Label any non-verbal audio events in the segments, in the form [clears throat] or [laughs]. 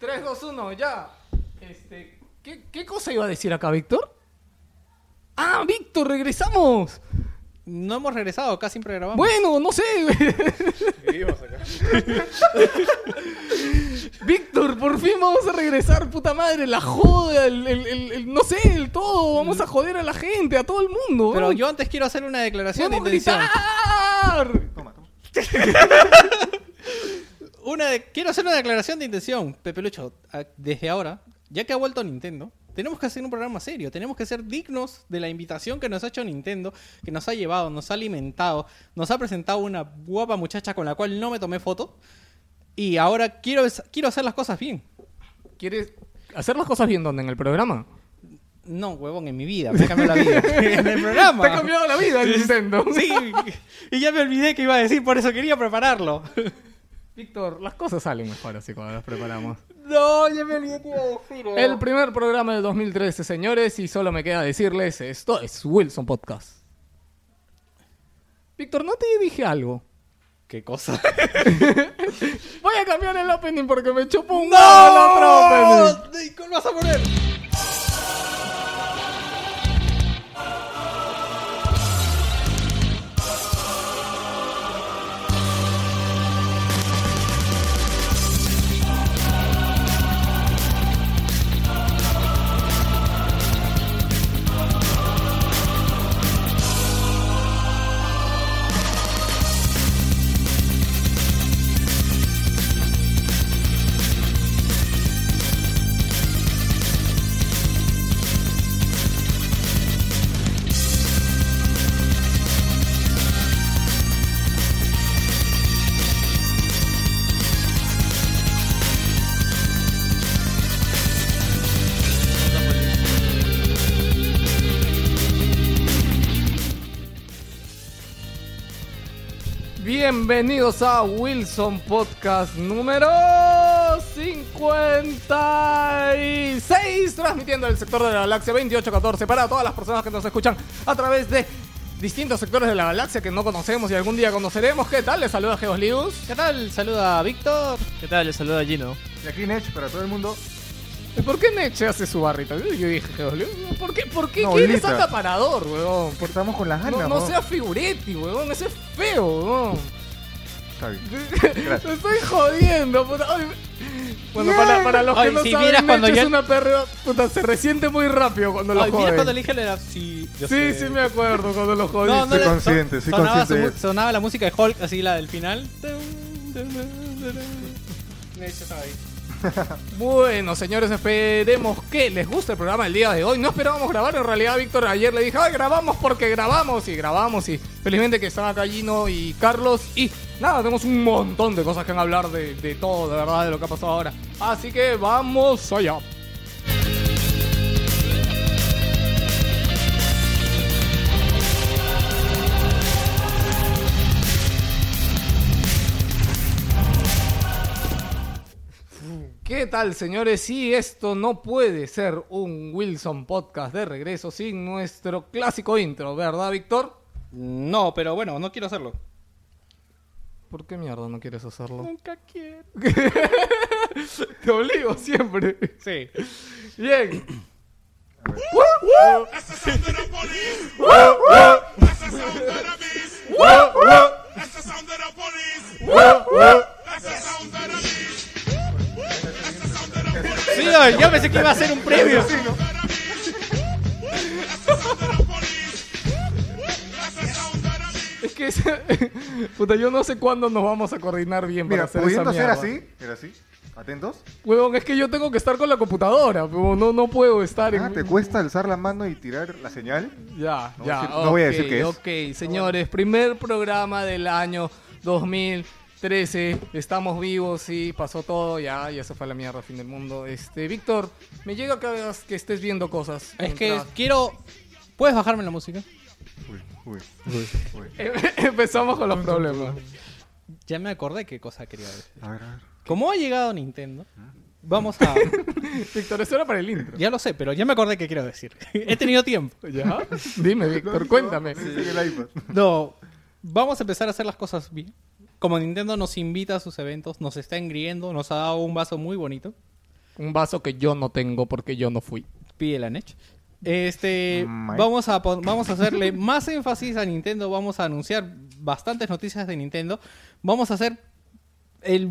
3-2-1, ya. Este, ¿qué, qué cosa iba a decir acá, Víctor? ¡Ah, Víctor, regresamos! No hemos regresado, acá siempre grabamos. Bueno, no sé. Seguimos acá. [laughs] Víctor, por fin vamos a regresar, puta madre. La joda, el, el- el- el- no sé, el todo. Vamos a joder a la gente, a todo el mundo. Pero vamos. yo antes quiero hacer una declaración de ¡Podemos intención. gritar! Toma, toma. Una de- Quiero hacer una declaración de intención, Pepe Lucho. a- Desde ahora, ya que ha vuelto Nintendo, tenemos que hacer un programa serio. Tenemos que ser dignos de la invitación que nos ha hecho Nintendo, que nos ha llevado, nos ha alimentado, nos ha presentado una guapa muchacha con la cual no me tomé foto. Y ahora quiero, es- quiero hacer las cosas bien. ¿Quieres hacer las cosas bien donde? ¿En el programa? No, huevón, en mi vida. Me ha [laughs] cambiado la vida. en el programa. Te ha cambiado la vida, Nintendo. Sí, y ya me olvidé que iba a decir, por eso quería prepararlo. Víctor, las cosas salen mejor así cuando las preparamos. No, ya me olvidé que iba a decir. ¿eh? El primer programa del 2013, señores, y solo me queda decirles, esto es Wilson Podcast. Víctor, no te dije algo. ¿Qué [laughs] cosa? Voy a cambiar el opening porque me chupo un huevo el otro opening. ¿Y ¿Cuál vas a poner? Bienvenidos a Wilson Podcast número 56, transmitiendo el sector de la galaxia 2814 para todas las personas que nos escuchan a través de distintos sectores de la galaxia que no conocemos y algún día conoceremos. ¿Qué tal? Les saluda Geoslius. ¿Qué tal? Saluda a Víctor. ¿Qué tal? Les saluda Gino. Y aquí Nech para todo el mundo. ¿Y ¿Por qué Neche hace su barrita? Yo yo dije, Geoslius, ¿por qué, por qué No, quieres Lita. acaparador, weón? Porque estamos con las ganas, No, no sea figuretti, weón, ese es feo, weón. Está bien. Te estoy jodiendo, puta. Ay, Bueno, para, para los que Ay, no si saben, vieras cuando Necho yo- es una perra, puta, se resiente muy rápido cuando lo Ay, ¿Vieron joden. cuando le dije la... Sí, yo Sí, sé. sí me acuerdo cuando lo jodiste. No, no Soy le- consciente, soy sonaba consciente su de- mu- sonaba la música de Hulk, así la del final. Necho estaba ahí. [laughs] Bueno, señores, esperemos que les guste el programa del día de hoy. No esperábamos grabar, en realidad Víctor ayer le dije, ay, grabamos porque grabamos y grabamos y felizmente que están acá Gino y Carlos y nada, tenemos un montón de cosas que van a hablar de, de todo, de verdad, de lo que ha pasado ahora. Así que vamos allá. ¿Qué tal, señores? Y esto no puede ser un Wilson Podcast de regreso sin nuestro clásico intro, ¿verdad, Víctor? No, pero bueno, no quiero hacerlo. ¿Por qué mierda no quieres hacerlo? Nunca quiero. [laughs] Te obligo siempre. Sí. Bien. Sí, ay, yo pensé que iba a ser un premio. Es que es- [laughs] puta, yo no sé cuándo nos vamos a coordinar bien [laughs] para Mira, hacer pudiendo esa ser mierda. así, era así. Atentos. Huevón, es que yo tengo que estar con la computadora, huevón, no no puedo estar Ah, en ¿Te cuesta alzar la mano y tirar la señal? Ya, No voy ya. a decir- no voy a ok, decir qué es. Ok, señores, primer programa del año 2013. Estamos vivos, sí, pasó todo, ya, ya se fue a la mierda, fin del mundo. Este, Víctor, me llega que, hagas- que estés viendo cosas. Es que mientras- quiero... ¿Puedes bajarme la música? Uy, uy, uy. [laughs] Empezamos con los problemas. Ya me acordé qué cosa quería decir. A ver, a ver. Como ha llegado Nintendo, vamos a... Víctor, eso era para el intro. Ya lo sé, pero ya me acordé qué quiero decir. [laughs] He tenido tiempo. ¿Ya? Dime, [laughs] Víctor, cuéntame. Sí, el iPad. No, vamos a empezar a hacer las cosas bien. Como Nintendo nos invita a sus eventos, nos está engriendo, nos ha dado un vaso muy bonito. Un vaso que yo no tengo porque yo no fui. Pide la Nech. Este, Mike. vamos a, pon- vamos a hacerle más énfasis a Nintendo. Vamos a anunciar bastantes noticias de Nintendo. Vamos a hacer el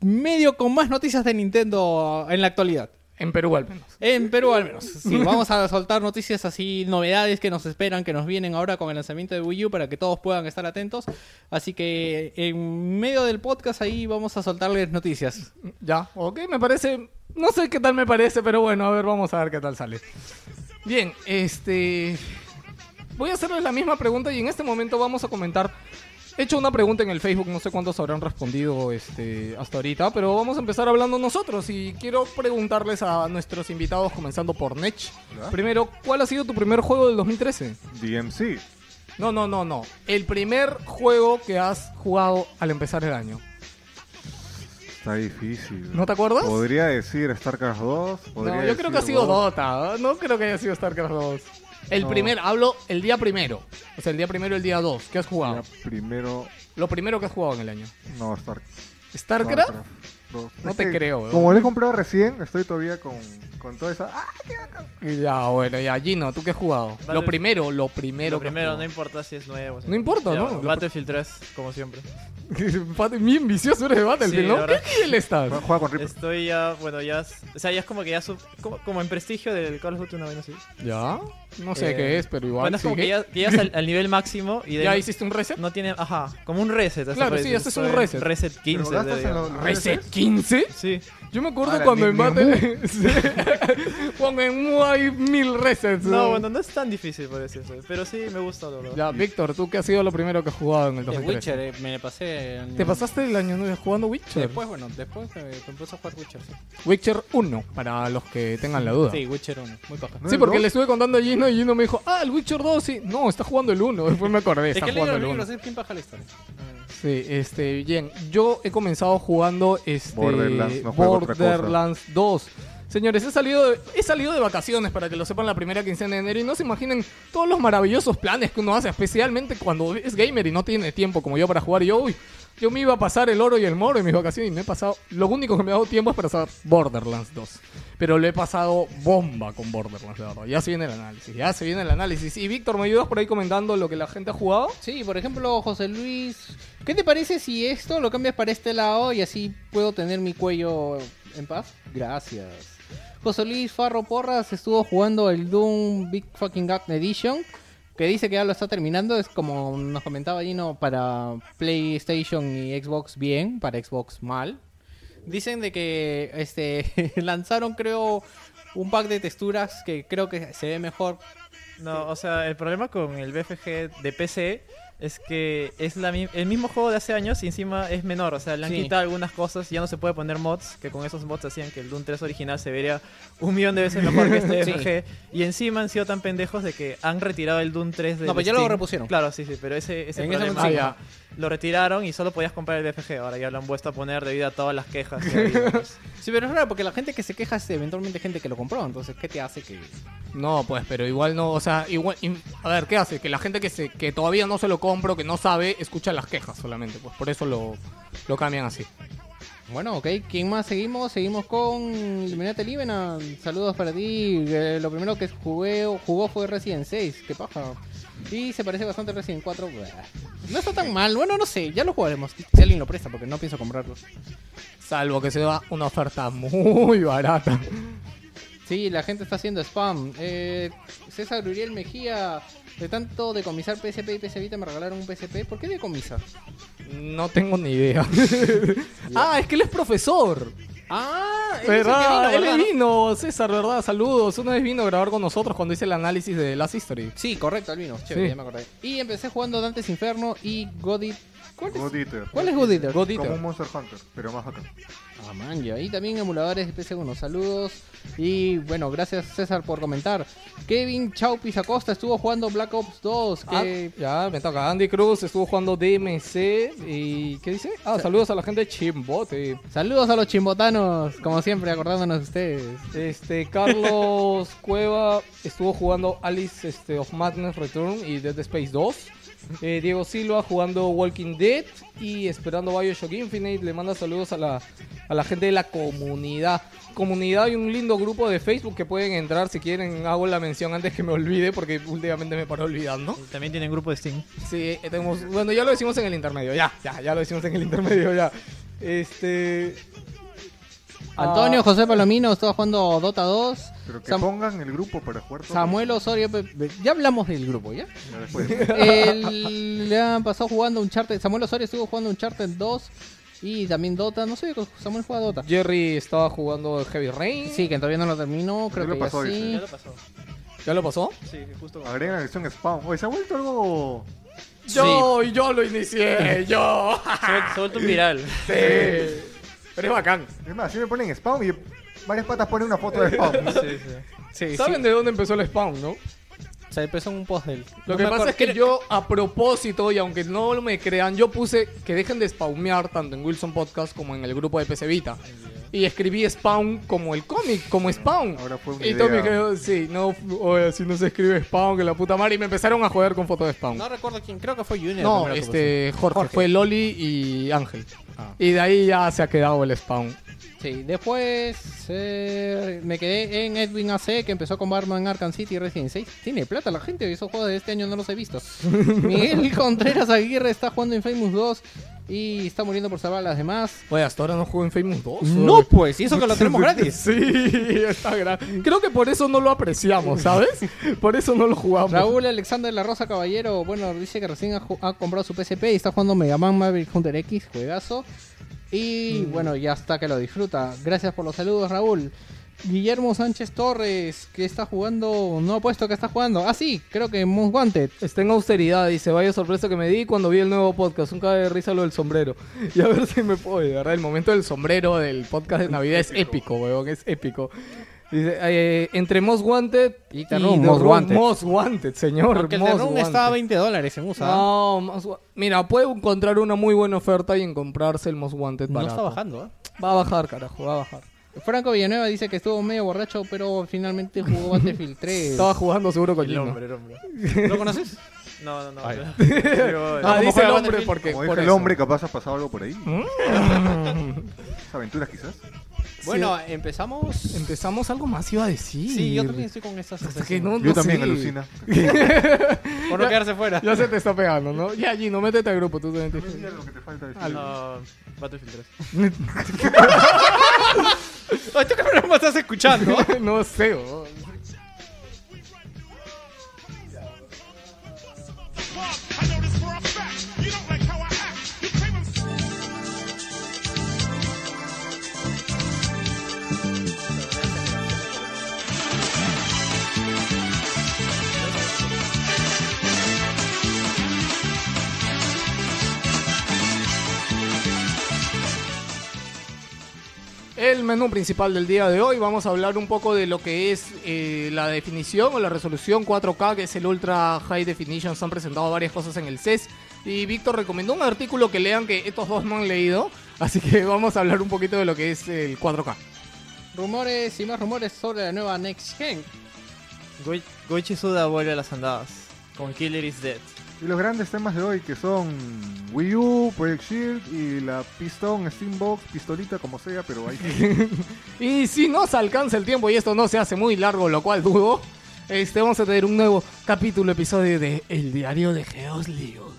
medio con más noticias de Nintendo en la actualidad. En Perú al menos. En Perú al menos. Sí, vamos a soltar noticias así, novedades que nos esperan, que nos vienen ahora con el lanzamiento de Wii U para que todos puedan estar atentos. Así que en medio del podcast ahí vamos a soltarles noticias. Ya, ok, me parece. No sé qué tal me parece, pero bueno, a ver, vamos a ver qué tal sale. Bien, este. Voy a hacerles la misma pregunta y en este momento vamos a comentar. He hecho una pregunta en el Facebook, no sé cuántos habrán respondido este, hasta ahorita, pero vamos a empezar hablando nosotros y quiero preguntarles a nuestros invitados, comenzando por Nech. Ya. Primero, ¿cuál ha sido tu primer juego del 2013? DMC. No, no, no, no. El primer juego que has jugado al empezar el año. Está difícil. ¿No te acuerdas? Podría decir StarCraft 2. podría No, yo creo que ha decir sido WoW. Dota. No creo que haya sido StarCraft 2. El No. primer, hablo el día primero. O sea, el día primero y el día 2. ¿Qué has jugado? Ya, primero. Lo primero que has jugado en el año. No, Star- ¿StarCraft? dos. No Es te que, creo, weón. Como lo he comprado recién, estoy todavía con, con toda esa. ¡Ah! Ya, bueno, ya, Gino, ¿tú qué has jugado? Vale. Lo primero, lo primero. Lo que has primero, no jugado. importa si es nuevo. si No importa, Ya, ¿no? bueno, Lo- Battlefield 3, como siempre. [laughs] Pat- Bien vicioso eres de Battlefield, Sí, ¿no? la ¿Qué verdad. nivel estás? Juega con Reaper. Estoy ya, bueno, ya. s- O sea, ya es como que ya. sub- como, como en prestigio del Call of Duty una vez así. Ya. No sé Eh, qué es, pero igual. Bueno, es como sigue. que ya, que ya [laughs] es al, al nivel máximo y de ¿Ya ahí hiciste un reset? no tiene. Ajá, como un reset. eso Claro, parece. sí, este es un Estoy en reset. Reset 15. ¿Pero gastas de- en los- los ¿Reset DLCs? 15? Sí. Yo me acuerdo Ahora, cuando ni- en ni Battle. [laughs] cuando en MU hay mil resets. No, bueno, no es tan difícil, por decirse. Pero sí, me gusta, la verdad. Ya, Víctor, ¿tú qué has sido lo primero que has jugado en el De 2013? Witcher, eh, me pasé. el- ¿Te pasaste el año nuevo jugando Witcher? Después, bueno, después eh, empezó a jugar Witcher. Sí, Witcher 1, para los que tengan la duda. Sí, Witcher 1, muy paja. ¿No Sí, el porque dos? le estuve contando a Gino y Gino me dijo, ah, el Witcher 2, sí. No, está jugando el 1. Después me acordé, Es está que leí jugando los el libros, 1. es bien paja la historia. Sí, este, bien. Yo he comenzado jugando este Borderlands, no juego otra cosa. Borderlands 2. Señores, he salido, de, he salido de vacaciones para que lo sepan la primera quincena de enero y no se imaginen todos los maravillosos planes que uno hace, especialmente cuando es gamer y no tiene tiempo como yo para jugar. Y yo, uy, yo me iba a pasar el oro y el moro en mis vacaciones y me he pasado. Lo único que me ha dado tiempo es para pasar Borderlands 2. Pero lo he pasado bomba con Borderlands, de verdad. Ya se viene el análisis, ya se viene el análisis. Y Víctor, ¿me ayudas por ahí comentando lo que la gente ha jugado? Sí, por ejemplo, José Luis, ¿qué te parece si esto lo cambias para este lado y así puedo tener mi cuello en paz? Gracias. José Luis Farro Porras estuvo jugando el Doom Big Fucking Up Edition, que dice que ya lo está terminando, es como nos comentaba Gino, para PlayStation y Xbox bien, para Xbox mal. Dicen de que este [laughs] lanzaron creo un pack de texturas que creo que se ve mejor No, o sea, el problema con el BFG de PC es que es la mi- el mismo juego de hace años y encima es menor. O sea, le han Sí. quitado algunas cosas y ya no se puede poner mods, que con esos mods hacían que el Doom 3 original se vería un millón de veces mejor que [laughs] este Sí. BFG. Y encima han sido tan pendejos de que han retirado el Doom 3 de No, pero ya lo repusieron. Claro, sí, sí, pero ese, ese En ese problema momento sí. ajá, Ah, lo retiraron y solo podías comprar el BFG. Ahora ya lo han vuelto a poner debido a todas las quejas. que ha [laughs] habido, pues. Sí, pero es raro porque la gente que se queja es eventualmente gente que lo compró, entonces ¿qué te hace que...? No, pues, pero igual no, o sea, igual, im- a ver, ¿qué hace? Que la gente que se, que todavía no se lo compro, que no sabe, escucha las quejas solamente, pues por eso lo, lo cambian así. Bueno, ok, ¿quién más seguimos? Seguimos con Illuminate Libena, saludos para ti. Eh, lo primero que jugué, jugó fue Resident 6, qué paja. Y se parece bastante a Resident 4. Buah. No está tan mal, bueno, no sé, ya lo jugaremos. Si alguien lo presta, porque no pienso comprarlo. Salvo que sea una oferta muy barata. Sí, la gente está haciendo spam. Eh, César Uriel Mejía, de tanto decomisar PSP y PSVita me regalaron un PSP. ¿Por qué decomisar? No tengo ni [laughs] idea. ah, es que él es profesor. Ah, él es el que vino, ¿Verdad? Él ¿verdad? vino, César, ¿verdad? Saludos. Una vez vino a grabar con nosotros cuando hice el análisis de Last History. Sí, correcto, Albino. Chévere, Sí. ya me acordé. Y empecé jugando Dantes Inferno y God Eat- ¿Cuál God es? Eater. ¿Cuál es God Eater? God Como Eater. un Monster Hunter, pero más acá. Ah, man, ya. Y también emuladores de PC1. Saludos. Y bueno, gracias César por comentar. Kevin Chaupis Acosta estuvo jugando Black Ops 2. Ah, Que... ya, me toca. Andy Cruz estuvo jugando DMC y... ¿Qué dice? Ah, saludos a la gente de Chimbote. Saludos a los chimbotanos, como siempre, acordándonos de ustedes. Este, Carlos Cueva estuvo jugando Alice este, of Madness Return y Dead Space 2. Eh, Diego Silva jugando Walking Dead y esperando Bioshock Infinite. Le manda saludos a la, a la gente de la comunidad. Comunidad y un lindo grupo de Facebook que pueden entrar si quieren. Hago la mención antes que me olvide porque últimamente me paro olvidando. También tienen grupo de Steam. Sí, eh, tenemos. Bueno, ya lo decimos en el intermedio, ya, ya, ya lo decimos en el intermedio, ya. Este. Antonio ah, José Palomino estaba jugando Dota 2. Pero que Sam- pongan el grupo para jugar todos. Samuel Osorio, pe- pe- ya hablamos del grupo, ¿ya? Ya después. Él le han pasado jugando un charter. Samuel Osorio estuvo jugando un charter 2 y también Dota. No sé, Samuel juega Dota. Jerry estaba jugando el Heavy Rain. Sí, que todavía no lo terminó, creo lo que pasó, ya sí. dice. pasó. ¿Ya lo pasó? Sí, justo. Ah. Agregan la versión Spawn. Oye, se ha vuelto algo. Yo, yo lo [laughs] inicié, yo. Se vuelto [laughs] un viral. sí. Pero es bacán. Es más, si me ponen Spawn y varias patas ponen una foto de Spawn. Sí, sí. Sí, ¿Saben sí. de dónde empezó el spawn, no? Se empezó en un post del. Lo no que me pasa acuerdo. es que yo, a propósito, y aunque no me crean, yo puse que dejen de spawnear tanto en Wilson Podcast como en el grupo de PC Vita. Y escribí spawn como el cómic, como spawn. Ahora fue una y Tommy idea. creo, sí, no, oye, así no se escribe spawn, que la puta madre. Y me empezaron a joder con fotos de spawn. No recuerdo quién, creo que fue Junior. No, primero que este, Jorge, Jorge. Fue Loli y Ángel. Ah. Y de ahí ya se ha quedado el spawn. puso. Sí, después eh, me quedé en Edwin AC, que empezó con Batman Arkham City y Resident 6. Tiene plata la gente, esos juegos de este año no los he [laughs] visto. Miguel Contreras Aguirre está jugando en Famous 2 y está muriendo por salvar a las demás. Oye, hasta ahora no juego en Famous 2. No, pues, y [laughs] eso que lo tenemos gratis. Sí, está gratis. Creo que por eso no lo apreciamos, ¿sabes? Por eso no lo jugamos. Raúl Alexander La Rosa Caballero, bueno, dice que recién ha, ju- ha comprado su PSP y está jugando Mega Man Maverick Hunter X, juegazo. Y bueno, ya está que lo disfruta. Gracias por los saludos, Raúl. Guillermo Sánchez Torres, que está jugando, no ha puesto que está jugando. Ah, sí, creo que Most Wanted. Está en austeridad, dice. Vaya sorpresa que me di cuando vi el nuevo podcast. Un cae de risa lo del sombrero. Y a ver si me puedo. De verdad, el momento del sombrero del podcast de Navidad es épico, weón. Es épico. Dice, eh, entre Most Wanted Y The Room, The Most Room, Wanted. Most Wanted, señor. Porque el Most Terrón estaba a Wanted. 20 dólares en USA. No, No, Most Wa- mira, puede encontrar una muy buena oferta y en comprarse el Most Wanted barato. está bajando, ¿eh? Va a bajar, carajo, va a bajar. Franco Villanueva dice que estuvo medio borracho, pero finalmente [laughs] jugó Battlefield 3. Estaba jugando seguro con El Gino. hombre, el hombre. ¿Lo conoces? No, no, [laughs] no. Ay. Digo, eh, Ah, dice ¿cómo juega el hombre Battlefield? porque Como por dijo el eso. hombre, capaz ha pasado algo por ahí. Esas Aventuras quizás. [laughs] Bueno, empezamos. Empezamos algo más iba a decir. Sí, yo también estoy con esa Hasta sensación. que no, Yo no también sé. alucina. Por no quedarse fuera. Ya se te está pegando, ¿no? Ya, Gino, métete al grupo, tú también. Mira lo que te falta decir. No, [laughs] Battlefield 3. Ay, ¿Tú qué programa estás escuchando? te- [laughs] no sé, oh. I know this for a fact. You don't like how I act. You claim I'm El menú principal del día de hoy, vamos a hablar un poco de lo que es eh, la definición o la resolución 4K, que es el Ultra High Definition. Se han presentado varias cosas en el CES. Y Víctor recomendó un artículo que lean que estos dos no han leído. Así que [laughs] vamos a hablar un poquito de lo que es el 4K. rumores y más rumores sobre la nueva Next Gen. Goi- Goichi Suda vuelve a las andadas. Con Killer is Dead. Y los grandes temas de hoy que son Wii U, Project Shield y la Pistón, Steambox, pistolita como sea, pero hay que... Y si nos alcanza el tiempo y esto no se hace muy largo, lo cual dudo, este, vamos a tener un nuevo capítulo, episodio de El Diario de Geos Líos.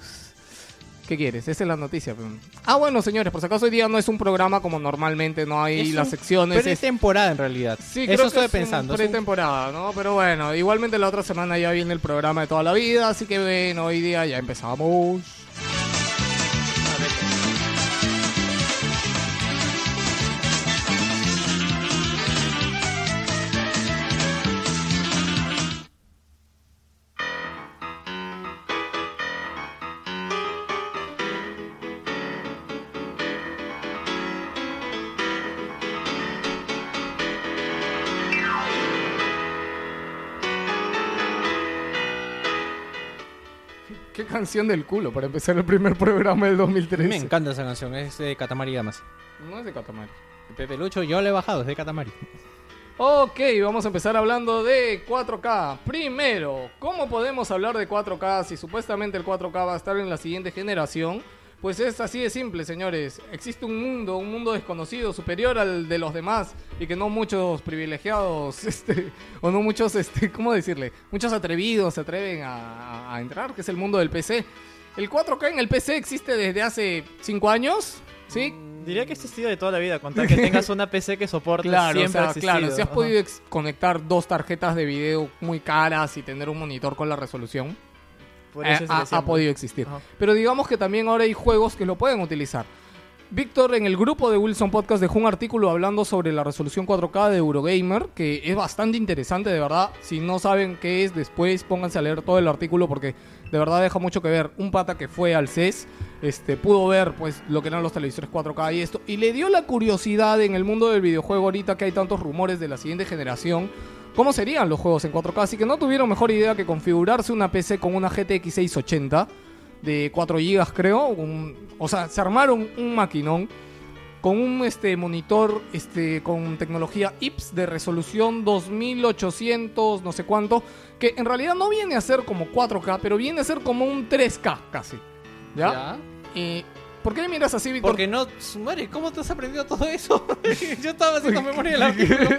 ¿Qué quieres? Esa es la noticia. pe. Ah, bueno, señores, por si acaso hoy día no es un programa como normalmente, no hay Es las un secciones. es- temporada en realidad. Sí, creo Eso que estoy es un pensando. es un- Pretemporada, ¿no? Pero bueno, igualmente la otra semana ya viene el programa de toda la vida, así que bueno, hoy día ya empezamos. Qué canción del culo para empezar el primer [laughs] programa del 2013. Me encanta esa canción, es de Katamari Damas. No es de Catamar. Pepe Lucho, yo le he bajado, es de Katamari. Ok, vamos a empezar hablando de 4K. Primero, ¿cómo podemos hablar de 4K si supuestamente el 4K va a estar en la siguiente generación? Pues es así de simple, señores. Existe un mundo, un mundo desconocido, superior al de los demás y que no muchos privilegiados, [laughs] este, o no muchos, este, ¿cómo decirle? Muchos atrevidos se atreven a, a- a entrar, que es el mundo del PC. El 4K en el PC existe desde hace 5 años, ¿sí? Diría que ha existido de toda la vida, con tal que tengas una PC que soporte Claro, siempre o ha sea, existido. claro, si has Ajá. podido ex- conectar dos tarjetas de video muy caras y tener un monitor con la resolución, Por eh, eso es ha, decía, ha podido existir. Ajá. Pero digamos que también ahora hay juegos que lo pueden utilizar. Víctor en el grupo de Wilson Podcast dejó un artículo hablando sobre la resolución 4K de Eurogamer, que es bastante interesante, de verdad. Si no saben qué es, después pónganse a leer todo el artículo porque de verdad deja mucho que ver. Un pata que fue al CES, este, pudo ver pues lo que eran los televisores 4K y esto, y le dio la curiosidad en el mundo del videojuego ahorita que hay tantos rumores de la siguiente generación. ¿Cómo serían los juegos en 4K? Así que no tuvieron mejor idea que configurarse una PC con una GTX 680 de 4 GB creo. un- o sea, se armaron un maquinón con un este, monitor este, con tecnología IPS de resolución 2800, no sé cuánto, que en realidad no viene a ser como 4K, pero viene a ser como un 3K casi. ¿Ya? ¿Ya? Y, ¿Por qué miras así, Víctor? Porque no, su madre, ¿cómo te has aprendido todo eso? [laughs] Yo estaba haciendo memoria [laughs] del artículo.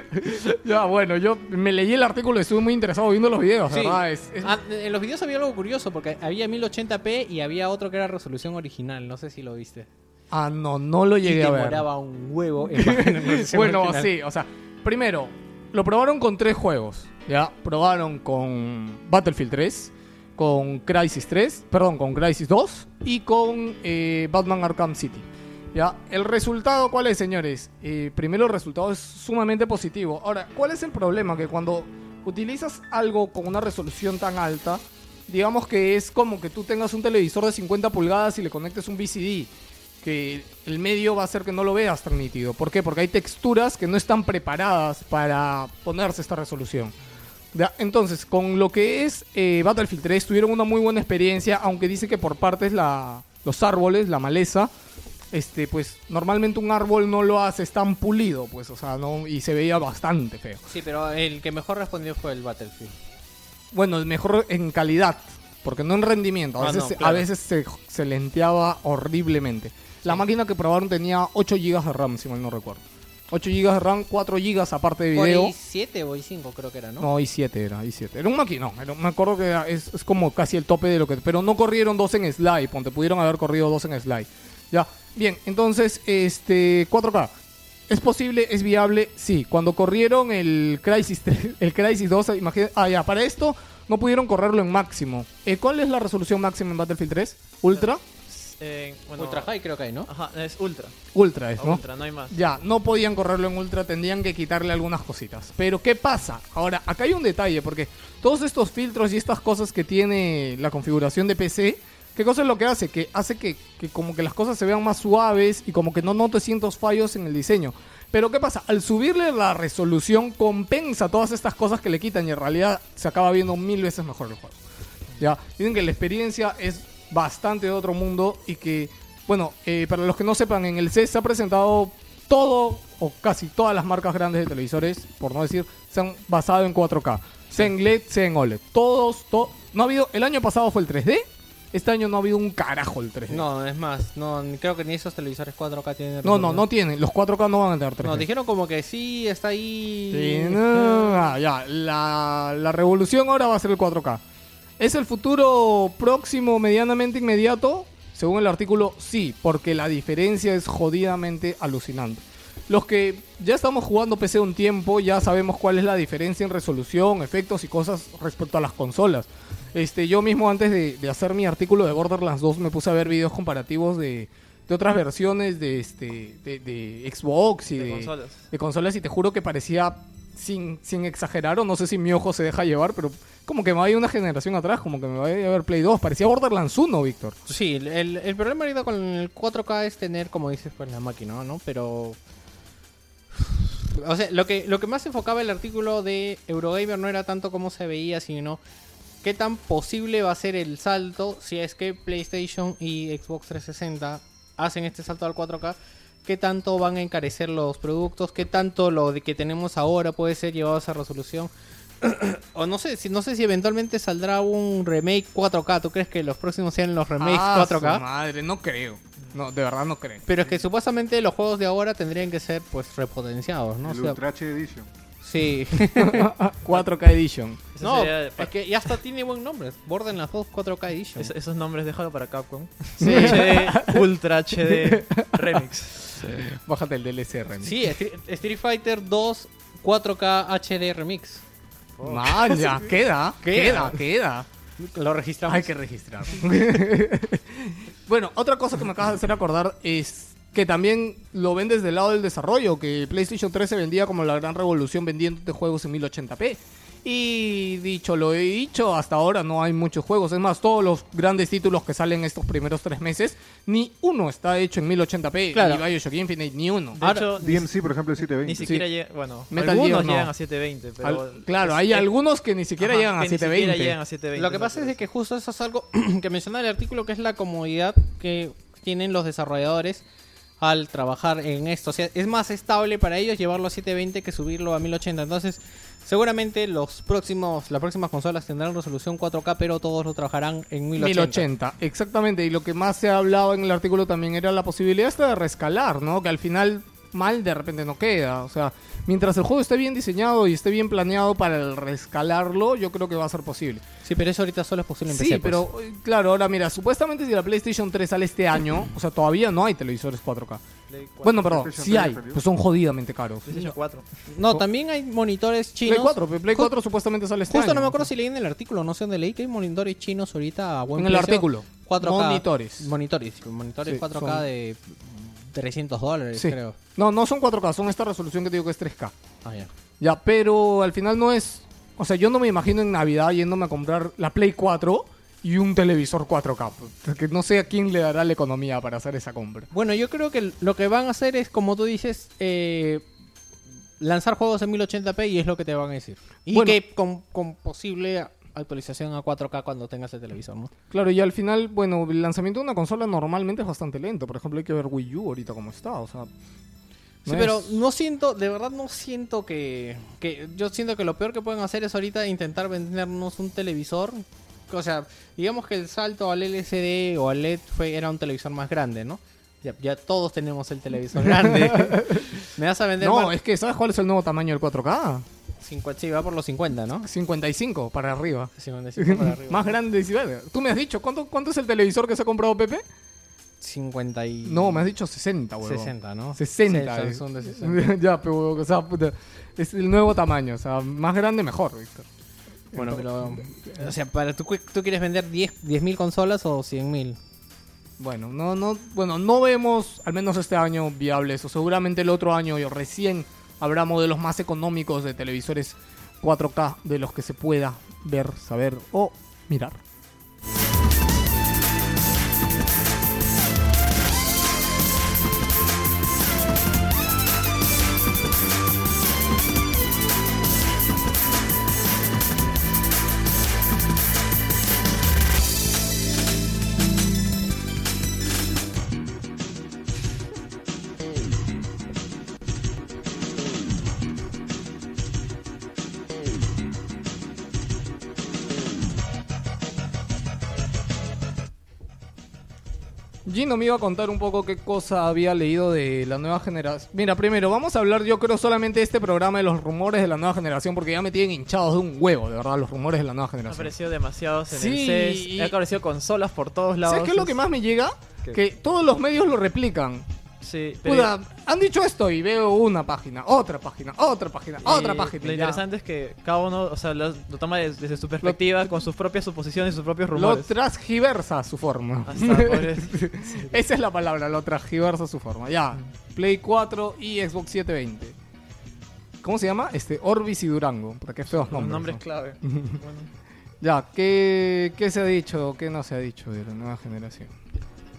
ya, bueno, yo me leí el artículo y estuve muy interesado viendo los videos, Sí. ¿verdad? Es- es- Ah, en los videos había algo curioso porque había 1080p y había otro que era resolución original. No sé si lo viste. Ah, no, no lo Y llegué a ver. demoraba un huevo en [laughs] bajar en [laughs] resolución Bueno, original. sí, o sea, primero, lo probaron con tres juegos, ¿ya? Probaron con Battlefield 3, con Crisis 3, perdón, con Crisis 2 y con eh, Batman Arkham City. ¿Ya? ¿El resultado cuál es, señores? Eh, primero, el resultado es sumamente positivo. Ahora, ¿cuál es el problema? Que cuando utilizas algo con una resolución tan alta, digamos que es como que tú tengas un televisor de 50 pulgadas y le conectes un VCD que el medio va a hacer que no lo veas tan nítido. ¿Por qué? Porque hay texturas que no están preparadas para ponerse esta resolución. Ya, Entonces, con lo que es eh, Battlefield 3, tuvieron una muy buena experiencia, aunque dice que por partes la, los árboles, la maleza, este, pues normalmente un árbol no lo haces tan pulido, pues, o sea, no, y se veía bastante feo. Sí, pero el que mejor respondió fue el Battlefield. Bueno, el mejor en calidad, porque no en rendimiento. A Ah, veces, no, claro. a veces se, se lenteaba horriblemente. La máquina que probaron tenía 8 GB de RAM, si mal no recuerdo. 8 GB de RAM, 4 GB aparte de Por video. i7 o i5 creo que era, ¿no? No, i7 era, i7. Era un maquinón. era- me acuerdo que era- es, es como casi el tope de lo que. Pero no corrieron dos en slide, ponte. Pudieron haber corrido dos en slide. Ya. Bien, entonces, este. 4K. ¿Es posible? ¿Es viable? Sí. Cuando corrieron el Crisis 3, [laughs] el Crisis 2, imagínate. Ah, ya, para esto no pudieron correrlo en máximo. Eh, ¿Cuál es la resolución máxima en Battlefield 3? ¿Ultra? Eh, bueno, Ultra High creo que hay, ¿no? Ajá, es ultra. Ultra es, ¿no? Ultra, no hay más. Ya, no podían correrlo en ultra, tendrían que quitarle algunas cositas. Pero ¿qué pasa? Ahora, acá hay un detalle, porque todos estos filtros y estas cosas que tiene la configuración de PC, ¿qué cosa es lo que hace? Que hace que, que como que las cosas se vean más suaves y como que no notes cientos fallos en el diseño. Pero ¿qué pasa? Al subirle la resolución compensa todas estas cosas que le quitan y en realidad se acaba viendo mil veces mejor el juego. ¿ya? Dicen que la experiencia es bastante de otro mundo y que, bueno, eh, para los que no sepan, en el CES se ha presentado todo o casi todas las marcas grandes de televisores, por no decir, se han basado en 4K. Sea en LED, sea en OLED. Todos, to- no ha habido, el año pasado fue el 3D, este año no ha habido un carajo el 3D. No, es más, no ni- creo que ni esos televisores 4K tienen no, no, resolución. no tienen, los 4K no van a tener 3D. No, dijeron como que sí, está ahí. Sí, no, ah, ya, la, la revolución ahora va a ser el 4K. ¿Es el futuro próximo, medianamente inmediato? Según el artículo, sí, porque la diferencia es jodidamente alucinante. Los que ya estamos jugando PC un tiempo, ya sabemos cuál es la diferencia en resolución, efectos y cosas respecto a las consolas. Este, yo mismo antes de, de hacer mi artículo de Borderlands 2 me puse a ver videos comparativos de, de otras versiones de, este, de, de Xbox y De de, consolas. de consolas y te juro que parecía sin, sin exagerar o no sé si mi ojo se deja llevar, pero como que me vaya una generación atrás, como que me vaya a ver Play 2, parecía Borderlands 1, Víctor. Sí, el- el, el problema ahorita con el 4K es tener, como dices, pues la máquina, ¿no? Pero... O sea, lo que, lo que más enfocaba el artículo de Eurogamer no era tanto cómo se veía, sino qué tan posible va a ser el salto si es que PlayStation y Xbox 360 hacen este salto al 4K qué tanto van a encarecer los productos, qué tanto lo de que tenemos ahora puede ser llevado a esa resolución. [clears throat] o no sé, si no sé si eventualmente saldrá un remake 4K. ¿Tú crees que los próximos sean los remakes Ah, su 4K? Madre, no creo. No, de verdad no creo. [laughs] Pero es que supuestamente los juegos de ahora tendrían que ser pues repotenciados, ¿no? O el sea, Ultra HD Edition. sí. 4K Edition. [laughs] Eso no, eh, sería- es que ya hasta tiene buen nombre. Borden las dos 4K Edition. Es- esos nombres déjalo para [laughs] Capcom. HD, Ultra HD [laughs] Remix. Bájate el DLC remix. Sí, Stri- Street Fighter 2 4K HD Remix. Man, ya, queda, Queda. queda, queda. Lo registramos. Hay que registrar. [laughs] bueno, otra cosa que me acabas de hacer acordar es que también lo ven desde el lado del desarrollo, que PlayStation 3 se vendía como la gran revolución vendiéndote juegos en 1080p. Y dicho lo he dicho, hasta ahora no hay muchos juegos. Es más, todos los grandes títulos que salen estos primeros tres meses, ni uno está hecho en 1080p. Claro. Ni Bioshock Infinite, ni uno. De hecho, ni, DMC, por ejemplo, el 720. ni siquiera llega- Bueno, Metal algunos Gear no. llegan a 720, pero. Al- claro, es- hay es- algunos que ni siquiera ajá, llegan a que ni 720. siquiera llegan a 720. Lo que pasa es de que justo eso es algo [clears throat] que menciona el artículo, que es la comodidad que tienen los desarrolladores al trabajar en esto. O sea, es más estable para ellos llevarlo a 720 que subirlo a 1080. Entonces, seguramente los próximos, las próximas consolas tendrán resolución 4K, pero todos lo trabajarán en 1080. 1080, exactamente. Y lo que más se hablaba en el artículo también era la posibilidad esta de rescalar, ¿no? Que al final mal de repente no queda. O sea, mientras el juego esté bien diseñado y esté bien planeado para el rescalarlo, yo creo que va a ser posible. Sí, pero eso ahorita solo es posible en Sí, PC, pues. pero eh, claro, ahora mira, supuestamente si la PlayStation 3 sale este año, o sea, todavía no hay televisores 4K. Bueno, perdón, PlayStation sí 3 hay, salió. pues son jodidamente caros. PlayStation [laughs] 4. No, también hay monitores chinos. Play 4, pe- Play Ju- 4 supuestamente sale este Justo año. no me acuerdo si leí en el artículo, no sé dónde leí que hay monitores chinos ahorita a buen En el precio. artículo. 4K. Monitores. Monitores, monitores Sí, 4K son- de 300 dólares, Sí. creo. No, no son 4K, son esta resolución que te digo que es 3K. Ah, ya. Ya, pero al final no es. O sea, yo no me imagino en Navidad yéndome a comprar la Play 4 y un televisor 4K. Porque no sé a quién le dará la economía para hacer esa compra. Bueno, yo creo que lo que van a hacer es, como tú dices, eh, lanzar juegos en 1080p y es lo que te van a decir. Y Bueno. que con, con posible actualización a 4K cuando tengas el televisor, ¿no? Claro, y al final, bueno, el lanzamiento de una consola normalmente es bastante lento. Por ejemplo, hay que ver Wii U ahorita cómo está. O sea. no Sí, es- pero no siento, de verdad no siento que, que- Yo siento que lo peor que pueden hacer es ahorita intentar vendernos un televisor. O sea, digamos que el salto al LCD o al LED fue, era un televisor más grande, ¿no? Ya, ya todos tenemos el [laughs] televisor grande. Me vas a vender No, más- es que ¿sabes cuál es el nuevo tamaño del 4K? 50, sí, va por los 50, ¿no? 55 para arriba. 55 para [laughs] arriba. Más grande. si ves. Tú me has dicho, ¿cuánto, ¿cuánto es el televisor que se ha comprado Pepe? 50 y... No, me has dicho 60, huevón. 60, ¿no? 60. Sí, eh. [laughs] Samsung de 60. ya, pero, o sea, puta, es el nuevo tamaño. O sea, más grande, mejor, Víctor. Bueno, pero... O sea, para, ¿tú, tú quieres vender 10 10.000 consolas o 100.000? Bueno, no, no, bueno, no vemos, al menos este año, viable eso. Seguramente el otro año yo recién habrá modelos más económicos de televisores 4K de los que se pueda ver, saber o mirar. Gino me iba a contar un poco qué cosa había leído de la nueva generación. Mira, primero, vamos a hablar, yo creo, solamente de este programa de los rumores de la nueva generación, porque ya me tienen hinchados de un huevo, de verdad, los rumores de la nueva Han generación. aparecido demasiados en Sí, el y- CES. Han aparecido consolas por todos lados. ¿Sabes qué es lo que más me llega? ¿Qué? Que todos los medios lo replican. Sí, pero- Puta, han dicho esto y veo una página, otra página, otra página, otra Y página. Lo ya. interesante es que cada uno, o sea, lo, lo toma des- desde, su perspectiva, con sus propias suposiciones y sus propios Lo rumores. Ah, transgiversa su forma. [laughs] Hasta pues, poder- Esa es la palabra, lo transgiversa su forma. Ya, Mm. Play 4 y Xbox 720. ¿Cómo se llama? Este, Orbis y Durango, porque estos dos los nombres. nombres ¿no? [laughs] clave. Bueno, Ya, ¿qué, ¿qué se ha dicho o qué no se ha dicho de la nueva generación?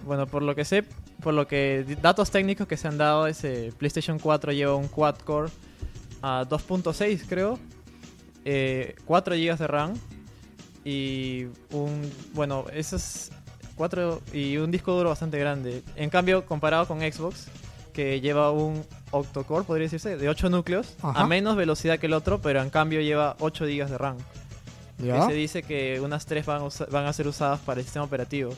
bueno, por lo que sé, por lo que di- datos técnicos que se han dado, ese PlayStation 4 lleva un quad core a 2.6, creo, eh, 4 GB de RAM y un, bueno, esos 4 y un disco duro bastante grande. En cambio, comparado con Xbox, que lleva un octocore, podría decirse, de 8 núcleos, Ajá. a menos velocidad que el otro, pero en cambio lleva 8 GB de RAM. ¿Ya? Que se dice que unas 3 van, a usa- van a ser usadas para el sistema operativo.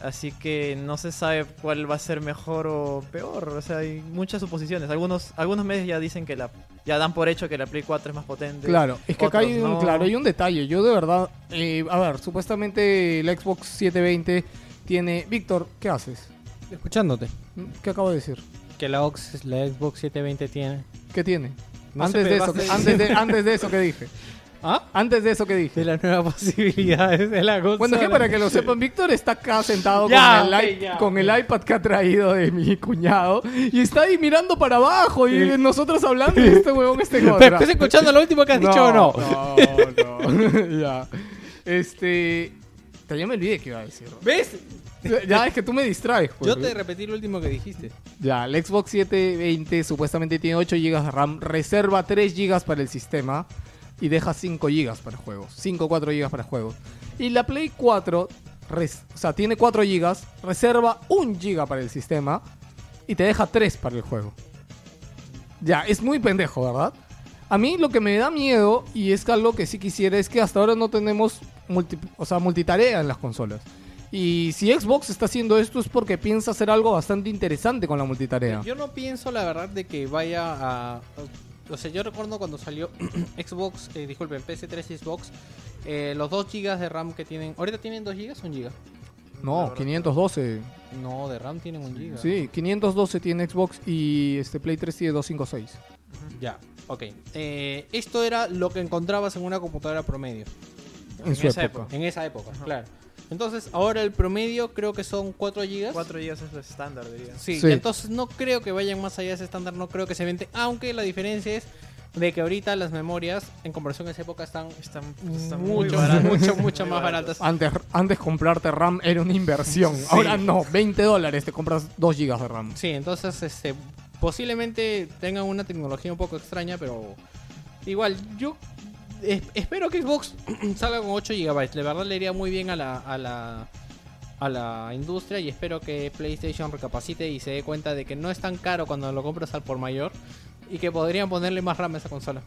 Así que no se sabe cuál va a ser mejor o peor. O sea, hay muchas suposiciones. Algunos, algunos medios ya dicen que la ya dan por hecho que la Play 4 es más potente. Claro, es que acá hay otros un, no. claro, hay un detalle. Yo de verdad, eh, a ver, supuestamente el Xbox 720 tiene... Víctor, ¿qué haces? Escuchándote. ¿Qué acabo de decir? Que la, Ox- la Xbox 720 tiene. ¿Qué tiene? No antes, sé, de pero eso, vas que- a- antes, de, antes de eso que dije. [laughs] ¿Ah? Antes de eso que dije. De las [laughs] nuevas posibilidades de la consola. Bueno, es que para que lo sepan, Víctor está acá sentado Ya, con, el ok, i- ya. con el iPad que ha traído de mi cuñado y está ahí mirando para abajo y nosotros hablando y este [laughs] huevón está en Pero otra. ¿Estás escuchando lo último que [laughs] has dicho o no? No, no. [laughs] ya. Este. ta, Ya me olvidé que iba a decir. ¿Ves? Pues Ya es que tú me distraes, pues. Yo te repetí lo último que dijiste. Ya, el Xbox 720 supuestamente tiene 8 GB de RAM, reserva 3 GB para el sistema y deja 5 GB para juegos. 5 o 4 GB para juegos. Y la Play 4, res- o sea, tiene 4 GB, reserva 1 GB para el sistema y te deja 3 para el juego. Ya, es muy pendejo, ¿verdad? A mí lo que me da miedo, y es que algo que sí quisiera, es que hasta ahora no tenemos multi- o sea, multitarea en las consolas. Y si Xbox está haciendo esto es porque piensa hacer algo bastante interesante con la multitarea. Yo no pienso, la verdad, de que vaya a. O sea, yo recuerdo cuando salió [clears throat] Xbox, eh, disculpen, PS3 y Xbox, eh, los 2 GB de RAM que tienen. ¿Ahorita tienen 2 GB o 1 GB? No, 512. No, de RAM tienen 1 GB. Sí, 512 tiene Xbox y este Play 3 tiene 256. Ya, ok. Eh, esto era lo que encontrabas en una computadora promedio. En su esa época. En esa época, claro. Entonces, ahora el promedio creo que son 4 GB. 4 GB es lo estándar, diría. Sí, Sí. entonces no creo que vayan más allá de ese estándar, no creo que se vente. Aunque la diferencia es de que ahorita las memorias, en comparación a esa época, están Están, están muy [laughs] mucho, baratas. mucho, mucho Muy más baratas. Ah, Antes, antes comprarte RAM era una inversión. Ahora no, 20 dólares te compras 2 GB de RAM. Sí, entonces este, posiblemente tengan una tecnología un poco extraña, pero igual yo es- espero que Xbox [clears throat] salga con 8 GB. De verdad le iría muy bien a la, a la a la industria y espero que PlayStation recapacite y se dé cuenta de que no es tan caro cuando lo compras al por mayor y que podrían ponerle más RAM a esa consola.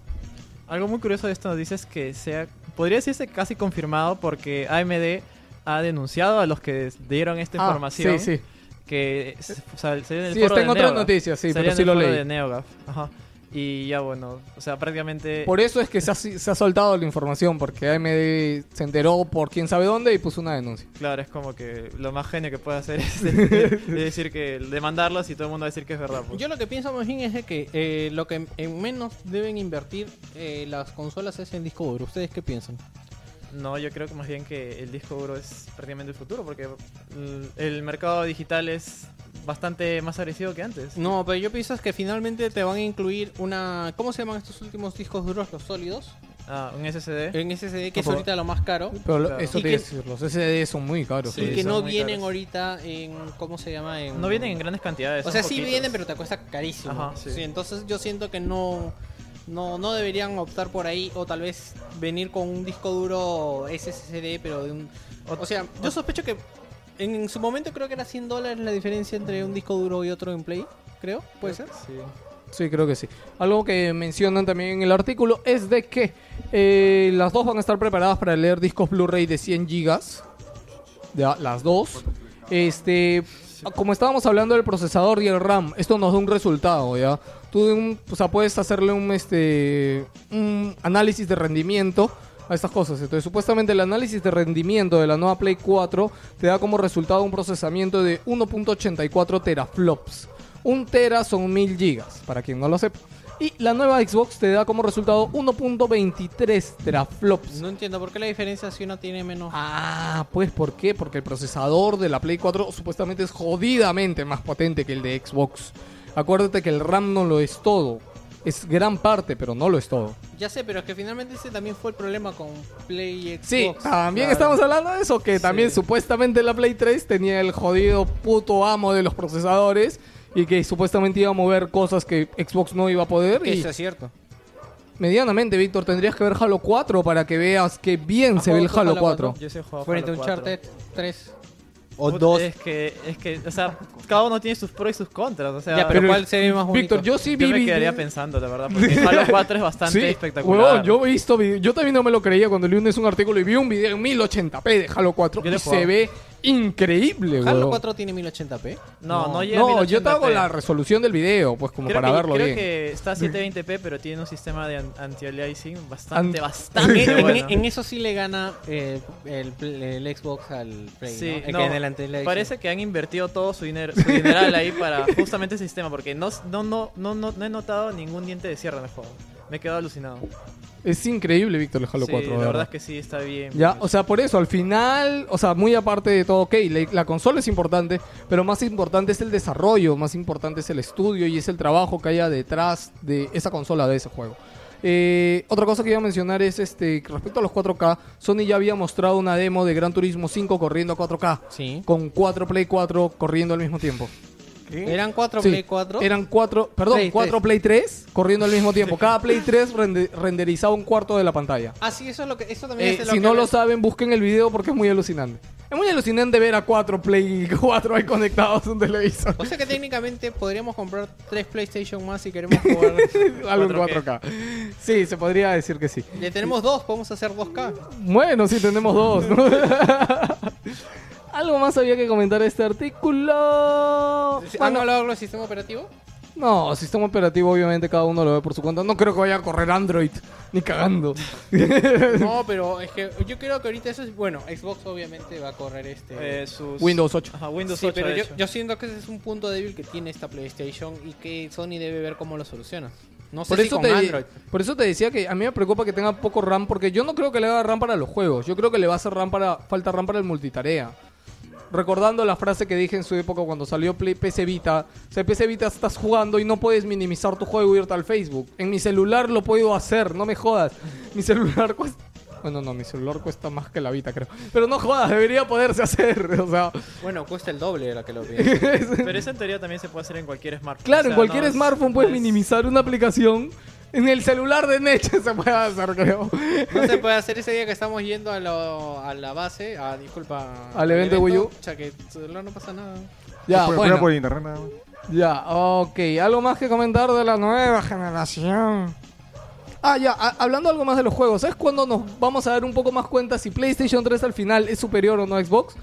Algo muy curioso de esta noticia es que sea, podría decirse casi confirmado porque AMD ha denunciado a los que dieron esta Ah, información. Sí, sí. Que s- o sea, salió en el Sí, foro está en de otras NeoGAF. noticias, sí, Salió pero en sí el lo foro leí. de NeoGAF. Ajá. Y ya bueno, o sea, prácticamente... Por eso es que se ha, se ha soltado la información, porque AMD se enteró por quién sabe dónde y puso una denuncia. Claro, es como que lo más genio que puede hacer es [laughs] decir, es decir que demandarlos y todo el mundo va a decir que es verdad. pues. Yo lo que pienso más bien es de que eh, lo que en menos deben invertir eh, las consolas es en disco duro. ¿Ustedes qué piensan? No, yo creo que más bien que el disco duro es prácticamente el futuro porque l- el mercado digital es bastante más agresivo que antes. No, pero yo pienso es que finalmente te van a incluir una... ¿Cómo se llaman estos últimos discos duros, los sólidos? Ah, un SSD. Eh, En SSD, que es Ojo. ahorita lo más caro. Pero lo- Claro. eso Y te que- iba a decir, los SSD son muy caros. Sí, y que son no muy vienen caros. ahorita en... ¿Cómo se llama? En- No vienen en grandes cantidades. O son sea, sí poquitos. vienen, pero te cuesta carísimo. Ajá, sí. Sí, entonces yo siento que no, no, no deberían optar por ahí o tal vez venir con un disco duro SSD, pero de un... O sea, yo sospecho que en, en su momento creo que era 100 dólares la diferencia entre un disco duro y otro en Play, creo, puede ser. Sí. Sí, creo que sí. Algo que mencionan también en el artículo es de que eh, las dos van a estar preparadas para leer discos Blu-ray de 100 gigas. Ya, las dos. Este, como estábamos hablando del procesador y el RAM, esto nos da un resultado, ¿ya? Tú de un- o sea, puedes hacerle un, este, un análisis de rendimiento a estas cosas. Entonces, supuestamente el análisis de rendimiento de la nueva Play 4 te da como resultado un procesamiento de 1.84 teraflops. Un tera son 1000 gigas, para quien no lo sepa. Y la nueva Xbox te da como resultado 1.23 teraflops. No entiendo por qué la diferencia si uno tiene menos... Ah, pues ¿por qué? Porque el procesador de la Play 4 supuestamente es jodidamente más potente que el de Xbox. Acuérdate que el RAM no lo es todo. Es gran parte, pero no lo es todo. Ya sé, pero es que finalmente ese también fue el problema con Play y Xbox. Sí, también claro. estamos hablando de eso, que también Sí. supuestamente la Play 3 tenía el jodido puto amo de los procesadores y que supuestamente iba a mover cosas que Xbox no iba a poder. Y Eso es cierto. medianamente, Víctor, tendrías que ver Halo 4 para que veas que bien se ve el Halo jugado Halo 4. Yo sí he jugado Frente a Halo un 4. Charter 3. O Puta, dos. Es que, es que, o sea, cada uno tiene sus pros y sus contras. O sea, Ya, pero, ¿cuál se ve más bonito? Víctor, yo sí vi. yo me vi- quedaría pensando, la verdad, porque Halo 4 es [laughs] bastante Sí, espectacular. huevón, yo he visto video- Yo también no me lo creía cuando leí un, es un artículo y vi un video en 1080p de Halo 4 Yo y le se jugaba. ve increíble, Halo huevón. 4 tiene 1080p. No, no, llega a No, yo 1080p. te hago la resolución del video, pues como Creo para que, verlo creo bien. que está a 720p, pero tiene un sistema de an- anti-aliasing Ant- bastante, [laughs] En, bastante en- bueno. en eso sí le gana eh, el, pl- el Xbox al Play. Sí, ¿no? El no, que en el ante- el- Parece que han invertido todo su, dinero, su dineral [laughs] ahí para justamente ese sistema, porque no, no, no, no, no, no he notado ningún diente de sierra en el juego. Me he quedado alucinado. Es increíble, Víctor, el Halo sí, 4. de la verdad verdad. es que sí, está bien. Ya, o sea, por eso, al final, o sea, muy aparte de todo, ok, la, la consola es importante, pero más importante es el desarrollo, más importante es el estudio y es el trabajo que haya detrás de esa consola, de ese juego. Eh, otra cosa que iba a mencionar es, este, respecto a los 4K, Sony ya había mostrado una demo de Gran Turismo 5 corriendo a 4K, Sí. con 4 Play 4 corriendo al mismo tiempo. Eran 4 Sí, Play 4. Eran 4, perdón, Play 4 tres. Play 3 corriendo al mismo tiempo. Cada Play 3 rende- renderizaba un cuarto de la pantalla. Ah, sí, eso, es lo que, eso también Eh, es de lo si que no lo habla- saben, busquen el video porque es muy alucinante. Es muy alucinante ver a [laughs] cuatro Play 4 ahí conectados a un televisor. [laughs] O sea que técnicamente podríamos comprar 3 PlayStation más si queremos [laughs] jugar. Algo en 4K. 4K. Sí, se podría decir que sí. Le tenemos dos, podemos hacer 2K. Bueno, sí, tenemos dos. ¿no? [laughs] Algo más había que comentar de este artículo. ¿Han Bueno, hablado del sistema operativo? no, sistema operativo, obviamente cada uno lo ve por su cuenta. No creo que vaya a correr Android, ni cagando. [laughs] No, pero es que yo creo que ahorita eso es. Bueno, Xbox obviamente va a correr este. Eh, sus- Windows 8. Ajá, Windows Sí, 8. pero de yo, hecho. yo siento que ese es un punto débil que tiene esta PlayStation y que Sony debe ver cómo lo soluciona. No sé Por si eso, con te, Android. por eso te decía que a mí me preocupa que tenga poco RAM, porque yo no creo que le haga RAM para los juegos. Yo creo que le va a hacer RAM para, falta RAM para el multitarea. Recordando la frase que dije en su época cuando salió Play- PC Vita. O sea, PC Vita estás jugando y no puedes minimizar tu juego y irte al Facebook. En mi celular lo puedo hacer, no me jodas. Mi celular [laughs] cuesta... Bueno, no, mi celular cuesta más que la Vita, creo. Pero no jodas, debería poderse hacer. [laughs] O sea, Bueno, cuesta el doble de la que lo pide. Pero esa en teoría también se puede hacer en cualquier smartphone. claro, O sea, en cualquier no es- smartphone no puedes es- minimizar una aplicación. En el celular de Neche [laughs] se puede hacer, creo. No se puede hacer ese día que estamos yendo a, lo- a la base, a, disculpa, Al evento de Wii U. O sea que celular no pasa nada. Ya, Por- bueno. por internet nada más. Ya, ok. ¿Algo más que comentar de la nueva generación? Ah, ya, a- hablando algo más de los juegos, ¿sabes cuándo nos vamos a dar un poco más cuenta si PlayStation 3 al final es superior o no a Xbox?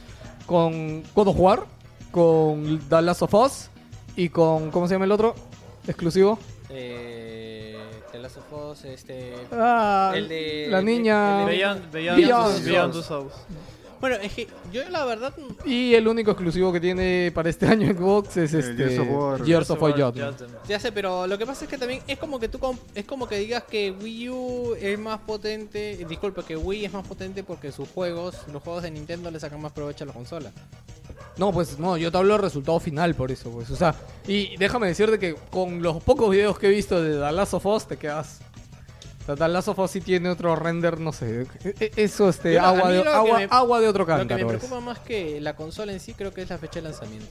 Con God of War, con The Last of Us y con, ¿cómo se llama el otro? Exclusivo. Eh, The Last of Us, este. Ah, El de- la el- niña... el de- Beyond, Beyond, Beyond Beyond, Two Souls. Bueno, es que yo la verdad. mm, Y el único exclusivo que tiene para este [laughs] año Xbox es El este... Gears of War. Gears of War Judgment. Judgment. Ya sé, pero lo que pasa es que también es como que tú com- es como que digas que Wii U es más potente, eh, disculpa, que Wii es más potente porque sus juegos, los juegos de Nintendo le sacan más provecho a la consola. No, pues no, yo te hablo del resultado final por eso, pues. O sea, y déjame decirte que con los pocos videos que he visto de The Last of Us te quedas. O sea, The Last of Us sí tiene otro render, no sé. e- e- Eso, este, Yo, a agua, mí de, lo que agua, me- agua de otro lo que me cántaro. pues. es. preocupa más que la consola en sí creo que es la fecha de lanzamiento.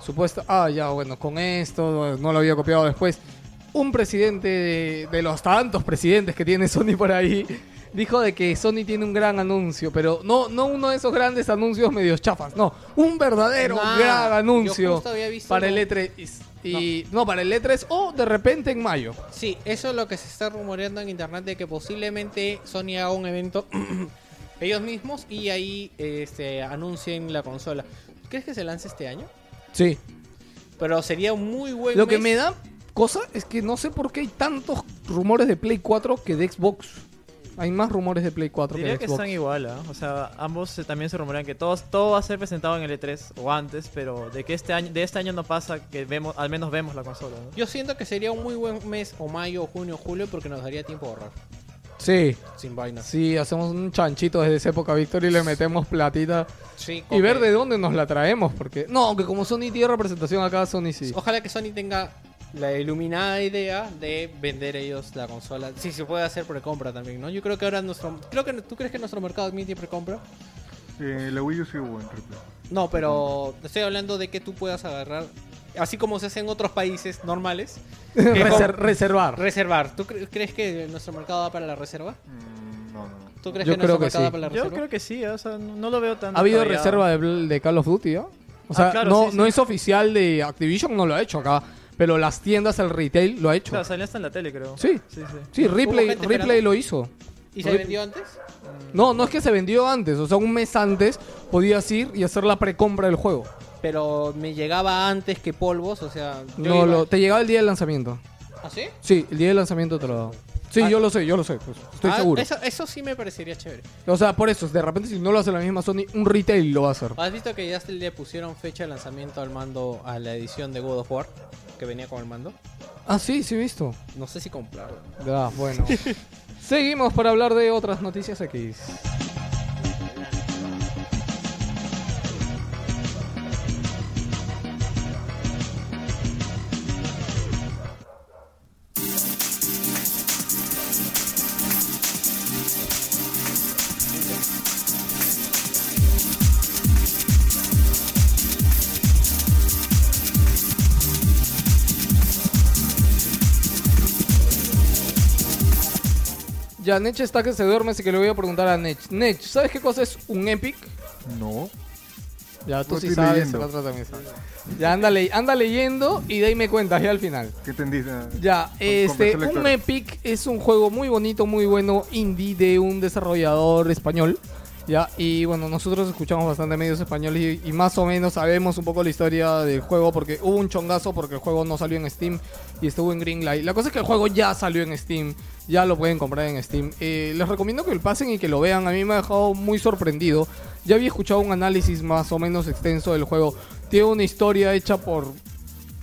Supuesto. Ah, ya, bueno, con esto no lo había copiado después. Un presidente de, de los tantos presidentes que tiene Sony por ahí dijo de que Sony tiene un gran anuncio, pero no, no uno de esos grandes anuncios medios chafas, no, un verdadero Nah, gran Ah, yo anuncio. justo había visto para el E lo- E3 y no. para el E3 o de repente en mayo. Sí, eso es lo que se está rumoreando en internet de que posiblemente Sony haga un evento [clears throat] ellos mismos y ahí este, anuncien la consola. ¿Crees que se lance este año? Sí. Pero sería un muy buen Lo que mes. me da cosa es que no sé por qué hay tantos rumores de Play 4 que de Xbox. Hay más rumores de Play 4 Diría que que de Xbox. están igual, ¿ah? O sea, ambos se- también se rumorean que todos, todo va a ser presentado en el E3 o antes, pero de que este año, de este año no pasa que vemos, al menos vemos la consola, ¿no? Yo siento que sería un muy buen mes o mayo, o junio, o julio porque nos daría tiempo a ahorrar Sí, sin vainas. sí, hacemos un chanchito desde esa época, Víctor, y le metemos platita. Sí, Y como ver que- de dónde nos la traemos, porque... No, aunque como Sony tiene representación acá, Sony sí. Ojalá que Sony tenga la iluminada idea de vender ellos la consola. Sí, se puede hacer precompra también, ¿no? Yo creo que ahora nuestro creo que tú crees que nuestro mercado admite precompra. Eh, la Wii U sí hubo en triple. No, pero estoy hablando de que tú puedas agarrar, así como se hace en otros países normales, [laughs] que Reser- com- reservar. reservar. ¿Tú cre- crees que nuestro mercado da para la reserva? Mm, no, no. no. ¿Tú crees Yo que no creo está que marcada sí. para la Yo reserva? creo que sí, ¿ah? o sea, no no lo veo tan. Ha habido descabellado. reserva de, Bl- de Call of Duty, ¿ah? O sea, Ah, claro, no, sí, sí. no es oficial de Activision, no lo ha hecho acá. Pero las tiendas, el retail, lo ha hecho. Claro, salió hasta en la tele, creo. Sí. Sí, sí. Sí, Ripley, gente Ripley esperando. lo hizo. ¿Y se Rip- vendió antes? No, no es que se vendió antes. O sea, un mes antes podías ir y hacer la precompra del juego. Pero me llegaba antes que polvos, o sea. yo No, iba- lo, te llegaba el día del lanzamiento. ¿Ah, sí? Sí, el día del lanzamiento te lo daba. Sí, Ah. yo lo sé, yo lo sé. pues, estoy Ah, seguro. Eso, eso sí me parecería chévere. O sea, por eso, de repente si no lo hace la misma Sony, un retail lo va a hacer. ¿Has visto que ya se le pusieron fecha de lanzamiento al mando a la edición de God of War? Que venía con el mando. Ah, sí, sí, he visto. No sé si comprarlo. Ya, [laughs] bueno. Seguimos para hablar de otras noticias X. Ya, Nech está que se duerme, así que le voy a preguntar a Nech. Nech, ¿sabes qué cosa es un Epic? No. Ya, tú Lo sí estoy sabes, leyendo. el otro también sabe. Ya, anda, ley- anda leyendo y de ahí me cuentas, ya al final. ¿Qué entendiste? Ah, Ya, este, conversé un lectura. Epic es un juego muy bonito, muy bueno, indie de un desarrollador español. Ya, y bueno, nosotros escuchamos bastante medios españoles y, y más o menos sabemos un poco la historia del juego porque hubo un chongazo porque el juego no salió en Steam y estuvo en Greenlight. La cosa es que el juego ya salió en Steam, ya lo pueden comprar en Steam. Eh, les recomiendo que lo pasen y que lo vean, a mí me ha dejado muy sorprendido. Ya había escuchado un análisis más o menos extenso del juego. Tiene una historia hecha por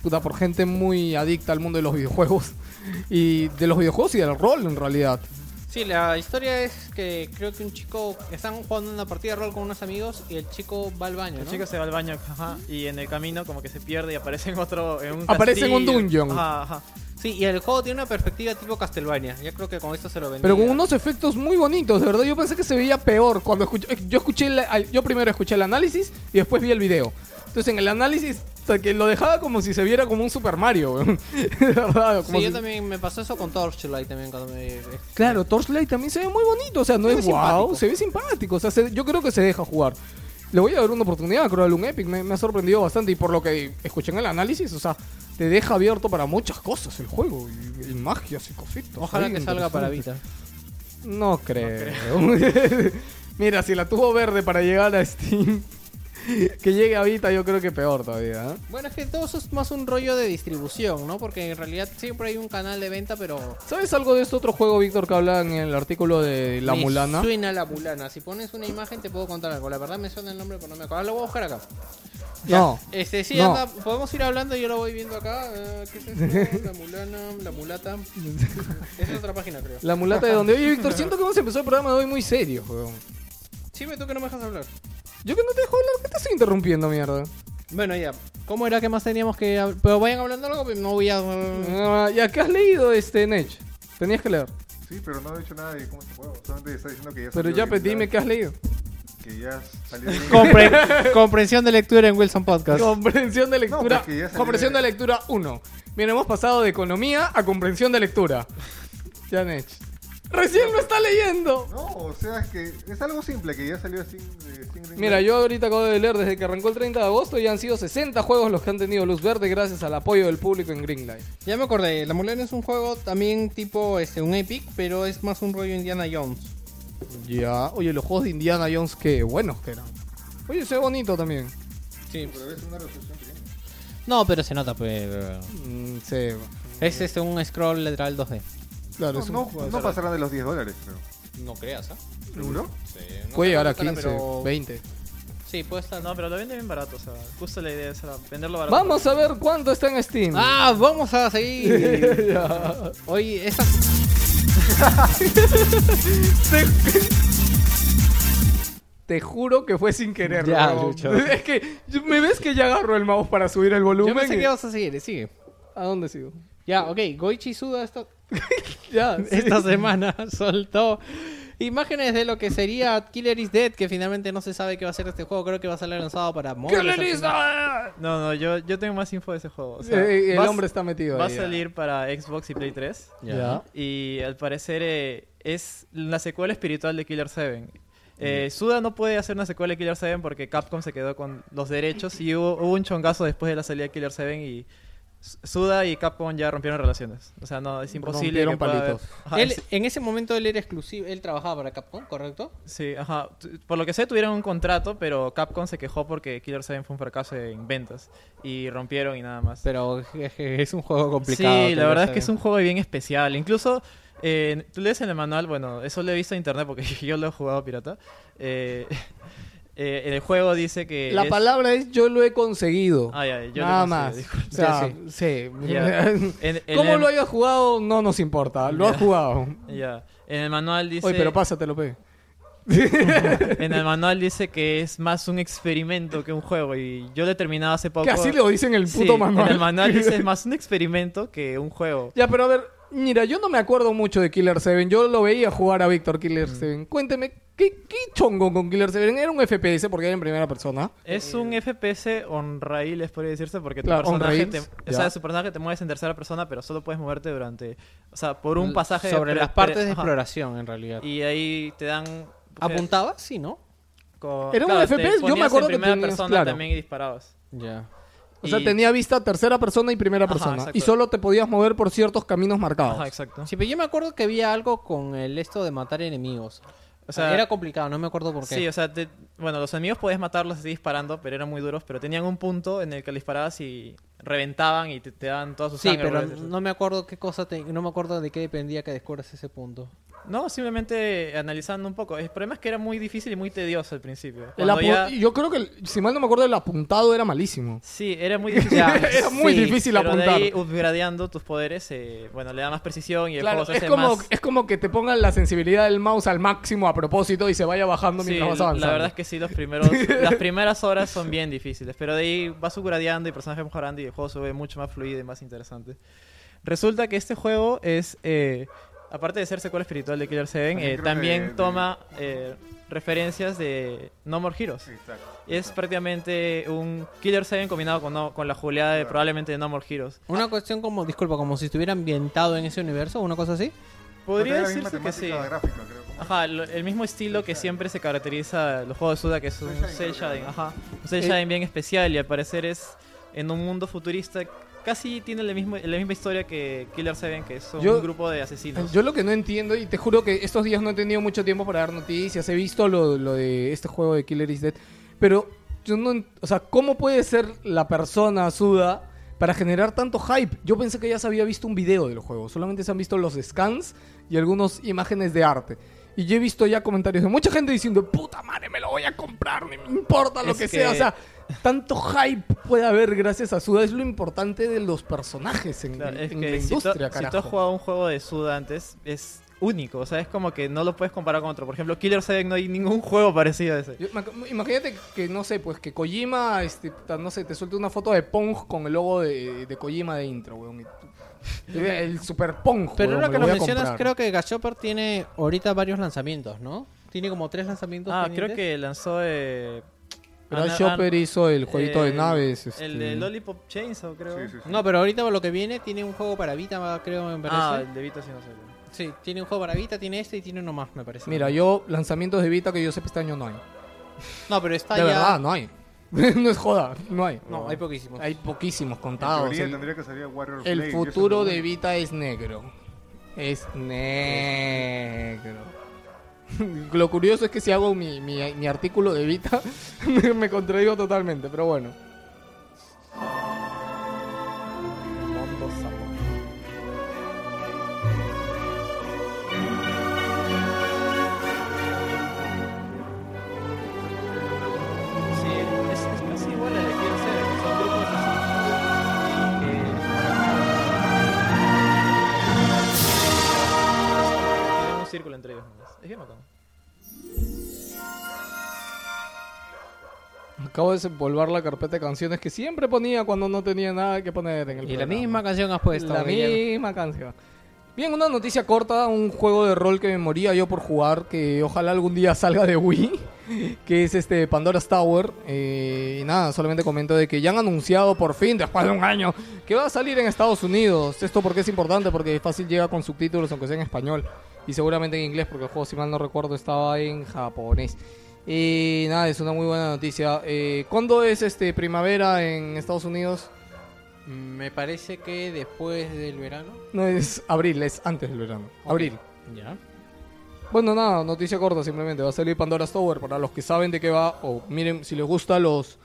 puta, por gente muy adicta al mundo de los videojuegos. Y de los videojuegos y del rol, en realidad. Sí, la historia es que creo que un chico. Están jugando una partida de rol con unos amigos y el chico va al baño. El ¿no? chico se va al baño, ajá, y en el camino como que se pierde y aparece en otro, en un Aparece en un castillo. dungeon. Ajá, ajá. Sí, y el juego tiene una perspectiva tipo Castlevania. Yo creo que con esto se lo vendí. Pero con unos efectos muy bonitos, de verdad. Yo pensé que se veía peor cuando escuché. Yo, escuché el- al- yo primero escuché el análisis y después vi el video. Entonces en el análisis, o sea, que lo dejaba como si se viera como un Super Mario. weón. [laughs] de verdad. Sí, como yo si- también me pasó eso con Torchlight también cuando me. Claro, Torchlight también se ve muy bonito. O sea, no Se es ve wow, simpático. se ve simpático. O sea, se- yo creo que se deja jugar. Le voy a dar una oportunidad, creo, a un Epic. Me, me ha sorprendido bastante. Y por lo que escuché en el análisis, o sea, te deja abierto para muchas cosas el juego. Y, y magias y cositas. Ojalá ahí que salga para interesantes. Vita. No creo. [laughs] Mira, si la tuvo verde para llegar a Steam, [laughs] que llegue a Vita, yo creo que peor todavía. ¿eh? Bueno, es que todo eso es más un rollo de distribución, ¿no? Porque en realidad siempre hay un canal de venta, pero. ¿Sabes algo de este otro juego, Víctor, que habla en el artículo de La me Mulana? Suena la mulana. Si pones una imagen te puedo contar algo. La verdad me suena el nombre, pero no me acuerdo. Ah, Lo voy a buscar acá. No. Este, sí, No. anda, podemos ir hablando, yo lo voy viendo acá. Eh, ¿Qué es [laughs] esto? La mulana, la mulata. Esa es otra página, creo. La mulata de [laughs] donde. Oye, Víctor, siento que hemos empezado el programa de hoy muy serio, weón. Chime, tú que no me dejas hablar. Yo que no te dejo hablar, ¿qué te estoy interrumpiendo, mierda? Bueno, ya. ¿Cómo era que más teníamos que hab- Pero vayan hablando algo, pero no voy a. Mm. Ah, ¿Ya qué has leído, este, Nech? Tenías que leer. Sí, pero no he dicho nada de cómo se juega. Solamente está diciendo que ya Pero salió ya, el- pues, dime la- qué has leído. Que ya [laughs] salió. el- [laughs] Compre- comprensión de lectura en Wilson Podcast. Comprensión de lectura. pues, que ya salió comprensión de- de lectura 1. Mira, hemos pasado de economía a comprensión de lectura. Ya, Nech. Recién lo está leyendo. No, o sea, es que es algo simple que ya salió sin. eh, sin Green Mira, Light. yo ahorita acabo de leer desde que arrancó el 30 de agosto y han sido 60 juegos los que han tenido luz verde gracias al apoyo del público en Greenlight. Ya me acordé, La Mulana es un juego también tipo este, un Epic, pero es más un rollo Indiana Jones. Ya, oye, los juegos de Indiana Jones, qué buenos que eran. Oye, se ve bonito también. Sí. Pero es una resolución pequeña. No, pero se nota, pero. Mm, se- Es este, un scroll lateral 2D. Claro, es un No, juego. no, no pasará de los 10 dólares, creo. No creas, ¿ah? ¿Seguro? Sí, Puede llegar a 15, 20. Sí, puede estar. No, pero lo venden bien barato, o sea, justo la idea es era venderlo barato. Vamos a ver cuánto está en Steam. Ah, vamos a seguir. Ya. Oye, esa. [laughs] Te juro que fue sin querer. Ya, weón. Lucho. [laughs] Es que yo- me ves que ya agarro el mouse para subir el Yo volumen. pensé y- que ibas a seguir, sigue. ¿A dónde sigo? Ya, ok, Goichi Suda esta, Ya. sí. esta semana [laughs] soltó imágenes de lo que sería Killer is Dead, que finalmente no se sabe qué va a ser este juego. Creo que va a ser lanzado para [laughs] móviles. ¡Qué al final. lista! No, no, yo, yo tengo más info de ese juego. o sea, Eh, el va a- hombre está metido Va a ahí, ya. salir para Xbox y Play 3. Ya. Ya. Y al parecer eh, es la secuela espiritual de Killer 7. Eh, Suda no puede hacer una secuela de Killer 7 porque Capcom se quedó con los derechos y hubo, hubo un chongazo después de la salida de Killer 7 y S- Suda y Capcom ya rompieron relaciones. O sea, no, es imposible. Rompieron que pueda haber- palitos. Ajá, Él- es- en ese momento él era exclusivo, él trabajaba para Capcom, ¿correcto? sí, ajá. T- Por lo que sé, tuvieron un contrato, pero Capcom se quejó porque Killer 7 fue un fracaso en ventas y rompieron y nada más. Pero [laughs] es un juego complicado. Sí, la verdad es que es un juego bien especial. Incluso, eh, tú lees en el manual, bueno, eso lo he visto en internet porque [laughs] yo lo he jugado pirata. Eh, [laughs] eh, en el juego dice que. La es- palabra es yo lo he conseguido. Ah, ya, yo lo Nada consigo, más. disculpa. O sea, Sí, sí. Ya. En- en [laughs] ¿Cómo el- em- lo hayas jugado? No nos importa. Lo has jugado. Ya. En el manual dice. Oye, pero pásatelo, [laughs] pe. En el manual dice que es más un experimento que un juego. Y yo lo he terminado hace poco. Que así lo dicen en el Sí, puto manual. En el manual [laughs] dice es más un experimento que un juego. Ya, pero a ver, mira, yo no me acuerdo mucho de Killer 7. Yo lo veía jugar a Víctor Killer 7. Cuénteme, ¿qué, ¿qué chongo con Killer 7? Era un FPS porque era en primera persona. Es un FPS on raíles, podría decirse, porque tu Claro, on personaje, te, rails, o sea, ya. su personaje te mueves en tercera persona, pero solo puedes moverte durante, o sea, por un pasaje de sobre pre- las pre- partes de ajá. exploración en realidad. Y pues, ahí te dan Apuntaba, sí, ¿no? con- Era un claro, te FPS, yo me ponías acuerdo en que primera tenías, persona claro. también y disparabas. Ya. O sea, Y- tenía vista tercera persona y primera Ajá, persona. exacto. Y solo te podías mover por ciertos caminos marcados. Ajá, exacto. Sí, pero yo me acuerdo que había algo con el esto de matar enemigos. O sea, Ah, era complicado, no me acuerdo por qué. Sí, o sea, te- bueno, los enemigos podías matarlos así disparando, pero eran muy duros, pero tenían un punto en el que disparabas y reventaban y te, te daban todas sus Sí, pero no me acuerdo qué cosa, te- no me acuerdo de qué dependía que descubras ese punto. No, simplemente analizando un poco. El problema es que era muy difícil y muy tedioso al principio. El Cuando apu- ya- Yo creo que, el- si mal no me acuerdo, el apuntado era malísimo. Sí, era [laughs] muy difícil. Ya, era muy sí, difícil pero de apuntar. ahí, upgradeando tus poderes, eh, bueno, le da más precisión y el Claro, juego se es hace como, más... es como que te pongan la sensibilidad del mouse al máximo a propósito y se vaya bajando Sí, mientras vas la avanzando. verdad es que sí, los primeros, [laughs] las primeras horas son bien difíciles, pero de ahí vas upgradeando y personajes mejorando y el juego se ve mucho más fluido y más interesante. Resulta que este juego es, eh, aparte de ser secuela espiritual de Killer También 7, eh, creo también que de- toma eh, referencias de No More Heroes. Exacto. Es prácticamente un Killer 7 combinado con, no- con la juleada de probablemente de No More Heroes. Una cuestión como, disculpa, como si estuviera ambientado en ese universo, una cosa así. Podría Era la decirse misma que sí. temática gráfica, creo, como- Ajá, lo- el mismo estilo que siempre se caracteriza a los juegos de Suda, que es un Cel shading, creo cel que shading, era. ajá. Un Eh, cel shading bien especial y al parecer es en un mundo futurista. Casi tiene la misma, la misma historia que Killer 7, que es un Yo- grupo de asesinos. Yo lo que no entiendo, y te juro que estos días no he tenido mucho tiempo para dar noticias, he visto lo, lo de este juego de Killer is Dead, pero yo no, en- o sea, ¿cómo puede ser la persona Suda para generar tanto hype? Yo pensé que ya se había visto un video del juego, solamente se han visto los scans y algunas imágenes de arte. Y yo he visto ya comentarios de mucha gente diciendo, puta madre, me lo voy a comprar, no me importa lo Es que, que- sea. O sea, tanto hype puede haber gracias a Suda, es lo importante de los personajes en, Claro, es en que la si tú, industria, si tú carajo. has jugado un juego de Suda antes, es único. O sea, es como que no lo puedes comparar con otro. Por ejemplo, Killer 7 no hay ningún juego parecido a ese. Yo- ma- imagínate que, no sé, pues que Kojima, este, puta, no sé, te suelte una foto de Pong con el logo de, de Kojima de intro, weón. y tú- El super Pong, Pero weón, ahora me que lo voy a mencionas, comprar. creo que Gachopper tiene ahorita varios lanzamientos, ¿no? Tiene como tres lanzamientos. Ah, creo pendientes. que lanzó... Eh, Pero el Ana- Chopper hizo el jueguito eh, de el- naves. El este. de Lollipop Chainsaw, creo. Sí, sí, sí. No, pero ahorita por lo que viene tiene un juego para Vita, creo, me parece. Ah, el de Vita sí no salió. Sí, tiene un juego para Vita, tiene este y tiene uno más, me parece. Mira, yo lanzamientos de Vita que yo sé que este año no hay. No, pero está De ya... verdad, no hay. [laughs] no es joda, no hay. No, hay poquísimos. Hay poquísimos En contados. teoría El, tendría que salir Warrior Ah, el Blade, y eso futuro no- de Vita es negro. Es negro. [laughs] Lo curioso es que si hago mi, mi- mi artículo de Vita, [laughs] me, me contradigo totalmente, pero bueno. Sí, es, es casi igual a la que yo sé, son grupos Eh, asesinos. Tienen un círculo entre ellos nomás. Es bien bacán. Acabo de desempolvar la carpeta de canciones que siempre ponía cuando no tenía nada que poner en el Y la programa. misma canción has puesto. La Guillermo. misma canción. Bien, una noticia corta, un juego de rol que me moría yo por jugar, que ojalá algún día salga de Wii, [laughs] que es este Pandora's Tower. Eh, y nada, solamente comento de que ya han anunciado por fin, después de un año, que va a salir en Estados Unidos. Esto porque es importante, porque fácil llega con subtítulos, aunque sea en español. y seguramente en inglés porque el juego, si mal no recuerdo, estaba en japonés. Y nada, es una muy buena noticia. Eh, ¿Cuándo es este primavera en Estados Unidos? Mm, Me parece que después del verano. No es abril, es antes del verano. Abril. Ya. Bueno, nada, noticia corta simplemente. Va a salir Pandora's Tower para los que saben de qué va. O miren, si les gustan los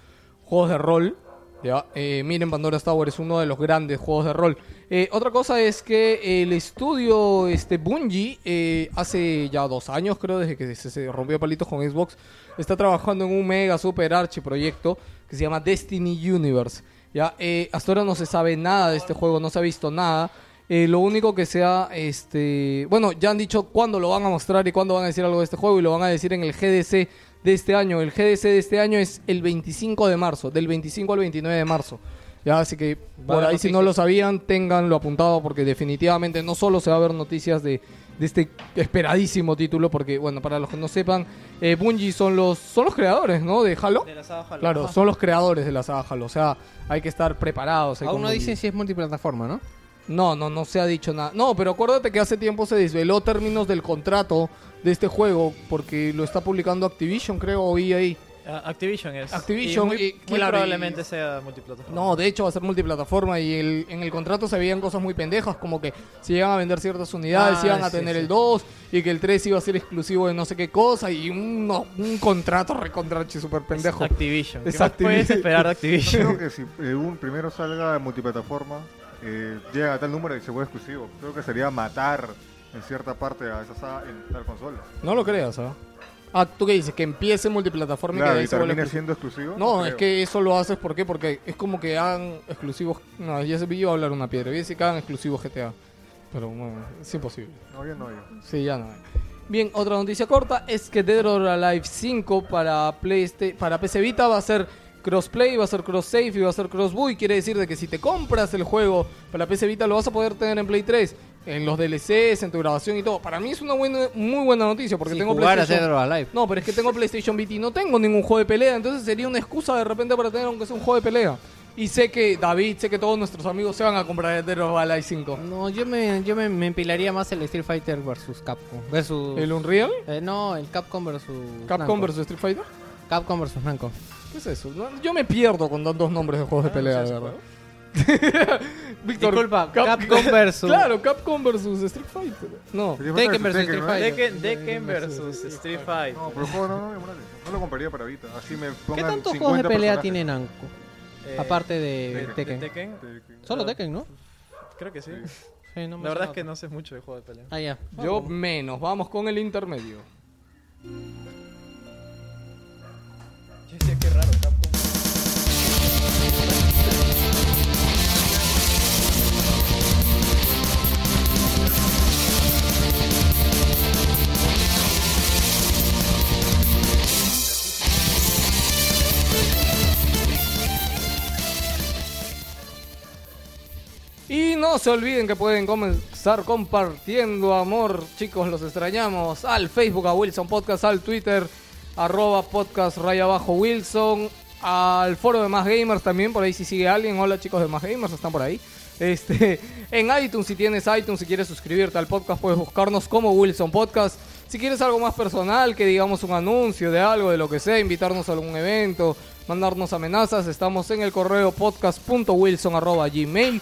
juegos de rol, ya, eh, miren Pandora's Tower, es uno de los grandes juegos de rol. Eh, otra cosa es que el estudio este, Bungie, eh, hace ya dos años creo, desde que se, se rompió a palitos con Xbox, está trabajando en un mega super archiproyecto que se llama Destiny Universe. Ya, eh, hasta ahora no se sabe nada de este juego, no se ha visto nada. Eh, lo único que sea, este, bueno, ya han dicho cuándo lo van a mostrar y cuándo van a decir algo de este juego y lo van a decir en el GDC de este año. El GDC de este año es el 25 de marzo, del 25 al 29 de marzo. Ya, así que por haber ahí si no lo sabían, ténganlo apuntado porque definitivamente no solo se va a ver noticias de, de este esperadísimo título, porque bueno, para los que no sepan, eh, Bungie son los, son los creadores, ¿no? De Halo. De la saga Halo. Claro, Ajá. son los creadores de la saga Halo, o sea, hay que estar preparados. hay Aún no como- dicen si es multiplataforma, ¿no? no, no, no se ha dicho nada. No, pero acuérdate que hace tiempo se desveló términos del contrato de este juego porque lo está publicando Activision, creo, o E EA. Ah, Activision es. Activision Y muy y- muy claro, y- probablemente sea multiplataforma. No, de hecho va a ser multiplataforma y el- en el contrato se veían cosas muy pendejas, como que si llegan a vender ciertas unidades, Ah, iban a sí, tener sí. el 2 y que el 3 iba a ser exclusivo de no sé qué cosa y un, no, un contrato recontrache súper pendejo. Es Activision. ¿Qué Es más Activision. puedes esperar de Yo [laughs] creo [laughs] Activision? que si eh, un primero salga en multiplataforma, eh, llega a tal número y se vuelve exclusivo. Creo que sería matar en cierta parte a esa saga en tal consola. No lo creas, ¿ah? Ah, ¿tú qué dices? Que empiece multiplataforma y que Claro, de ahí y se vuelva termine exclusivo. siendo exclusivo. No, es creo. que eso lo haces ¿por qué? porque es como que hagan exclusivos. No, ya se vio hablar una piedra. Yo decía que hagan exclusivos GTA. Pero bueno, es imposible. No, yo no, yo. Sí, ya no. Bien, otra noticia corta es que Dead or Alive 5 para, PlayStation, para PC Vita va a ser crossplay, va a ser cross save y va a ser cross buy. Quiere decir de que si te compras el juego para PC Vita lo vas a poder tener en Play 3, en los DLCs, en tu grabación y todo. Para mí es una buena, muy buena noticia porque Sin tengo jugar a PlayStation- Dead or Alive. no, pero es que tengo PlayStation Vita y no tengo ningún juego de pelea, entonces sería una excusa de repente para tener aunque sea un juego de pelea. Y sé que David, sé que todos nuestros amigos se van a comprar el Dead or Alive 5. No, yo me, yo me, me empilaría más el Street Fighter versus Capcom. Versus. ¿El Unreal? eh, no, el Capcom versus. ¿Capcom Namco. vs Street Fighter? Capcom versus Namco. ¿Qué es eso? No, Yo me pierdo con tantos nombres de Ah, juegos de pelea, de verdad. [laughs] Víctor, Disculpa, Cap- Capcom [laughs] versus. Claro, Capcom vs Street Fighter. No. Sería Tekken falta versus Street de ¿no? Fighter. Tekken, Tekken versus Street Fighter. No, pero el juego no, no, me llama la atención. no lo compraría para ahorita. Así me ¿Qué pongan tantos 50 juegos de pelea personajes. tiene Namco? Eh, Aparte de Tekken. Tekken. Tekken. Tekken. Solo Tekken, ¿no? Creo que sí. Sí, no me La suena verdad es que otro. no sé mucho de juego de pelea. Ah, ya. Yo menos. Vamos con el intermedio. Yo decía que raro, Capcom. Y no se olviden que pueden comenzar compartiendo amor, chicos, los extrañamos. Al Facebook a Wilson Podcast, al Twitter, arroba podcast raya abajo Wilson, al foro de Más Gamers también, por ahí si sigue alguien. Hola chicos de Más Gamers, están por ahí. Este, [laughs] en iTunes, si tienes iTunes, si quieres suscribirte al podcast, puedes buscarnos como Wilson Podcast. Si quieres algo más personal, que digamos un anuncio de algo, de lo que sea, invitarnos a algún evento, mandarnos amenazas, estamos en el correo podcast.wilson.gmail.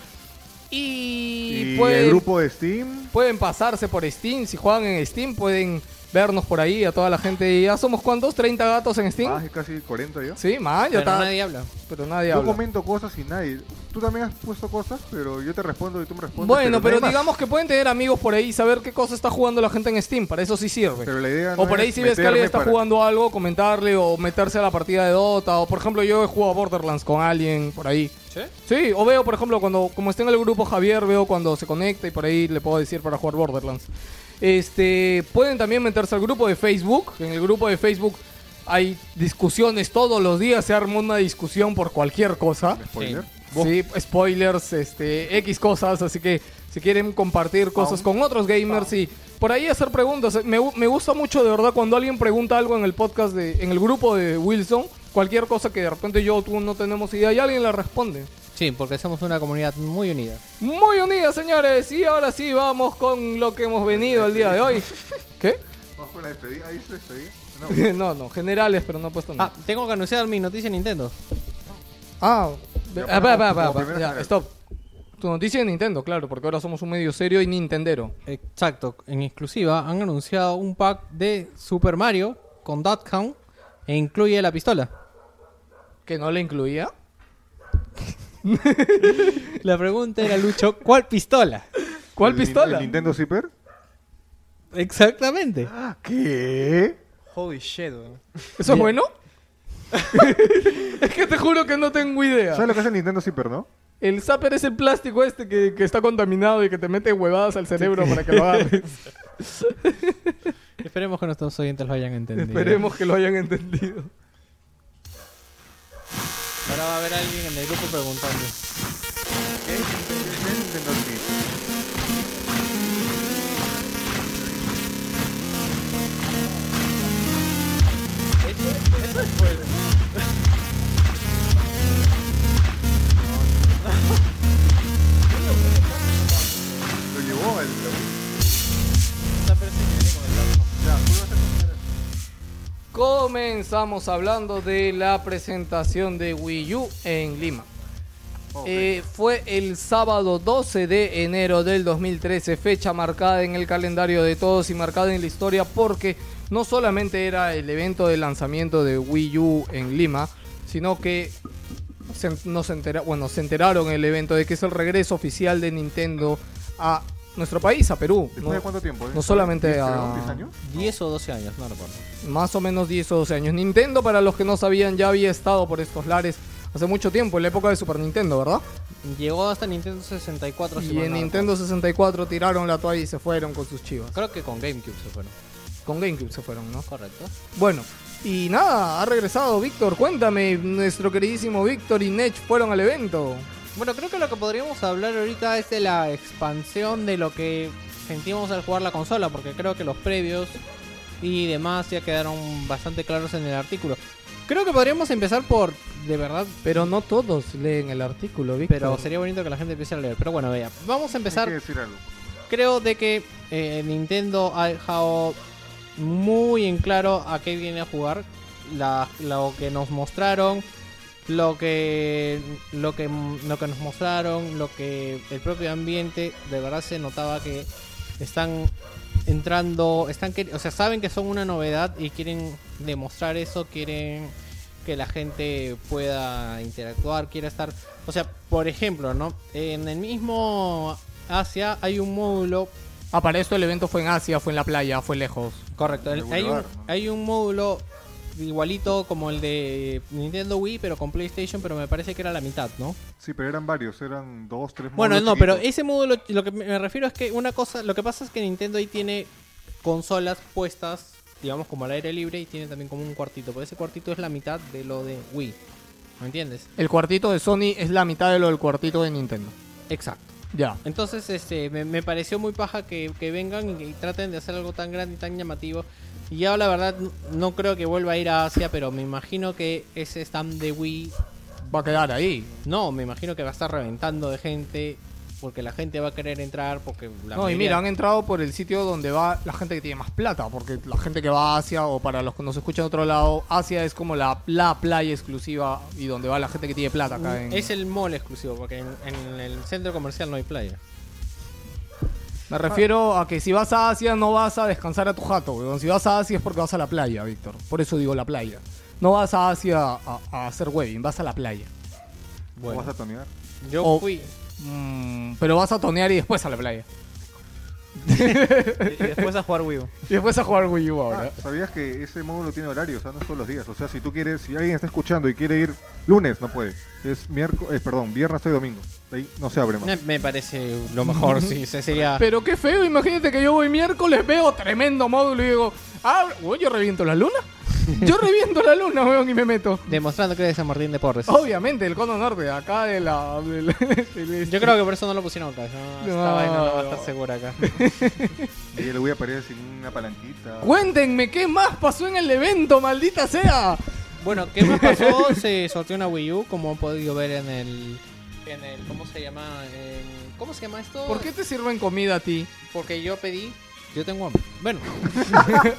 Y, pues- Y el pueden, grupo de Steam. pueden pasarse por Steam. Si juegan en Steam, pueden vernos por ahí a toda la gente. ¿Ya somos cuántos? ¿30 gatos en Steam? Más, casi 40 ya. Sí, man, ya Pero está. nadie habla. Pero nadie Yo habla. comento cosas y nadie. Tú también has puesto cosas, pero yo te respondo y tú me respondes. Bueno, no hay pero, más. digamos que pueden tener amigos por ahí y saber qué cosa está jugando la gente en Steam. Para eso sí sirve. Pero la idea o no por ahí es si ves que meterme alguien está para- jugando algo, comentarle o meterse a la partida de Dota. O por ejemplo, yo he jugado Borderlands con alguien por ahí. ¿Sí? Sí, o veo, por ejemplo, cuando como está en el grupo Javier, veo cuando se conecta y por ahí le puedo decir para jugar Borderlands. Este, pueden también meterse al grupo de Facebook. En el grupo de Facebook hay discusiones todos los días, se arma una discusión por cualquier cosa. Spoiler. Sí, spoilers, este, X cosas, así que si quieren compartir cosas con otros gamers y por ahí hacer preguntas, me, gu- me gusta mucho de verdad cuando alguien pregunta algo en el podcast, de, en el grupo de Wilson, cualquier cosa que de repente yo o tú no tenemos idea y alguien la responde. Sí, Sí, porque somos una comunidad muy unida. Muy unidos, señores. Y ahora sí, vamos con lo que hemos venido el día de [laughs] hoy. ¿Qué? Vamos con la despedida. Ahí se despedida. No. [laughs] No, no, generales, pero no he puesto Ah, nada. tengo que anunciar mi noticia de Nintendo. Ah, Ya, ah, va, va, va, como va, primera ya, general. stop. Tu noticia de Nintendo, claro, porque ahora somos un medio serio y Nintendero. Exacto, en exclusiva han anunciado un pack de Super Mario con Dot Count e incluye la pistola. Que no le incluía. La pregunta era, Lucho, ¿cuál pistola? ¿Cuál El nin- pistola? el Nintendo Zipper? Exactamente. Ah, ¿Qué? Holy shit, weón. ¿Eso es bueno? [laughs] es que te juro que no tengo idea. ¿Sabes lo que es el Nintendo Zipper, no? El zapper es el plástico este que, que está contaminado y que te mete huevadas al cerebro para que lo agarres. Esperemos que nuestros oyentes lo hayan entendido. Esperemos que lo hayan entendido. Ahora va a haber alguien en el grupo preguntando. ¿Qué es el Nintendo Zipper? Lo llevó el... Ya, tú vas a comer. Comenzamos hablando de la presentación de Wii U en Lima. Ok. Eh, fue el sábado 12 de enero del 2013, fecha marcada en el calendario de todos y marcada en la historia porque no solamente era el evento de lanzamiento de Wii U en Lima, sino que se, nos entera- bueno, se enteraron en el evento de que es el regreso oficial de Nintendo a nuestro país, a Perú. ¿Después No- de cuánto tiempo? eh? no solamente ¿Diez, a- ¿Diez años? 10 o 12 años, no recuerdo. más o menos 10 o 12 años. Nintendo, para los que no sabían, ya había estado por estos lares hace mucho tiempo, en la época de Super Nintendo, ¿verdad? Llegó hasta Nintendo 64. si Y mal en no Nintendo 64 tiraron la toalla y se fueron con sus chivas. recuerdo. Creo que con GameCube se fueron. Con GameCube se fueron, ¿no? Correcto. Bueno, y nada, ha regresado Víctor. Cuéntame, nuestro queridísimo Víctor y Nech fueron al evento. Bueno, creo que lo que podríamos hablar ahorita es de la expansión de lo que sentimos al jugar la consola, porque creo que los previos y demás ya quedaron bastante claros en el artículo. Creo que podríamos empezar por, de verdad, Pero no todos leen el artículo, Víctor. pero sería bonito que la gente empiece a leer. Pero bueno, vea, vamos a Hay empezar que decir algo. creo de que eh, Nintendo ha dejado muy en claro a qué viene a jugar. La- lo que nos mostraron, lo que, lo que lo que nos mostraron, lo que el propio ambiente, de verdad se notaba que están entrando, están quer- o sea, saben que son una novedad y quieren demostrar eso, quieren que la gente pueda interactuar, quiera estar, o sea, por ejemplo, ¿no? En el mismo Asia hay un módulo Ah, para esto el evento fue en Asia, fue en la playa, fue lejos. Correcto. De el- hay, un, Boulevard, ¿no? hay un módulo igualito como el de Nintendo Wii, pero con PlayStation, pero me parece que era la mitad, ¿no? Sí, pero eran varios, eran dos, tres Bueno, módulos no, pero chiquitos. ese módulo, lo que me me refiero es que una cosa, lo que pasa es que Nintendo ahí tiene consolas puestas, digamos, como al aire libre y tiene también como un cuartito, pero ese cuartito es la mitad de lo de Wii, ¿me entiendes? El cuartito de Sony es la mitad de lo del cuartito de Nintendo. Exacto. Ya. Entonces, este, me, me pareció muy paja que, que vengan y, que traten de hacer algo tan grande y tan llamativo. Y ya la verdad n- no creo que vuelva a ir a Asia, pero me imagino que ese stand de Wii, Va a quedar ahí. no, me imagino que va a estar reventando de gente, porque la gente va a querer entrar, porque la no, y mayoría- mira, han entrado por el sitio donde va la gente que tiene más plata, porque la gente que va a Asia, o para los que nos escuchan de otro lado, Asia es como la, la playa exclusiva y donde va la gente que tiene plata acá en... es el mall exclusivo, porque en, en el centro comercial no hay playa. Me refiero a que si vas a Asia no vas a descansar a tu jato, weón. Si vas a Asia es porque vas a la playa, Víctor. Por eso digo la playa. No vas a Asia a, a hacer webbing, vas a la playa. ¿O Bueno, vas a tonear? yo o- fui. Mm, pero vas a tonear y después a la playa. Y, [laughs] y después a jugar Wii U. Y después a jugar Wii U ahora. Ah, ¿Sabías que ese módulo tiene horarios? O sea, no es todos los días. O sea, si tú quieres, si alguien está escuchando y quiere ir lunes, no puede. Es miércoles, perdón, viernes o domingo. De ahí no se abre más. Me, me parece lo mejor, sí, se sería... [laughs] Pero qué feo, imagínate que yo voy miércoles, veo tremendo módulo y digo, ah, weón, yo reviento la [laughs] luna. Yo reviento la luna, weón, y me meto. Demostrando que eres San Martín de Porres. Obviamente, el cono norte, acá de la. de la- del- Yo creo que por eso no lo pusieron acá. No, esta No. vaina no va a estar segura acá. Y yo le voy a parir sin una palanquita. [laughs] Cuéntenme qué más pasó en el evento, maldita sea. [laughs] Bueno, ¿qué más pasó? Se sorteó una Wii U, como han podido ver en el en el ¿cómo se llama? En- ¿Cómo se llama esto? ¿Por qué te sirven comida a ti? Porque yo pedí. Yo tengo hambre. [laughs] Bueno,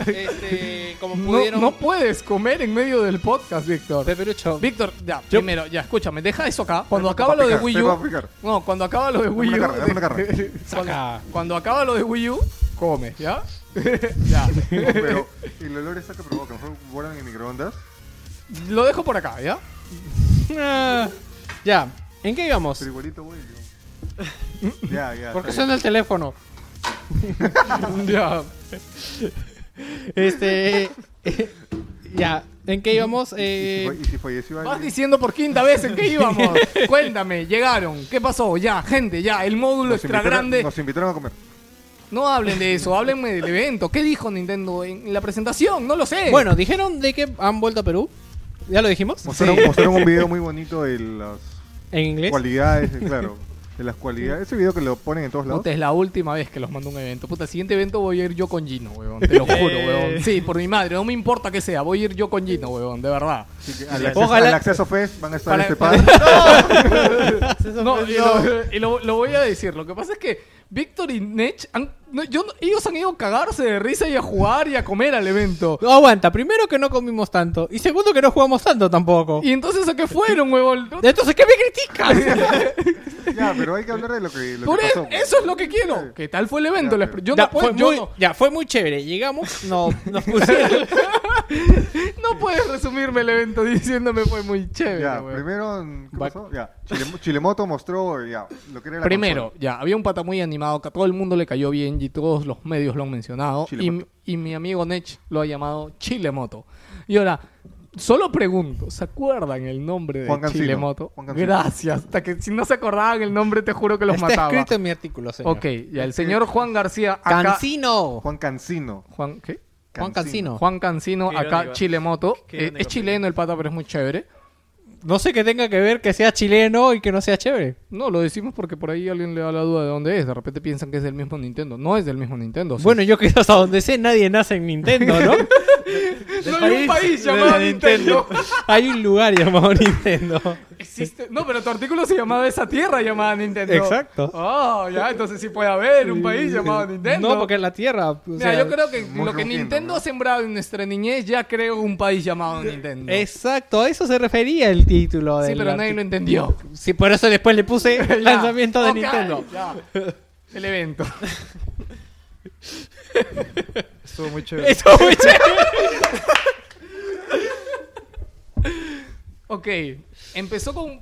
este, como No, pudieron. no puedes comer en medio del podcast, Víctor. Peperucho. Víctor, ya, Yo- primero, ya, escúchame, deja eso acá. Cuando Tengo acaba para lo de picar, Wii tengo U. para picar. No, cuando acaba lo de Dame Wii una U. carne, dame [laughs] una carne. Saca. Cuando acaba lo de Wii U, come, ¿ya? [laughs] ya. No, pero y el olor está que provoca, mejor guardan en el microondas. Lo dejo por acá, ¿ya? Ah, ya. ¿En qué íbamos? Pero igualito, güey. [laughs] yo. Ya, ya. Porque está bien. suena el teléfono. ya. Este. ya. ¿En qué íbamos? Eh, Y si falleció Vas alguien. diciendo por quinta vez en qué [laughs] íbamos. Cuéntame, llegaron. ¿Qué pasó? Ya, gente, ya. El módulo Nos extra invitaron- grande. Nos invitaron a comer. No hablen de eso, háblenme del evento. ¿Qué dijo Nintendo en la presentación? No lo sé. Bueno, dijeron de que han vuelto a Perú. ¿Ya lo dijimos? Mostraron, mostraron un [laughs] video muy bonito de las ¿En [laughs] inglés? cualidades, eh, claro. De las cualidades. Ese video que lo ponen en todos lados. Puta, es la última vez que los mando a un evento. Puta, el siguiente evento voy a ir yo con Gino, weón. Te lo juro, weón. Sí, por mi madre, no me importa que sea. Voy a ir yo con Gino, weón, de verdad. Así que al, acceso, Ojalá- al acceso Fest van a estar Para- este par. No, y lo, y lo- lo voy a decir. Lo que pasa es que Víctor y Nech, han- no, yo no- ellos han ido a cagarse de risa y a jugar y a comer al [laughs] evento. No, aguanta. Primero que no comimos tanto. Y segundo que no jugamos tanto tampoco. Y entonces, ¿a qué fueron, huevón? Entonces, ¿qué me [laughs] criticas? Ya, pero hay que hablar de lo que, lo Por que es- pasó. eso es lo que quiero. ¿Qué tal fue el evento? Les pre- yo no puedo, fue yo muy, no- ya, fue muy chévere. Llegamos, no, [laughs] nos pusieron. no puedes resumirme el evento [laughs] diciéndome fue muy chévere, Ya, huevón. primero, ¿qué Back- pasó? Ya, Chile- Chilemoto mostró ya, lo que era la Primero, ya, había un pata muy animado que a todo el mundo le cayó bien y todos los medios lo han mencionado. Y, Chilemoto. y mi amigo Nech lo ha llamado Chilemoto. Y ahora, solo pregunto, ¿se acuerdan el nombre de Juan Cancino. Chilemoto? Juan Cancino. Gracias, hasta que si no se acordaban el nombre, te juro que los Está mataba. escrito en mi artículo, señor. Ok, ya, el Este, señor Juan García acá. Cancino. consola. Juan Cancino. Juan, ¿qué? Juan Cancino. Juan Cancino, Qué acá irónico. Chilemoto. Qué Eh, es irónico, chileno el pata, pero es muy chévere. No sé qué tenga que ver que sea chileno y que no sea chévere. No, lo decimos porque por ahí alguien le da la duda de dónde es. De repente piensan que es del mismo Nintendo. No es del mismo Nintendo. o sea, Bueno, yo que hasta donde sé, nadie nace en [laughs] Nintendo, ¿no? No hay un país llamado Nintendo. Hay un lugar llamado Nintendo. Existe- No, pero tu artículo se llamaba esa tierra llamada Nintendo. Exacto. Oh, ya, entonces sí puede haber un país [laughs] llamado Nintendo. No, porque es la Tierra. o Mira, sea, yo creo que muy lo que rojiendo, Nintendo ¿no? ha sembrado en nuestra niñez ya creo un país llamado Nintendo. Exacto, a eso se refería el título Sí, del pero nadie lo artículo. entendió. Sí, por eso después le puse el [laughs] [laughs] Ya, lanzamiento de ok, [laughs] Nintendo. ya. El evento. Estuvo muy chévere. Eso fue chévere. Ok, empezó con...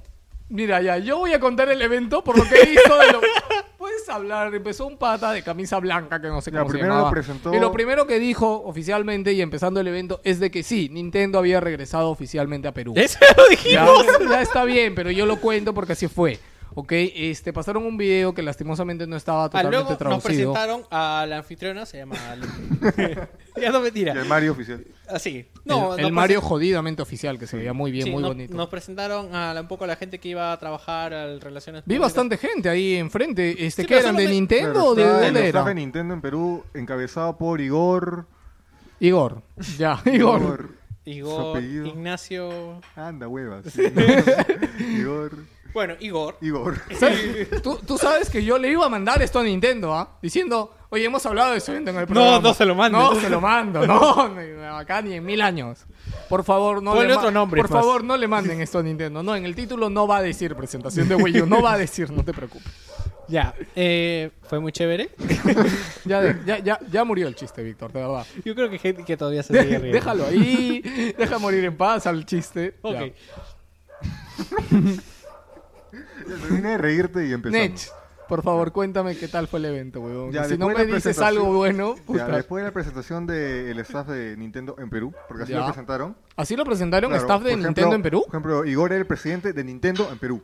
Mira, ya, yo voy a contar el evento por lo que he visto de lo... [laughs] Puedes hablar, empezó un pata de camisa blanca que no sé Ya, cómo se primero lo llamaba. presentó- Y lo primero que dijo oficialmente y empezando el evento es de que sí, Nintendo había regresado oficialmente a Perú. Eso ya lo Ya, dijimos. ya está bien, pero yo lo cuento porque así fue. Ok, este, pasaron un video que lastimosamente no estaba Ah, totalmente luego nos traducido. presentaron a la anfitriona, se llama Ale. [laughs] ya no Y el mentira. Mario oficial. Así. El- No, el, nos Mario presen- jodidamente oficial, que se veía muy bien, sí, muy no- bonito. Nos presentaron a la- un poco a la gente que iba a trabajar al relaciones. Vi públicas. bastante gente ahí enfrente. Este, Sí, ¿Qué pero eran? ¿De solamente- Nintendo o de Pero está el dónde staff era? de Nintendo en Perú, encabezado por Igor. Igor. Ya, Igor. Igor, apellido. Ignacio. Anda, huevas. [laughs] Igor. Bueno, Igor. Igor. [laughs] ¿Sabes? Tú, tú sabes que yo le iba a mandar esto a Nintendo, ¿ah? Diciendo, oye, hemos hablado de eso en el programa. no se lo mandes. No, se lo mando. No, ni- acá ni en mil años. Por favor, no Ponle le ma- otro nombre, Por pues. favor, no le manden esto a Nintendo. No, en el título no va a decir presentación de Wii U. No va a decir, no te preocupes. Ya, eh, fue [laughs] muy chévere. Ya, de- ya, ya, ya murió el chiste, Víctor, de verdad. Yo creo que gente que todavía se sigue riendo. [laughs] Déjalo ahí. Deja morir en paz al chiste. Ok. Ya. Termina de reírte y empezamos. Nech, por favor, cuéntame qué tal fue el evento, weón. Ya, si no después me de la dices presentación- algo bueno, Ya, puta. después de la presentación del staff de Nintendo en Perú, porque así Ya. lo presentaron. ¿Así lo presentaron Claro, staff de por ejemplo- Nintendo en Perú? Por ejemplo, Igor era el presidente de Nintendo en Perú.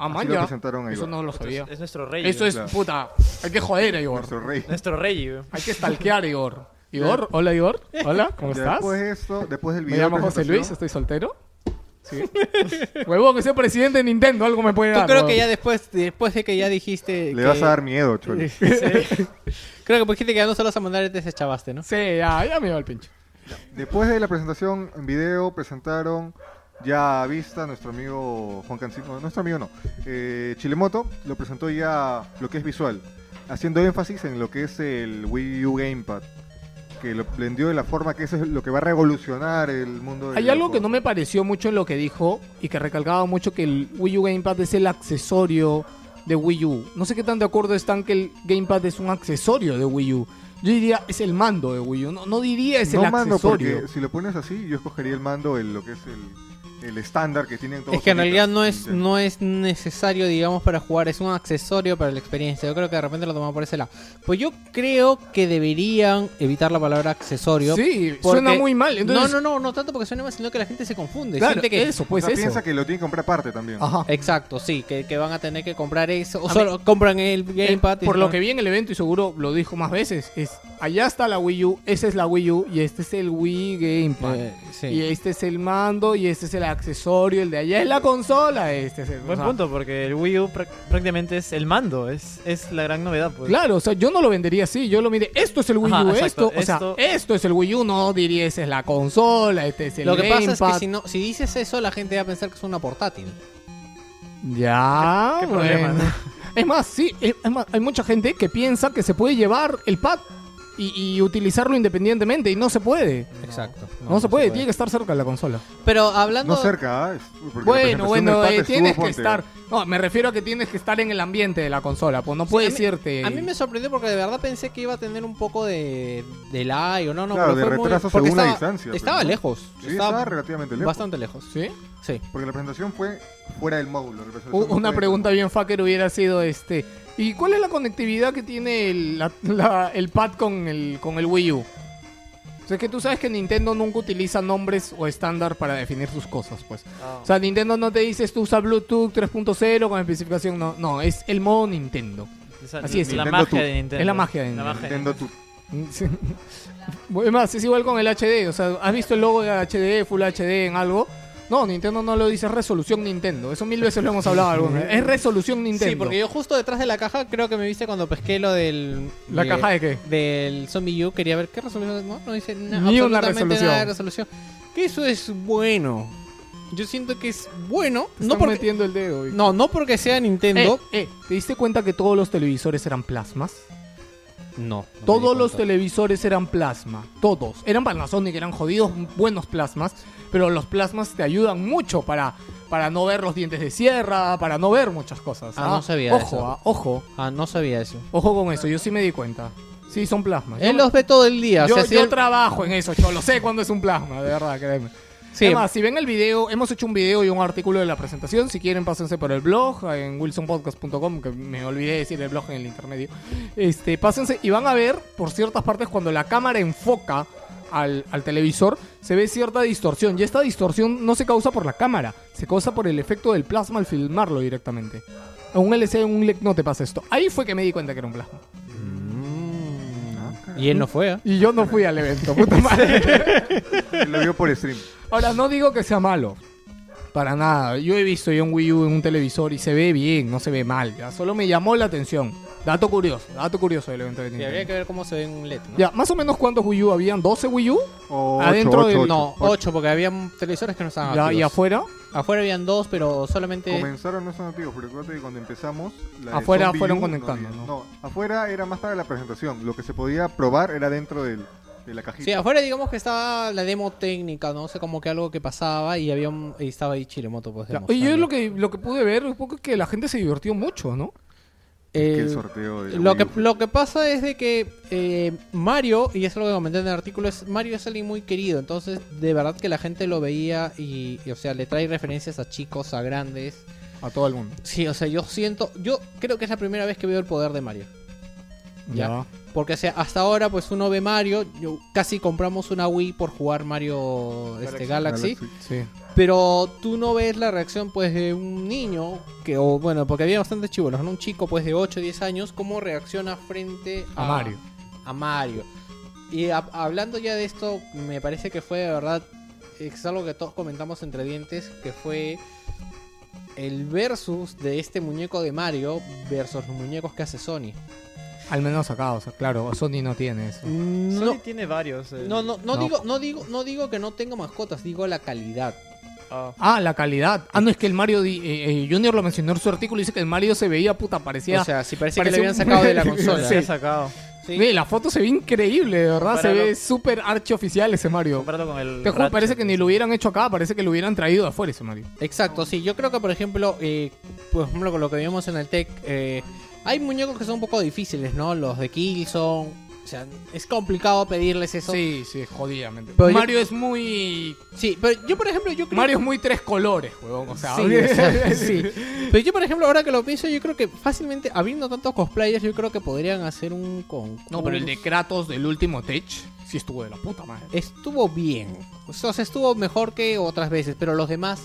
Ah, así man, lo ya. presentaron ahí, Eso weón. no lo sabía. Es nuestro rey. Eso güey. es Claro. puta. Hay que joder a Igor. Nuestro rey. Nuestro rey, güey. Hay que stalkear a Igor. Igor, hola Igor. Hola, ¿cómo Ya estás? Después de esto, después del Me video. llamo de José presentación- Luis, estoy soltero. Sí. [laughs] Huevón, que sea presidente de Nintendo, algo me puede Tú dar. creo que ya huevón. después, después de que ya dijiste. Le que- vas a dar miedo, cholo. Creo que pues dijiste que ya no solo a mandar te chavaste, ¿no? Sí, ya, ya me va el pinche. Después de la presentación en video, presentaron ya vista, nuestro amigo Juan Cancino, nuestro amigo no, eh, Chilemoto lo presentó ya lo que es visual, haciendo énfasis en lo que es el Wii U Gamepad, que lo vendió de la forma que eso es lo que va a revolucionar el mundo del Hay algo que no videojuego. me pareció mucho en lo que dijo y que recalcaba mucho que el Wii U Gamepad es el accesorio de Wii U. No sé qué tan de acuerdo están que el Gamepad es un accesorio de Wii U. Yo diría es el mando de Wii U. No, no diría es No el mando, accesorio. porque si lo pones así, yo escogería el mando, el, lo que es el, el estándar que tienen todos. Es que en ahorita. realidad no es, Nintendo. no es necesario, digamos, para jugar, es un accesorio para la experiencia. Yo creo que de repente lo tomamos por ese lado. Pues yo creo que deberían evitar la palabra accesorio. Sí, porque- suena muy mal. Entonces, no, no, no, no tanto porque suena mal, sino que la gente se confunde. claro, siente que eso, pues O sea, eso. piensa que lo tiene que comprar aparte también. Ajá. Exacto, sí, que, que van a tener que comprar eso. O A eh, solo compran el Gamepad. y Por lo no- que vi en el evento, y seguro lo dijo más veces, es allá está la Wii U, esa es la Wii U, y este es el Wii Gamepad. Eh, sí. Y este es el mando, y este es el accesorio, el de allá es la consola, este es el... o Buen sea, punto, porque el Wii U prac- prácticamente es el mando, es, es la gran novedad. Pues. Claro, o sea, yo no lo vendería así, yo lo miré, esto es el Wii Ajá, U, exacto, esto, o sea, esto- esto es el Wii U, no diría esa es la consola, este es el Lo que pasa es que Gamepad". si, no, si dices eso, la gente va a pensar que es una portátil. Ya, ¿Qué- qué problema, bueno. Es más, sí, es es más, hay mucha gente que piensa que se puede llevar el pad y, y utilizarlo independientemente, y no se puede. Exacto. No, se puede, tiene que estar cerca de la consola. Pero hablando. No cerca, ¿ah? Es- porque la Bueno, presentación bueno, del eh, Pate estuvo, tienes que ponte. estar. No, me refiero a que tienes que estar en el ambiente de la consola, pues no a puedes mí- irte. A mí me sorprendió porque de verdad pensé que iba a tener un poco de, de lag o no, no. Claro, pero de fue muy- retraso porque según la estaba- distancia, Estaba pero- lejos. Sí, estaba relativamente lejos. Bastante lejos. ¿Sí? Sí. Porque la presentación fue fuera del módulo. la presentación U- no Una fue- pregunta bien fucker hubiera sido este. ¿Y cuál es la conectividad que tiene el, la- la- el pad con el, con el Wii U? O sea, es que tú sabes que Nintendo nunca utiliza nombres o estándar para definir sus cosas, pues. O sea, Nintendo no te dice, tú usa Bluetooth 3.0 con especificación, no, no, es el modo Nintendo. [laughs] Esa- así es, la Nintendo magia tú. de Nintendo. Es la magia de Nintendo. Nintendo tu- Sí. Bueno, Es más, es igual con el HD. O sea, ¿has visto el logo de HD, Full HD en algo? No, Nintendo no lo dice, es resolución Nintendo. Eso mil veces lo hemos hablado. alguna vez. Es resolución Nintendo. Sí, porque yo justo detrás de la caja creo que me viste cuando pesqué lo del. ¿La de- caja de qué? Del Zombie U. Quería ver qué resolución. No, no dice nada. Ni una absolutamente resolución. nada de resolución. Que eso es bueno. Yo siento que es bueno. Te No están porque, metiendo el dedo. Vic. no, no porque sea Nintendo. Eh, eh, ¿Te diste cuenta que todos los televisores eran plasmas? No. no me Todos di los cuenta. televisores eran plasma. Todos. Eran Panasonic, eran jodidos, buenos plasmas. Pero los plasmas te ayudan mucho para, para no ver los dientes de sierra, para no ver muchas cosas. Ah, no sabía Ojo, eso. ah, ojo. Ah, no sabía eso. Ojo con eso, yo sí me di cuenta. Sí, son plasmas. Él yo los ve todo el día. o yo- sea, si yo él- trabajo en eso, yo lo sé cuando es un plasma, de verdad, créeme. sí, Es más, si ven el video, hemos hecho un video y un artículo de la presentación. Si quieren, pásense por el blog en wilsonpodcast.com, que me olvidé de decir el blog en el intermedio. Este, pásense y van a ver por ciertas partes cuando la cámara enfoca al, al televisor, se ve cierta distorsión. Y esta distorsión no se causa por la cámara, se causa por el efecto del plasma al filmarlo directamente. A un LC, en un LEC no te pasa esto. Ahí fue que me di cuenta que era un plasma. Y él no fue. ¿ah? Y yo no fui al evento, puta [laughs] madre. Lo vio por stream. Ahora, no digo que sea malo. Para nada. Yo he visto ya un Wii U en un televisor y se ve bien, no se ve mal. ya. Solo me llamó la atención. Dato curioso, dato curioso del evento de Y habría Nintendo. que ver cómo se ve en un LED. ¿no? Ya, más o menos cuántos Wii U habían, 12 Wii U [laughs] O Adentro ocho, del- ocho, No, ocho. 8, porque había televisores que no estaban ya, activos. y afuera. Afuera habían dos, pero solamente. Comenzaron, no son antiguos, pero recuerda que cuando empezamos. la de eh. Afuera Zombie fueron U conectando, había- ¿no? afuera era más para la presentación. Lo que se podía probar era dentro del, de la cajita. Sí, afuera digamos que estaba la demo técnica, no sé, como que algo que pasaba y había un- y estaba ahí Chilemoto. Pues, Ya, Y demostrando. yo lo que, lo que pude ver un poco es que la gente se divirtió mucho, ¿no? Eh, Que el sorteo de lo que, lo que pasa es de que eh, Mario, y es lo que comenté en el artículo, es Mario es alguien muy querido, entonces de verdad que la gente lo veía y, y, o sea, le trae referencias a chicos, a grandes. A todo el mundo. Sí, o sea, yo siento, yo creo que es la primera vez que veo el poder de Mario. Ya. Porque o sea, hasta ahora pues uno ve Mario, yo casi compramos una Wii por jugar Mario este, Galaxy, Sí. pero tú no ves la reacción pues de un niño que o bueno, porque había bastantes chibolos, ¿no? un chico pues de 8, 10 años cómo reacciona frente a, A Mario. a Mario. Y hab- hablando ya de esto, me parece que fue de verdad es algo que todos comentamos entre dientes que fue el versus de este muñeco de Mario versus los muñecos que hace Sony. Al menos acá, o sea, claro, Sony no tiene eso. Sony Mm, No, tiene varios. eh. no, no, No. no digo, no digo, no digo que no tenga mascotas, digo la calidad. Ah. Ah, la calidad. Ah, no, es que el Mario di- eh, eh, Junior lo mencionó en su artículo. Dice que el Mario se veía puta, parecía. O sea, si parecía que ah. Parece lo habían un- sacado [laughs] de la consola. Se ha sacado. sí. Ve, la foto se ve increíble, de verdad. Se Comparado- ve súper archioficial ese Mario. Comparado con el. Te juro, Ratchet. parece que ni lo hubieran hecho acá, parece que lo hubieran traído de afuera ese Mario. Exacto, sí. Yo creo que, por ejemplo, eh, por ejemplo, con lo que vimos en el Tech, eh, hay muñecos que son un poco difíciles, ¿no? Los de Killzone. O sea, es complicado pedirles eso. Sí, Sí, sí, jodidamente. Pero yo- Mario es muy. pero yo, por ejemplo, yo creo Mario es muy tres colores, huevón. O sea, Sí, o [laughs] sea, sí. Pero yo, por ejemplo, ahora que lo pienso, yo creo que fácilmente, habiendo tantos cosplayers, yo creo que podrían hacer un concurso. No, pero el de Kratos del último Tech sí estuvo de la puta [laughs] madre. Estuvo bien. O sea, estuvo mejor que otras veces, pero los demás...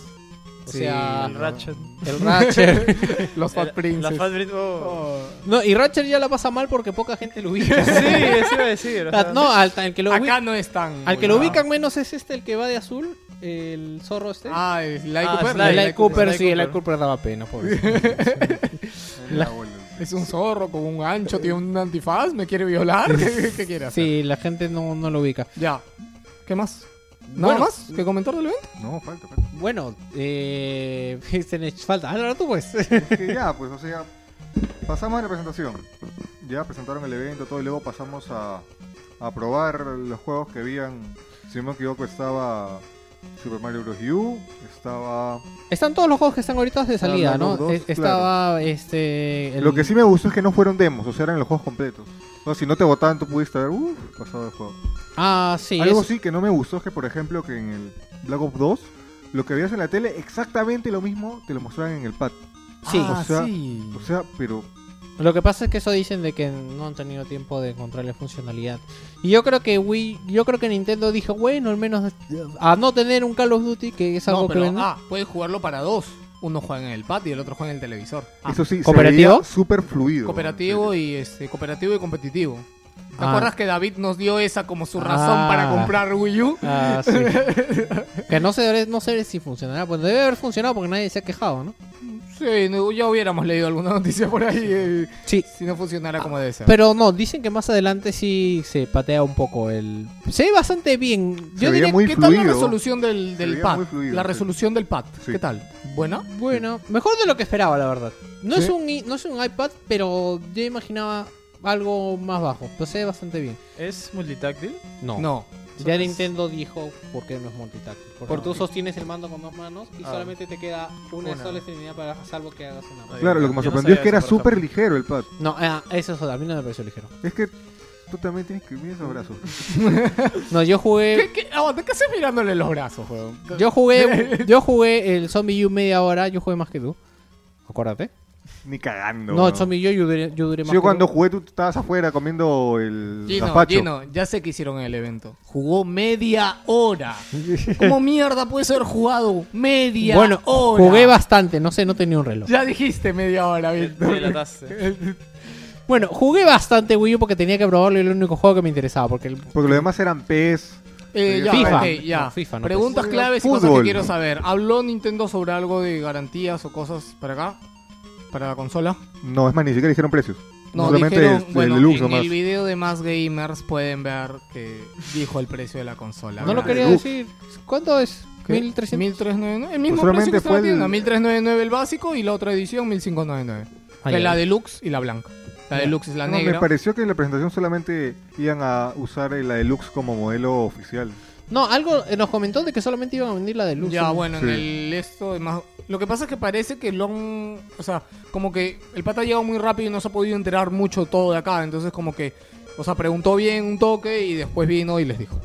O Sí. sea, El Ratchet. [laughs] el Ratchet. Los Fat El- La Princess. Fat Princess. oh. No, y Ratchet ya la pasa mal porque poca gente lo ubica. Ah, Sí, [laughs] eso iba a decir. o Ah, sea, no, al, al que lo ubica- Acá no están. Al que lo huevón. ubican menos es este, el que va de azul, el zorro este. Ah, es Sly Ah, Cooper. Sly. Sly Sly Cooper. Cooper. Cooper daba pena, pobre. [laughs] La abuela. Es un zorro con un ancho, tiene un antifaz, me quiere violar. [laughs] ¿Qué, qué quiere hacer? sí, la gente no, no lo ubica. Ya. ¿Qué más? ¿Nada Bueno. más que comentar del evento? No, falta, falta. Bueno, eh, [laughs] se me falta. Ahora tú pues. [laughs] Es que ya, pues, o sea, pasamos a la presentación. Ya presentaron el evento, todo, y luego pasamos a, a probar los juegos que habían. Si no me equivoco, estaba Super Mario Bros. U, estaba. Están todos los juegos que están ahorita de salida, Hablando ¿no? dos, Es- Estaba este. el- Lo que sí me gustó es que no fueron demos, o sea, eran los juegos completos. No, si no te votaban, tú pudiste haber uh, pasado el juego. Ah, sí. Algo es- sí que no me gustó es que, por ejemplo, que en el Black Ops 2, lo que veías en la tele, exactamente lo mismo, te lo mostraban en el pad. Sí. Ah, o sea, sí. O sea, pero Lo que pasa es que eso dicen de que no han tenido tiempo de encontrarle funcionalidad. Y yo creo que Wii, yo creo que Nintendo dijo, bueno, al menos eh, a no tener un Call of Duty que es algo No, que pero, vende. ah, puedes jugarlo para dos. Uno juega en el pad y el otro juega en el televisor. Ah, eso sí, ¿Cooperativo? se veía súper fluido. Cooperativo y este cooperativo y competitivo. ¿Te Ah. acuerdas que David nos dio esa como su razón Ah. para comprar Wii U? Ah, [laughs] sí. que no sé, no sé si funcionará. Pues debe haber funcionado porque nadie se ha quejado, ¿no? Sí, no, ya hubiéramos leído alguna noticia por ahí eh, Sí. si no funcionara como debe ser. Pero no, dicen que más adelante sí se patea un poco el... Se ve bastante bien. Yo veía diría muy ¿Qué tal la fluido. resolución del, del veía pad? muy fluido, la sí. resolución del pad, Sí. ¿qué tal? ¿Buena? Bueno, mejor de lo que esperaba, la verdad. No, es Sí. un, i- no es un iPad, pero yo imaginaba algo más bajo. Pero se ve bastante bien. ¿Es multitáctil? No. No. Ya Entonces- Nintendo dijo por qué no es multitáctil. Porque no? tú sostienes el mando con dos manos y Ah. solamente te queda una, Una. sola extremidad para salvo que hagas una. mano. Ahí. Claro, lo que me Yo no sorprendió es sabía que era eso, por súper ejemplo. ligero el pad. No, ah, eso es otra. A mí no me pareció ligero. Es que tú también tienes que mirar esos [laughs] brazos. No, yo jugué. ¿Qué, qué, aguanta, ¿qué haces mirándole los brazos, weón? Yo [laughs] jugué, yo jugué el Zombie U media hora, yo jugué más que tú. Acuérdate. Ni cagando. No, weón. el Zombie U yo duré, yo duré Sí, más Yo que cuando tú. jugué tú estabas afuera comiendo el Gino, gazpacho. Gino, ya sé que hicieron en el evento. Jugó media hora. ¿Cómo mierda puede ser jugado media Bueno, hora? jugué bastante, no sé, no tenía un reloj. Ya dijiste media hora, Te Víctor. dilataste. Bueno, jugué bastante Wii U porque tenía que probarlo y era el único juego que me interesaba. Porque el- Porque los demás eran pez. Eh, ya, FIFA. ok, ya. No, FIFA, no, Preguntas pues. claves y Fútbol. cosas que quiero saber. ¿Habló Nintendo sobre algo de garantías o cosas para acá? ¿Para la consola? No, es más, ni siquiera dijeron precios. No, Solamente dijeron, este, bueno, el deluxe en nomás. el video de Más Gamers pueden ver que dijo el precio de la consola. no lo ¿verdad? quería Uf. decir. ¿Cuánto es? ¿Qué? 1300. 1399. El mismo Pues precio que solamente está en la fue el- tienda, 1399 el básico y la otra edición 1599. Ah, Que ya. la deluxe y la blanca. La deluxe es la No, me negra. pareció que en la presentación solamente iban a usar la deluxe como modelo oficial. No, algo eh, nos comentó de que solamente iban a vender la de luz. Ya, bueno, en Sí. el esto de más... Lo que pasa es que parece que lo han... O sea, como que el pata ha llegado muy rápido y no se ha podido enterar mucho todo de acá. Entonces como que... O sea, preguntó bien un toque y después vino y les dijo.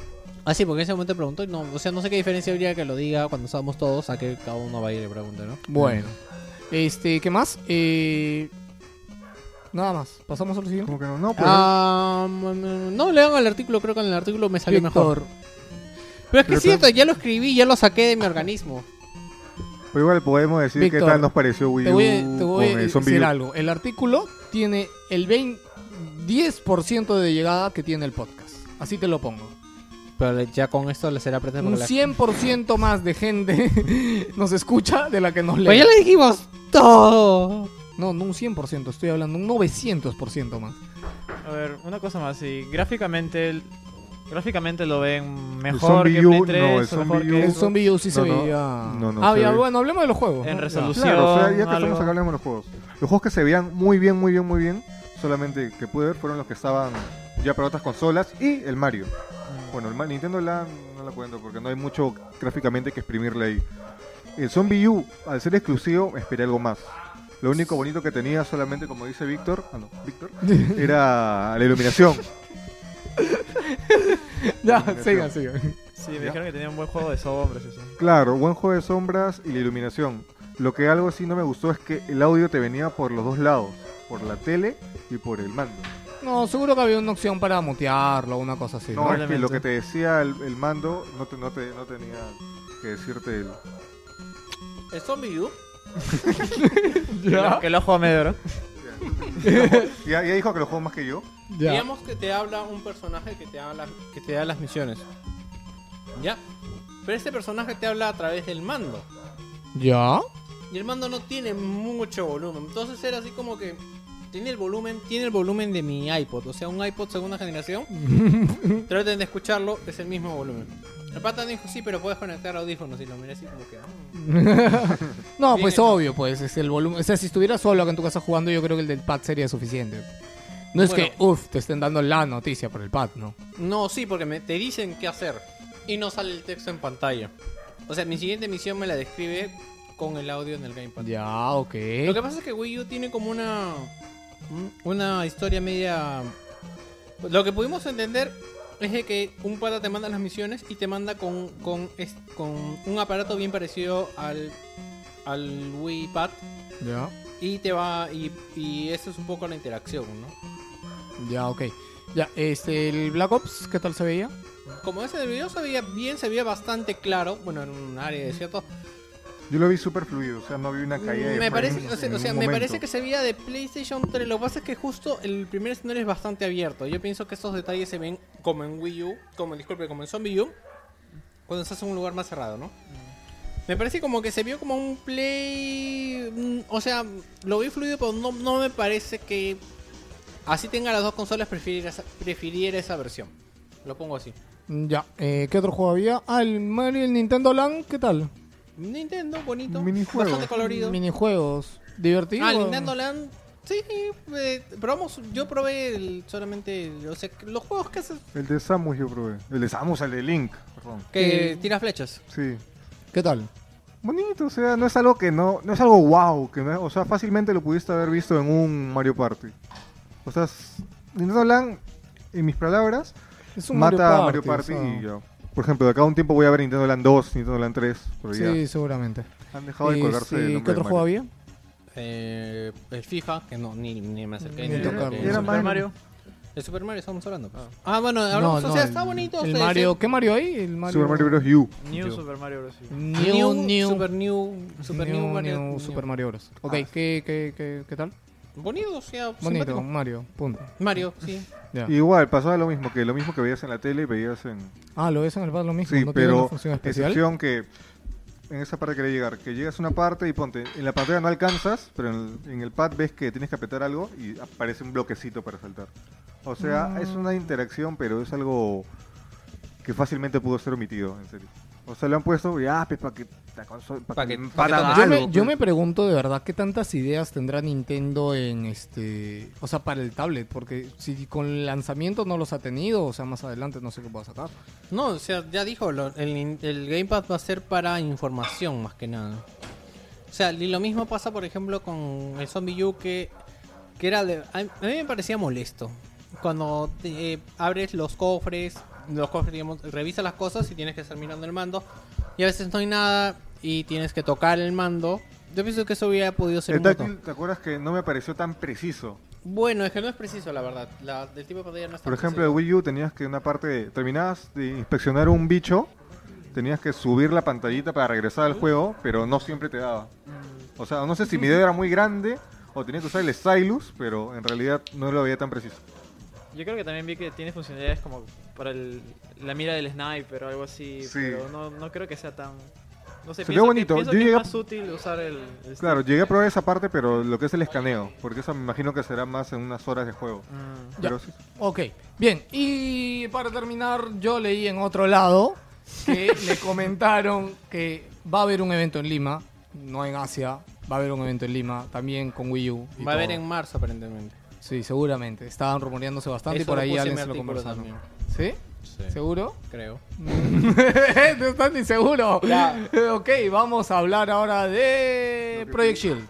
Ah, sí, porque en ese momento preguntó. y No, o sea, no sé qué diferencia habría que lo diga cuando estábamos todos, a que cada uno va a ir y le pregunte, ¿no? Bueno. Este, ¿qué más? Eh, nada más. Pasamos al siguiente. Como que no, no, pues. Ah, mm, no, lean el artículo, creo que en el artículo me salió mejor. Víctor, Pero es que es Pero cierto, ya lo escribí, ya lo saqué de mi organismo. Pero igual podemos decir qué Víctor, tal nos pareció Wii te U voy, a- te voy con a el zombie. decir U. algo. El artículo tiene el 20, 10% de llegada que tiene el podcast. Así te lo pongo. Pero le- ya con esto le será pretender Un 100% más de gente [laughs] nos escucha de la que nos lee. Pues ya le dijimos todo. No, no un 100%, estoy hablando un 900% más. A ver, una cosa más. Sí, gráficamente el- Gráficamente lo ven El mejor Zombie que Play U, 3, no, el mejor Zombie que U- El Xbox. Zombie U sí se No, no. veía. No, no, ah, se ya, ve- bueno, hablemos de los juegos. en ¿no? resolución. Claro, o sea, ya que algo. estamos acá hablemos de los juegos. Los juegos que se veían muy bien, muy bien, muy bien, solamente que pude ver fueron los que estaban ya para otras consolas y el Mario. Bueno, el Ma- Nintendo la no la cuento porque no hay mucho gráficamente que exprimirle ahí. El Zombie U, al ser exclusivo, esperé algo más. Lo único bonito que tenía solamente, como dice Víctor, ah, no, Víctor, era la iluminación. [laughs] Ya, sigan, sigan. Sí, me dijeron que tenía un buen juego de sombras. eso. Claro, buen juego de sombras y la iluminación. Lo que algo así no me gustó es que el audio te venía por los dos lados, por la tele y por el mando. No, seguro que había una opción para mutearlo o una cosa así. No, es que Probablemente. lo que te decía el, el mando no, te, no, te- no tenía que decirte el... ¿El Zombie U? Ya, Que lo juego a medio, ¿no? Ya, ya dijo que lo jugó más que yo. ya. Digamos que te habla un personaje que te, habla, que te da las misiones. ¿Ya? Pero este personaje te habla a través del mando. Ya. Y el mando no tiene mucho volumen. Entonces era así como que... Tiene el volumen, tiene el volumen de mi iPod. O sea, un iPod segunda generación. Traten de escucharlo, es el mismo volumen. El pata dijo, sí, pero puedes conectar audífonos y lo miré así como que... "Mm". No, Bien pues hecho. obvio, pues es el volumen. O sea, si estuviera solo acá en tu casa jugando, yo creo que el del pad sería suficiente. No es Bueno. que, uff, te estén dando la noticia por el pad, ¿no? No, sí, porque me, te dicen qué hacer. Y no sale el texto en pantalla. O sea, mi siguiente misión me la describe con el audio en el gamepad. Ya, ok. Lo que pasa es que Wii U tiene como una. Una historia media. Lo que pudimos entender es de que un pata te manda las misiones y te manda con, con, es- con un aparato bien parecido al, al Wii Pad Ya, y te va. Y, y eso es un poco la interacción, ¿no? ya, ok. Ya, este, el Black Ops, ¿qué tal se veía? Como ese del video se veía bien, se veía bastante claro. Bueno, en un área de cierto. Yo lo vi súper fluido, o sea, no vi una caída de Mm, Me parece, frames o sea, en o sea, ningún me momento. parece que se veía de PlayStation 3. Lo que pasa es que justo el primer escenario es bastante abierto. Yo pienso que estos detalles se ven como en Wii U, como disculpe, como en Zombie U, cuando estás en un lugar más cerrado, ¿no? Me parece como que se vio como un play. mm, O sea, lo vi fluido, pero no, no me parece que. Así tenga las dos consolas, prefiriera esa, prefiriera esa versión. Lo pongo así. Ya, eh, ¿qué otro juego había? Ah, el Mario, el Nintendo Land, ¿qué tal? Nintendo, bonito. Minijuegos. Bastante colorido. Minijuegos, divertido. Ah, Nintendo Land. Sí, eh, probamos. Yo probé el- solamente el- o sea, los juegos que haces. El de Samus yo probé. El de Samus, el de Link, perdón. Que Eh, tiras flechas. Sí. ¿Qué tal? Bonito, o sea, no es algo que no... No es algo wow, que no es- o sea, fácilmente lo pudiste haber visto en un Mario Party. O sea, s- Nintendo Land, en mis palabras, Es mata a Mario Party o sea. y ya. Por ejemplo, de acá a un tiempo voy a ver Nintendo Land 2, Nintendo Land 3, pero Sí, seguramente. ya han dejado de Y colgarse sí, el ¿Qué nombre otro de juego Mario. había? Eh, el FIFA, que no, ni, ni me acerqué Ni ni tocarlo. toqué. Era Eh, Super Mario. Mario. El Super Mario estamos hablando. pues. Ah, bueno, hablamos. No, o no, sea, el- está bonito. El o sea, Mario, ¿qué Mario hay? El Mario... Super Mario Bros. U. New Yo. Super Mario Bros. U. ese- New, New, Super New, Super New, Mario. Ah. New. Super Mario Bros. Ok, ¿qué, qué, qué, qué tal? Bonito, o sea, Bonito, simpático. Mario, punto. Mario, sí. Ya. Igual, pasaba lo mismo, que lo mismo que veías en la tele, [laughs] veías en... Ah, lo ves en el pad lo mismo, Sí, no tiene una pero función especial. excepción que en esa parte quería llegar, que llegas a una parte y ponte, en la pantalla no alcanzas, pero en el, en el pad ves que tienes que apretar algo y aparece un bloquecito para saltar. O sea, Mm. es una interacción, pero es algo que fácilmente pudo ser omitido, en serio. O sea, lo han puesto, ya, pues, para que la consola, para Pa' que, que- me pa' que para Yo algo, me, yo me pues. pregunto de verdad qué tantas ideas tendrá Nintendo en este. O sea, para el tablet, porque si con el lanzamiento no los ha tenido, o sea, más adelante no sé qué pueda sacar. No, o sea, ya dijo, lo- el, in- el Gamepad va a ser para información más que nada. O sea, y lo mismo pasa, por ejemplo, con el Zombie U que, que era de- a a mí me parecía molesto. Cuando te- eh, abres los cofres, los cofres, digamos, revisas las cosas y tienes que estar mirando el mando. Y a veces no hay nada y tienes que tocar el mando. Yo pienso que eso hubiera podido ser El un botón. táctil, ¿te acuerdas que no me pareció tan preciso? Bueno, es que no es preciso, la verdad. La, del tipo de pantalla no está Por ejemplo, de Wii U tenías que una parte, de- terminabas de inspeccionar un bicho, tenías que subir la pantallita para regresar al juego, pero no siempre te daba. O sea, no sé si mi dedo era muy grande o tenía que usar el stylus, pero en realidad no lo veía tan preciso. Yo creo que también vi que tiene funcionalidades como para el- la mira del sniper o algo así, Sí. pero no, no creo que sea tan No sé, Se ve pienso que- bonito. Yo pienso que es llegué- más útil usar el. el Claro, stick. llegué a probar esa parte, pero lo que es el escaneo, porque eso me imagino que será más en unas horas de juego. Mm. Ya. Pero sí, Ok, bien. Y para terminar, yo leí en otro lado [laughs] que le comentaron que va a haber un evento en Lima, no en Asia, va a haber un evento en Lima, también con Wii U. y Va a haber todo. en marzo, aparentemente. Sí, seguramente. Estaban rumoreándose bastante y Eso por lo ahí puse en alguien mi se lo artículo conversaron. también. ¿Sí? Sí. ¿Seguro? Creo. Mm. [laughs] no estás ni seguro. Ya. Ok, vamos a hablar ahora de Project Shield.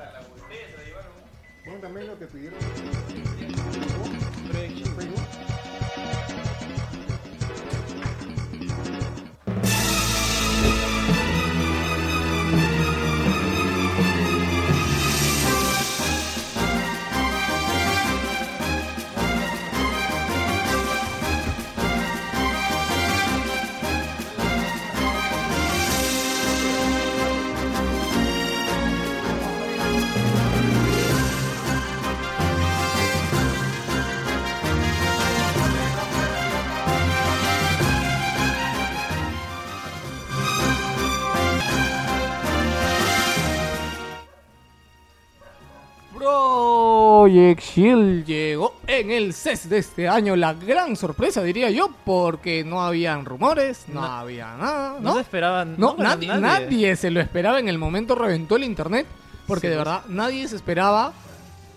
Project Shield llegó en el CES de este año. La gran sorpresa, diría yo, porque no habían rumores, no, había nada, No, ¿no? se esperaban. No, pero nadie, nadie se lo esperaba. En el momento reventó el internet. Porque de verdad nadie se esperaba.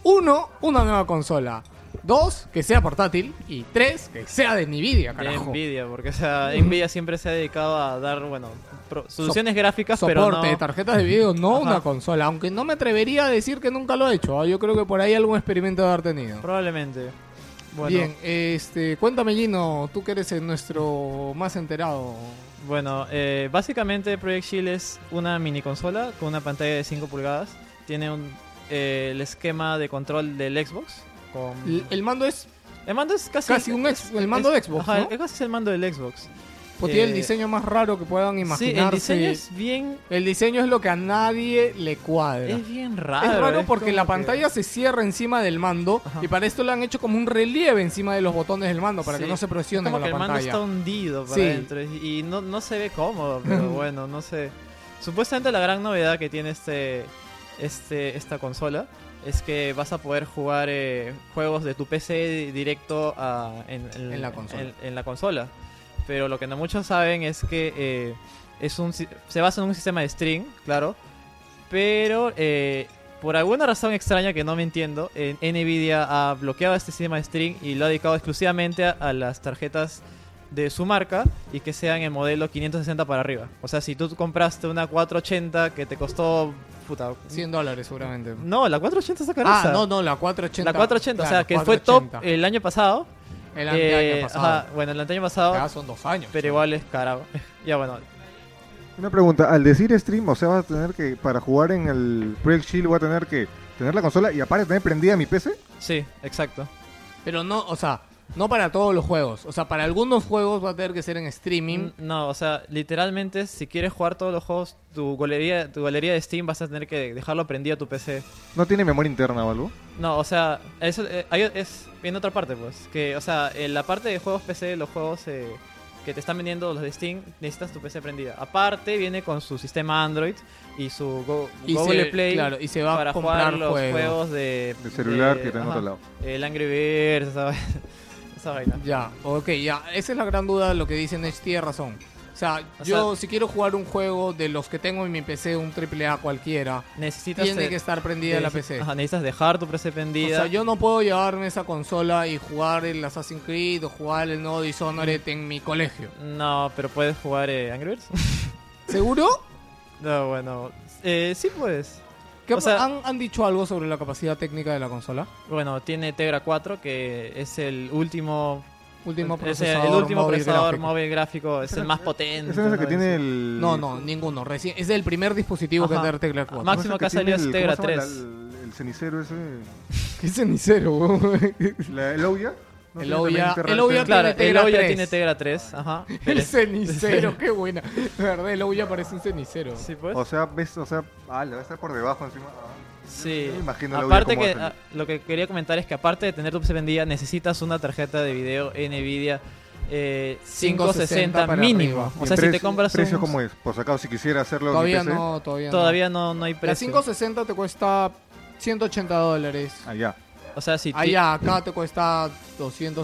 Uno, una nueva consola. Dos, que sea portátil. Y tres, que sea de Nvidia, De carajo. Nvidia, porque o sea, Nvidia siempre se ha dedicado a dar, bueno, pro- soluciones gráficas, Soporte, pero no. tarjetas de video, no Ajá. una consola. Aunque no me atrevería a decir que nunca lo ha hecho. ¿ah? Yo creo que por ahí algún experimento de haber tenido. Probablemente. Bueno, Bien, este, cuéntame Gino, tú que eres eh, nuestro más enterado. Bueno, eh, básicamente Project Shield es una mini consola con una pantalla de 5 pulgadas. Tiene un, eh, el esquema de control del Xbox. Con... L- El mando es, El mando es casi, Casi un ex- el mando de Xbox, Ajá, ¿no? es casi el mando del Xbox. pues, Eh, tiene el diseño más raro que puedan Sí, imaginarse. el diseño es bien, El diseño es lo que a nadie le cuadra. es bien raro. Es raro es porque como la que- pantalla se cierra encima del mando Ajá. y para esto le han hecho como un relieve encima de los botones del mando para Sí, que no se presione es como con que la el mando pantalla. está hundido para Sí. adentro y y no, no se ve [laughs] cómodo, pero bueno, no sé. Supuestamente la gran novedad que tiene este, este esta consola es que vas a poder jugar eh, juegos de tu PC directo a- en, En la consola. en- en la consola. Pero lo que no muchos saben es que eh, es un, si- se basa en un sistema de string, claro, pero eh, por alguna razón extraña que no me entiendo, en- Nvidia ha bloqueado este sistema de string y lo ha dedicado exclusivamente a, a las tarjetas de su marca y que sean el modelo 560 para arriba. O sea, si tú compraste una 480 que te costó puta 100 dólares seguramente. No, la 480 está ah, caraza. no, no, la 480. la 480, o sea, Claro, que fue 480. top el año pasado. El anteaño Eh, pasado. ajá, bueno, el anteaño pasado, Ya son dos años. pero ¿no? igual es caro. [laughs] ya bueno, Una pregunta, al decir stream, o sea, vas a tener que, para jugar en el Project Shield, voy a tener que tener la consola y aparte tener prendida mi PC. sí, exacto. Pero no, o sea, no para todos los juegos. O sea, para algunos juegos va a tener que ser en streaming. Mm, No, o sea, literalmente si quieres jugar todos los juegos, tu galería, tu galería de Steam vas a tener que dejarlo prendido a tu PC. ¿No tiene memoria interna o algo? No, o sea, eso eh, ahí es en otra parte, pues. Que, o sea, en la parte de juegos PC, los juegos eh, que te están vendiendo los de Steam, necesitas tu PC prendida. Aparte, viene con su sistema Android y su Go- Y Google se- Play claro, y se va a para comprar jugar los juegos. juegos, de, De celular que está en tenemos otro lado. El Angry Birds, esa, [laughs] vai- esa vaina. Ya, ok, ya. Esa es la gran duda de lo que dicen Edge. Tiene razón. O sea, O yo si quiero jugar un juego de los que tengo en mi PC, un AAA cualquiera, Necesitas. tiene eh, que estar prendida la neces- PC. Ajá, necesitas dejar tu PC O prendida. sea, yo no puedo llevarme esa consola y jugar el Assassin's Creed o jugar el nuevo Dishonored en mi colegio. No, pero puedes jugar eh, Angry Birds. [laughs] ¿Seguro? no, bueno. Eh, sí, puedes. ¿Qué O sea- han, han dicho algo sobre la capacidad técnica de la consola? Bueno, tiene Tegra 4, que es el último. Último es el- procesador. el último móvil procesador gráfico. móvil gráfico, es [laughs] el más potente. Ese no es el que ¿no? tiene el... No, no, ninguno. Recién, es el primer dispositivo que Ajá. tiene Tecla 4. ¿no es el máximo que ha tiene salido es el- Tegra ¿cómo se llama 3. la- El, el cenicero ese. [laughs] ¿Qué cenicero, weón? La, ¿El Ouya? ¿No El Ouya- tiene también interna el externa? Ouya- Claro, tiene el Tegra Ouya 3. tiene Tegra [laughs] 3. Ajá. El [laughs] cenicero, qué buena. La verdad, el Ouya parece un cenicero. Sí, pues. O sea, ves, o sea, ah, le va a estar por debajo encima. Ah. Sí. yo me imagino el Ouya Aparte cómo que hacen. ah, lo que quería comentar es que aparte de tener tu PC vendida, necesitas una tarjeta de video NVIDIA eh, 560 560 para mínimo. arriba. O sea, si te compras ¿Precios unos- como es? Por sacado, si quisiera hacerlo en mi Todavía PC. no, todavía no. todavía no, no hay La precio. 560 te cuesta 180 dólares. Allá. O sea, si ti- Allá, acá te cuesta 250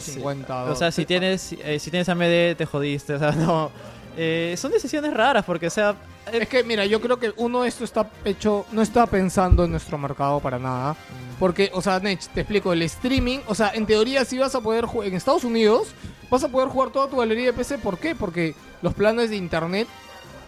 O sea, si dólares. tienes, eh, si tienes AMD, te jodiste. O sea, [laughs] no. Eh, son decisiones raras porque, o sea, eh, Es que, mira, yo creo que uno esto está hecho, no está pensando en nuestro mercado para nada. Mm. Porque, o sea, Nech, te explico, el streaming, o sea, en teoría sí vas a poder jugar, en Estados Unidos, vas a poder jugar toda tu galería de PC. ¿Por qué? Porque los planes de internet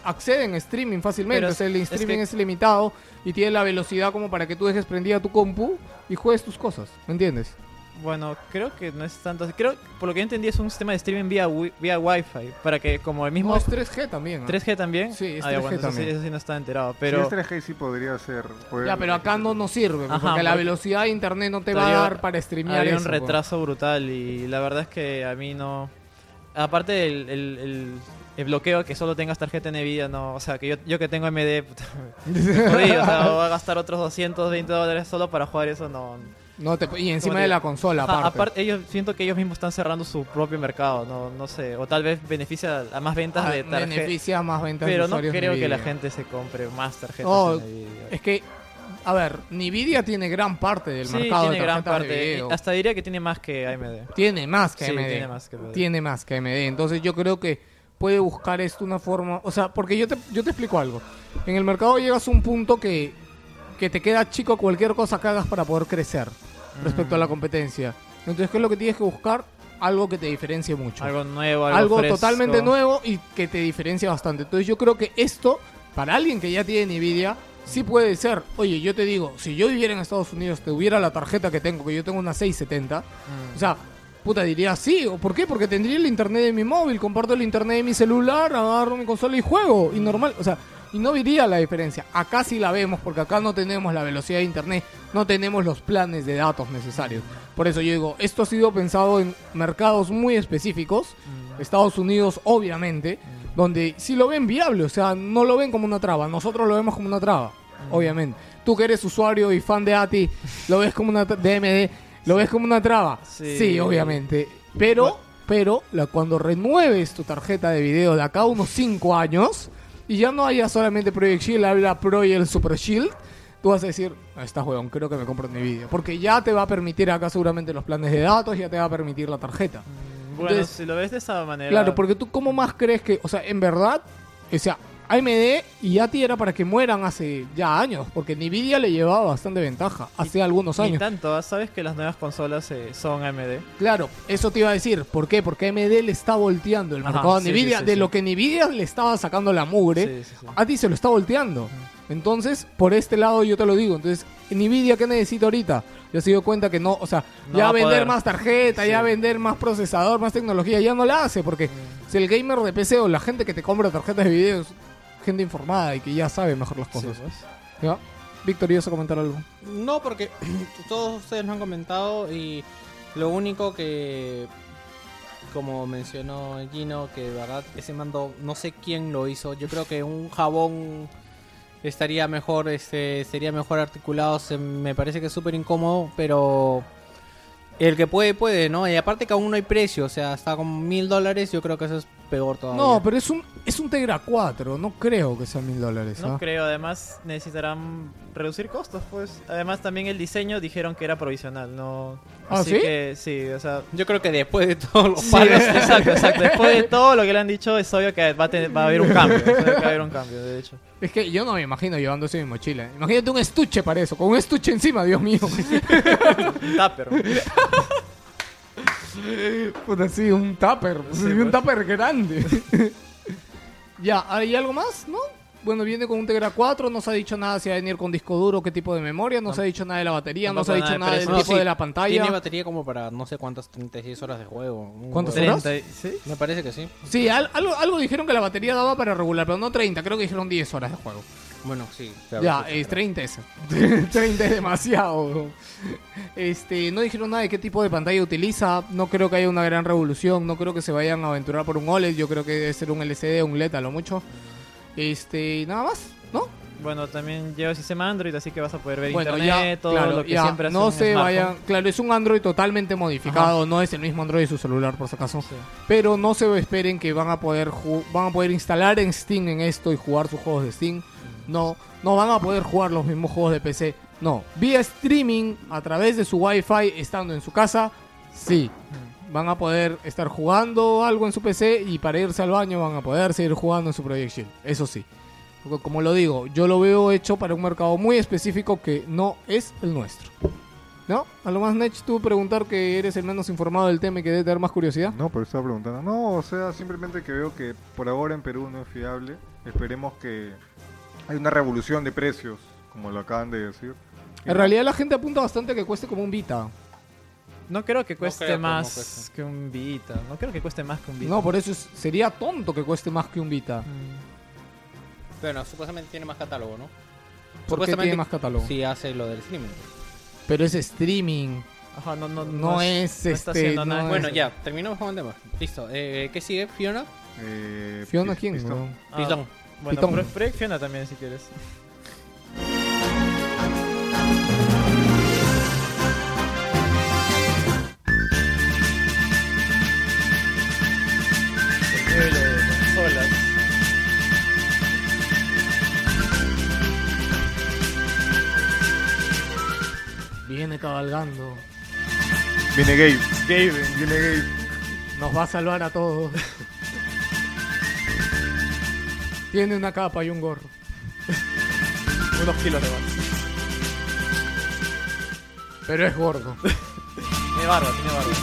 acceden a streaming fácilmente. Pero o sea, el es que- streaming es limitado y tiene la velocidad como para que tú dejes prendida tu compu y juegues tus cosas. ¿Me entiendes? bueno, creo que no es tanto. Creo, por lo que yo entendí, es un sistema de streaming vía, wi- vía Wi-Fi. Para que, como el mismo. No, es 3G también. ¿ah? 3G también. Ah, Sí, es ya, 3G bueno, eso sí- también. este Eso sí no estaba enterado. Pero... Pero Si es 3G sí podría ser. poder- Ya, pero acá no nos sirve, Ajá, porque la porque- velocidad de internet no te va a Todavía dar para streamear había un eso, po. retraso brutal y la verdad es que a mí no... Aparte del el, el- el bloqueo que solo tengas tarjeta Nvidia, no... O sea, que yo, yo que tengo MD, [laughs] puta, jodido, o sea, voy a gastar otros 220 dólares solo para jugar eso, no... No te- y ¿Cómo encima te de digo? la consola, Ajá, aparte. aparte, ellos, siento que ellos mismos están cerrando su propio mercado, no, no sé, o tal vez beneficia a más ventas Ah, de tarjetas, beneficia más ventas de pero no usuarios creo que Nvidia. la gente se compre más tarjetas No, Nvidia. Es que, a ver, Nvidia tiene gran parte del Sí, mercado tiene de gran tarjetas parte, de video. y hasta diría que tiene más que AMD. Tiene más que Sí, AMD. tiene más que AMD. Tiene más que AMD. Entonces yo creo que puede buscar esto una forma... O sea, porque yo te, yo te explico algo. En el mercado llegas a un punto que, que te queda chico cualquier cosa que hagas para poder crecer respecto a Mm. la competencia. Entonces, ¿qué es lo que tienes que buscar? Algo que te diferencie mucho. Algo nuevo, algo, algo, fresco. totalmente nuevo y que te diferencia bastante. Entonces yo creo que esto, para alguien que ya tiene Nvidia, sí puede ser. Oye, yo te digo, si yo viviera en Estados Unidos, tuviera la tarjeta que tengo, que yo tengo una 670, Mm. o sea, puta, diría sí. ¿O ¿Por qué? Porque tendría el internet de mi móvil, comparto el internet de mi celular, agarro mi consola y juego. Mm. Y normal, o sea... Y no diría la diferencia. Acá sí la vemos porque acá no tenemos la velocidad de internet, no tenemos los planes de datos necesarios. Por eso yo digo, esto ha sido pensado en mercados muy específicos Mm. Estados Unidos, obviamente, donde sí lo ven viable, o sea, no lo ven como una traba. Nosotros lo vemos como una traba, obviamente. Tú que eres usuario y fan de ATI, lo ves como una tra- de MD, lo ves como una traba. Sí, Sí. obviamente. Pero, pero, la, cuando renueves tu tarjeta de video de acá a unos 5 años y ya no haya solamente Project Shield, habla Pro y el Super Shield. Tú vas a decir, "Ah, está huevón, creo que me compro mi video. Porque ya te va a permitir acá seguramente los planes de datos, ya te va a permitir la tarjeta. Bueno, Entonces- si lo ves de esa manera. Claro, porque tú cómo más crees que, o sea, en verdad, o sea, AMD y ATI era para que mueran hace ya años, porque Nvidia le llevaba bastante ventaja hace algunos Ni años. tanto, ¿ah? sabes que las nuevas consolas eh, son AMD. Claro, eso te iba a decir, ¿por qué? Porque AMD le está volteando el Ajá, mercado a sí, Nvidia, sí, sí, de sí. lo que Nvidia le estaba sacando la mugre, Sí, sí, sí. ATI se lo está volteando. Entonces, por este lado yo te lo digo, entonces Nvidia qué necesita ahorita? Ya se dio cuenta que no, o sea, No va ya a vender poder. más tarjeta, ya Sí. vender más procesador, más tecnología, ya no la hace porque Mm. si el gamer de PC o la gente que te compra tarjetas de videos, gente informada y que ya sabe mejor las Sí, cosas. pues. ¿Ya? Víctor, ¿ibas a comentar algo? No, porque [clears throat] todos ustedes lo han comentado y lo único que, como mencionó Gino, que de verdad ese mando no sé quién lo hizo. Yo creo que un jabón estaría mejor, este, sería mejor articulado. se- me parece que es súper incómodo, pero el que puede puede, ¿no? Y aparte que aún no hay precio, o sea, hasta con mil dólares. Yo creo que eso es peor todavía. No, pero es un es un Tegra 4, no creo que sean mil dólares. No ¿ah? creo, además necesitarán reducir costos, pues. Además también el diseño dijeron que era provisional, no. ¿Ah, Así sí? que sí, o sea. Yo creo que después de todos los sí, palos es- [laughs] exacto, exacto. Después de todo lo que le han dicho, es obvio que va a, tener- va a haber un cambio. es obvio que va a haber un cambio, de hecho. Es que yo no me imagino llevando eso en mi mochila. Imagínate un estuche para eso, con un estuche encima, Dios mío. Un tupper. Puta, sí, un tupper. Sí, sí, un pues. tupper grande. [laughs] ya, ¿hay algo más? ¿No? Bueno, viene con un Tegra 4, no se ha dicho nada si va a venir con disco duro, qué tipo de memoria, no se ha dicho nada de la batería, no se ha Tampoco dicho nada nada de del precio. tipo No, sí, de la Tiene pantalla. batería como para no sé cuántas 36 horas de juego. Un ¿Cuántos juego. horas? 30, y- ¿sí? Me parece que sí. Sí, al- algo, algo dijeron que la batería daba para regular, pero no 30, creo que dijeron 10 horas de juego. Bueno, sí. este, Ya, eh, 30 es. [laughs] 30 es demasiado. Este, no dijeron nada de qué tipo de pantalla utiliza. No creo que haya una gran revolución. No creo que se vayan a aventurar E por un OLED. Yo creo que debe ser un LCD, un LED a lo mucho. Este, nada más, ¿no? Bueno, también lleva el sistema Android, así que vas a poder ver Bueno, internet, ya, todo claro, lo que ya, siempre hace no un se smartphone. vayan, claro, es un Android totalmente modificado, no es el mismo Android de su celular por si acaso, pero no se esperen que van a poder ju- van a poder instalar en Steam en esto y jugar sus juegos de Steam. No, no van a poder jugar los mismos juegos de PC. No, vía streaming a través de su Wi-Fi estando en su casa, sí. Van a poder estar jugando algo en su PC y para irse al baño van a poder seguir jugando en su Project Shield. Eso sí. Porque, como lo digo, yo lo veo hecho para un mercado muy específico que no es el nuestro. ¿No? A lo más, Nech, tú preguntar que eres el menos informado del tema y que debe tener más curiosidad. No, pero estaba preguntando. No, o sea, simplemente que veo que por ahora en Perú no es fiable. Esperemos que hay una revolución de precios, como lo acaban de decir. En realidad, la gente apunta bastante a que cueste como un Vita. No creo que cueste creo que no más cueste. que un Vita. No creo que cueste más que un Vita. No, por eso es- sería tonto que cueste más que un Vita. Mm. Bueno, supuestamente tiene más catálogo, ¿no? Porque Supuestamente- tiene más catálogo. Sí, hace lo del streaming. Pero es streaming. Ajá, no, no, No no, es, no este, está haciendo no nada. es- Bueno, ya, terminamos con el tema. Listo. Eh, ¿Qué sigue, Fiona? Eh, Fiona, pis- ¿quién? pistón. weón? Ah, Pitón. Bueno, Pitón. pero Project Fiona también si quieres. Viene cabalgando. Viene Gabe. Viene Gabe. Nos va a salvar a todos. Tiene una capa y un gorro. Unos kilos de barba. Pero es gordo. Tiene barba, tiene barba.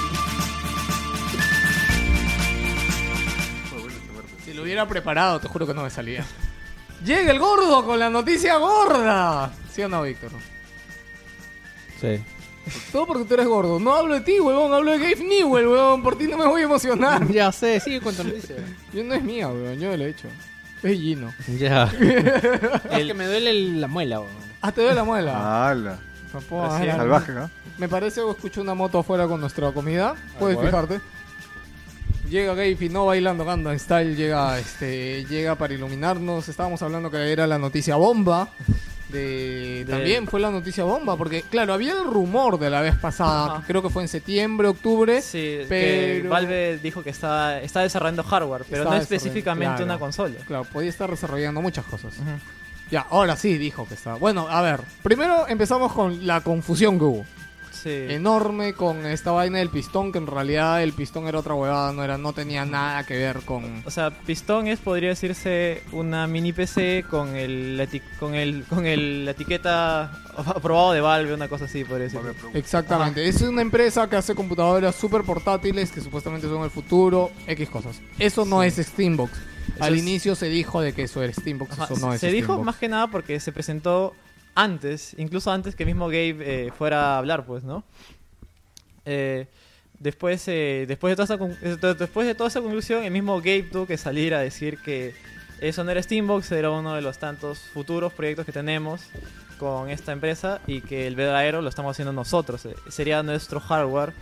Si lo hubiera preparado, te juro que no me salía. Llega el gordo con la noticia gorda. ¿Sí o no, Víctor? Sí. Todo porque tú eres gordo. No hablo de ti, huevón. Hablo de Gabe Newell, huevón. Por ti no me voy a emocionar. [laughs] Ya sé, sigue cuánto nos dice. Yo no es mía, huevón. Yo me lo he hecho. Es Gino. Ya. [laughs] Es que me duele el- la muela, bro. Ah, te doy la muela. ¡Hala! Papá, ala. Salvaje, ¿no? Me parece o escucho una moto afuera con nuestra comida. Puedes eh. bueno. fijarte. Llega Gabe y no bailando Gangnam Style, llega este llega para iluminarnos. Estábamos hablando que era la noticia bomba. De, También fue la noticia bomba, porque claro, había el rumor de la vez pasada, Ajá. que creo que fue en septiembre, octubre. Sí, que pero- Valve dijo que está, está desarrollando hardware, pero Está no desarrollando, específicamente claro. una consola. Claro, podía estar desarrollando muchas cosas. Ya, ahora sí dijo que estaba. Bueno, a ver, primero empezamos con la confusión que hubo. Sí. enorme con esta vaina del pistón, que en realidad el pistón era otra huevada, no era, no tenía nada que ver con. O sea, Pistón es, podría decirse, una mini PC con el, la eti- con el, con el la etiqueta [laughs] aprobado de Valve, una cosa así, podría Eh, decir. Exactamente. Es una empresa que hace computadoras super portátiles que supuestamente son el futuro, X cosas. Eso no es Steambox. Al es- inicio se dijo de que eso era Steambox, Ajá, eso no se es se dijo Steambox. más que nada porque se presentó antes, incluso antes que mismo Gabe eh, fuera a hablar, pues, ¿no? Eh, después, eh, después, de toda esa con- eh, de- después de toda esa conclusión, el mismo Gabe tuvo que salir a decir que eso no era Steambox, era uno de los tantos futuros proyectos que tenemos con esta empresa y que el verdadero lo estamos haciendo nosotros. eh, Sería nuestro hardware.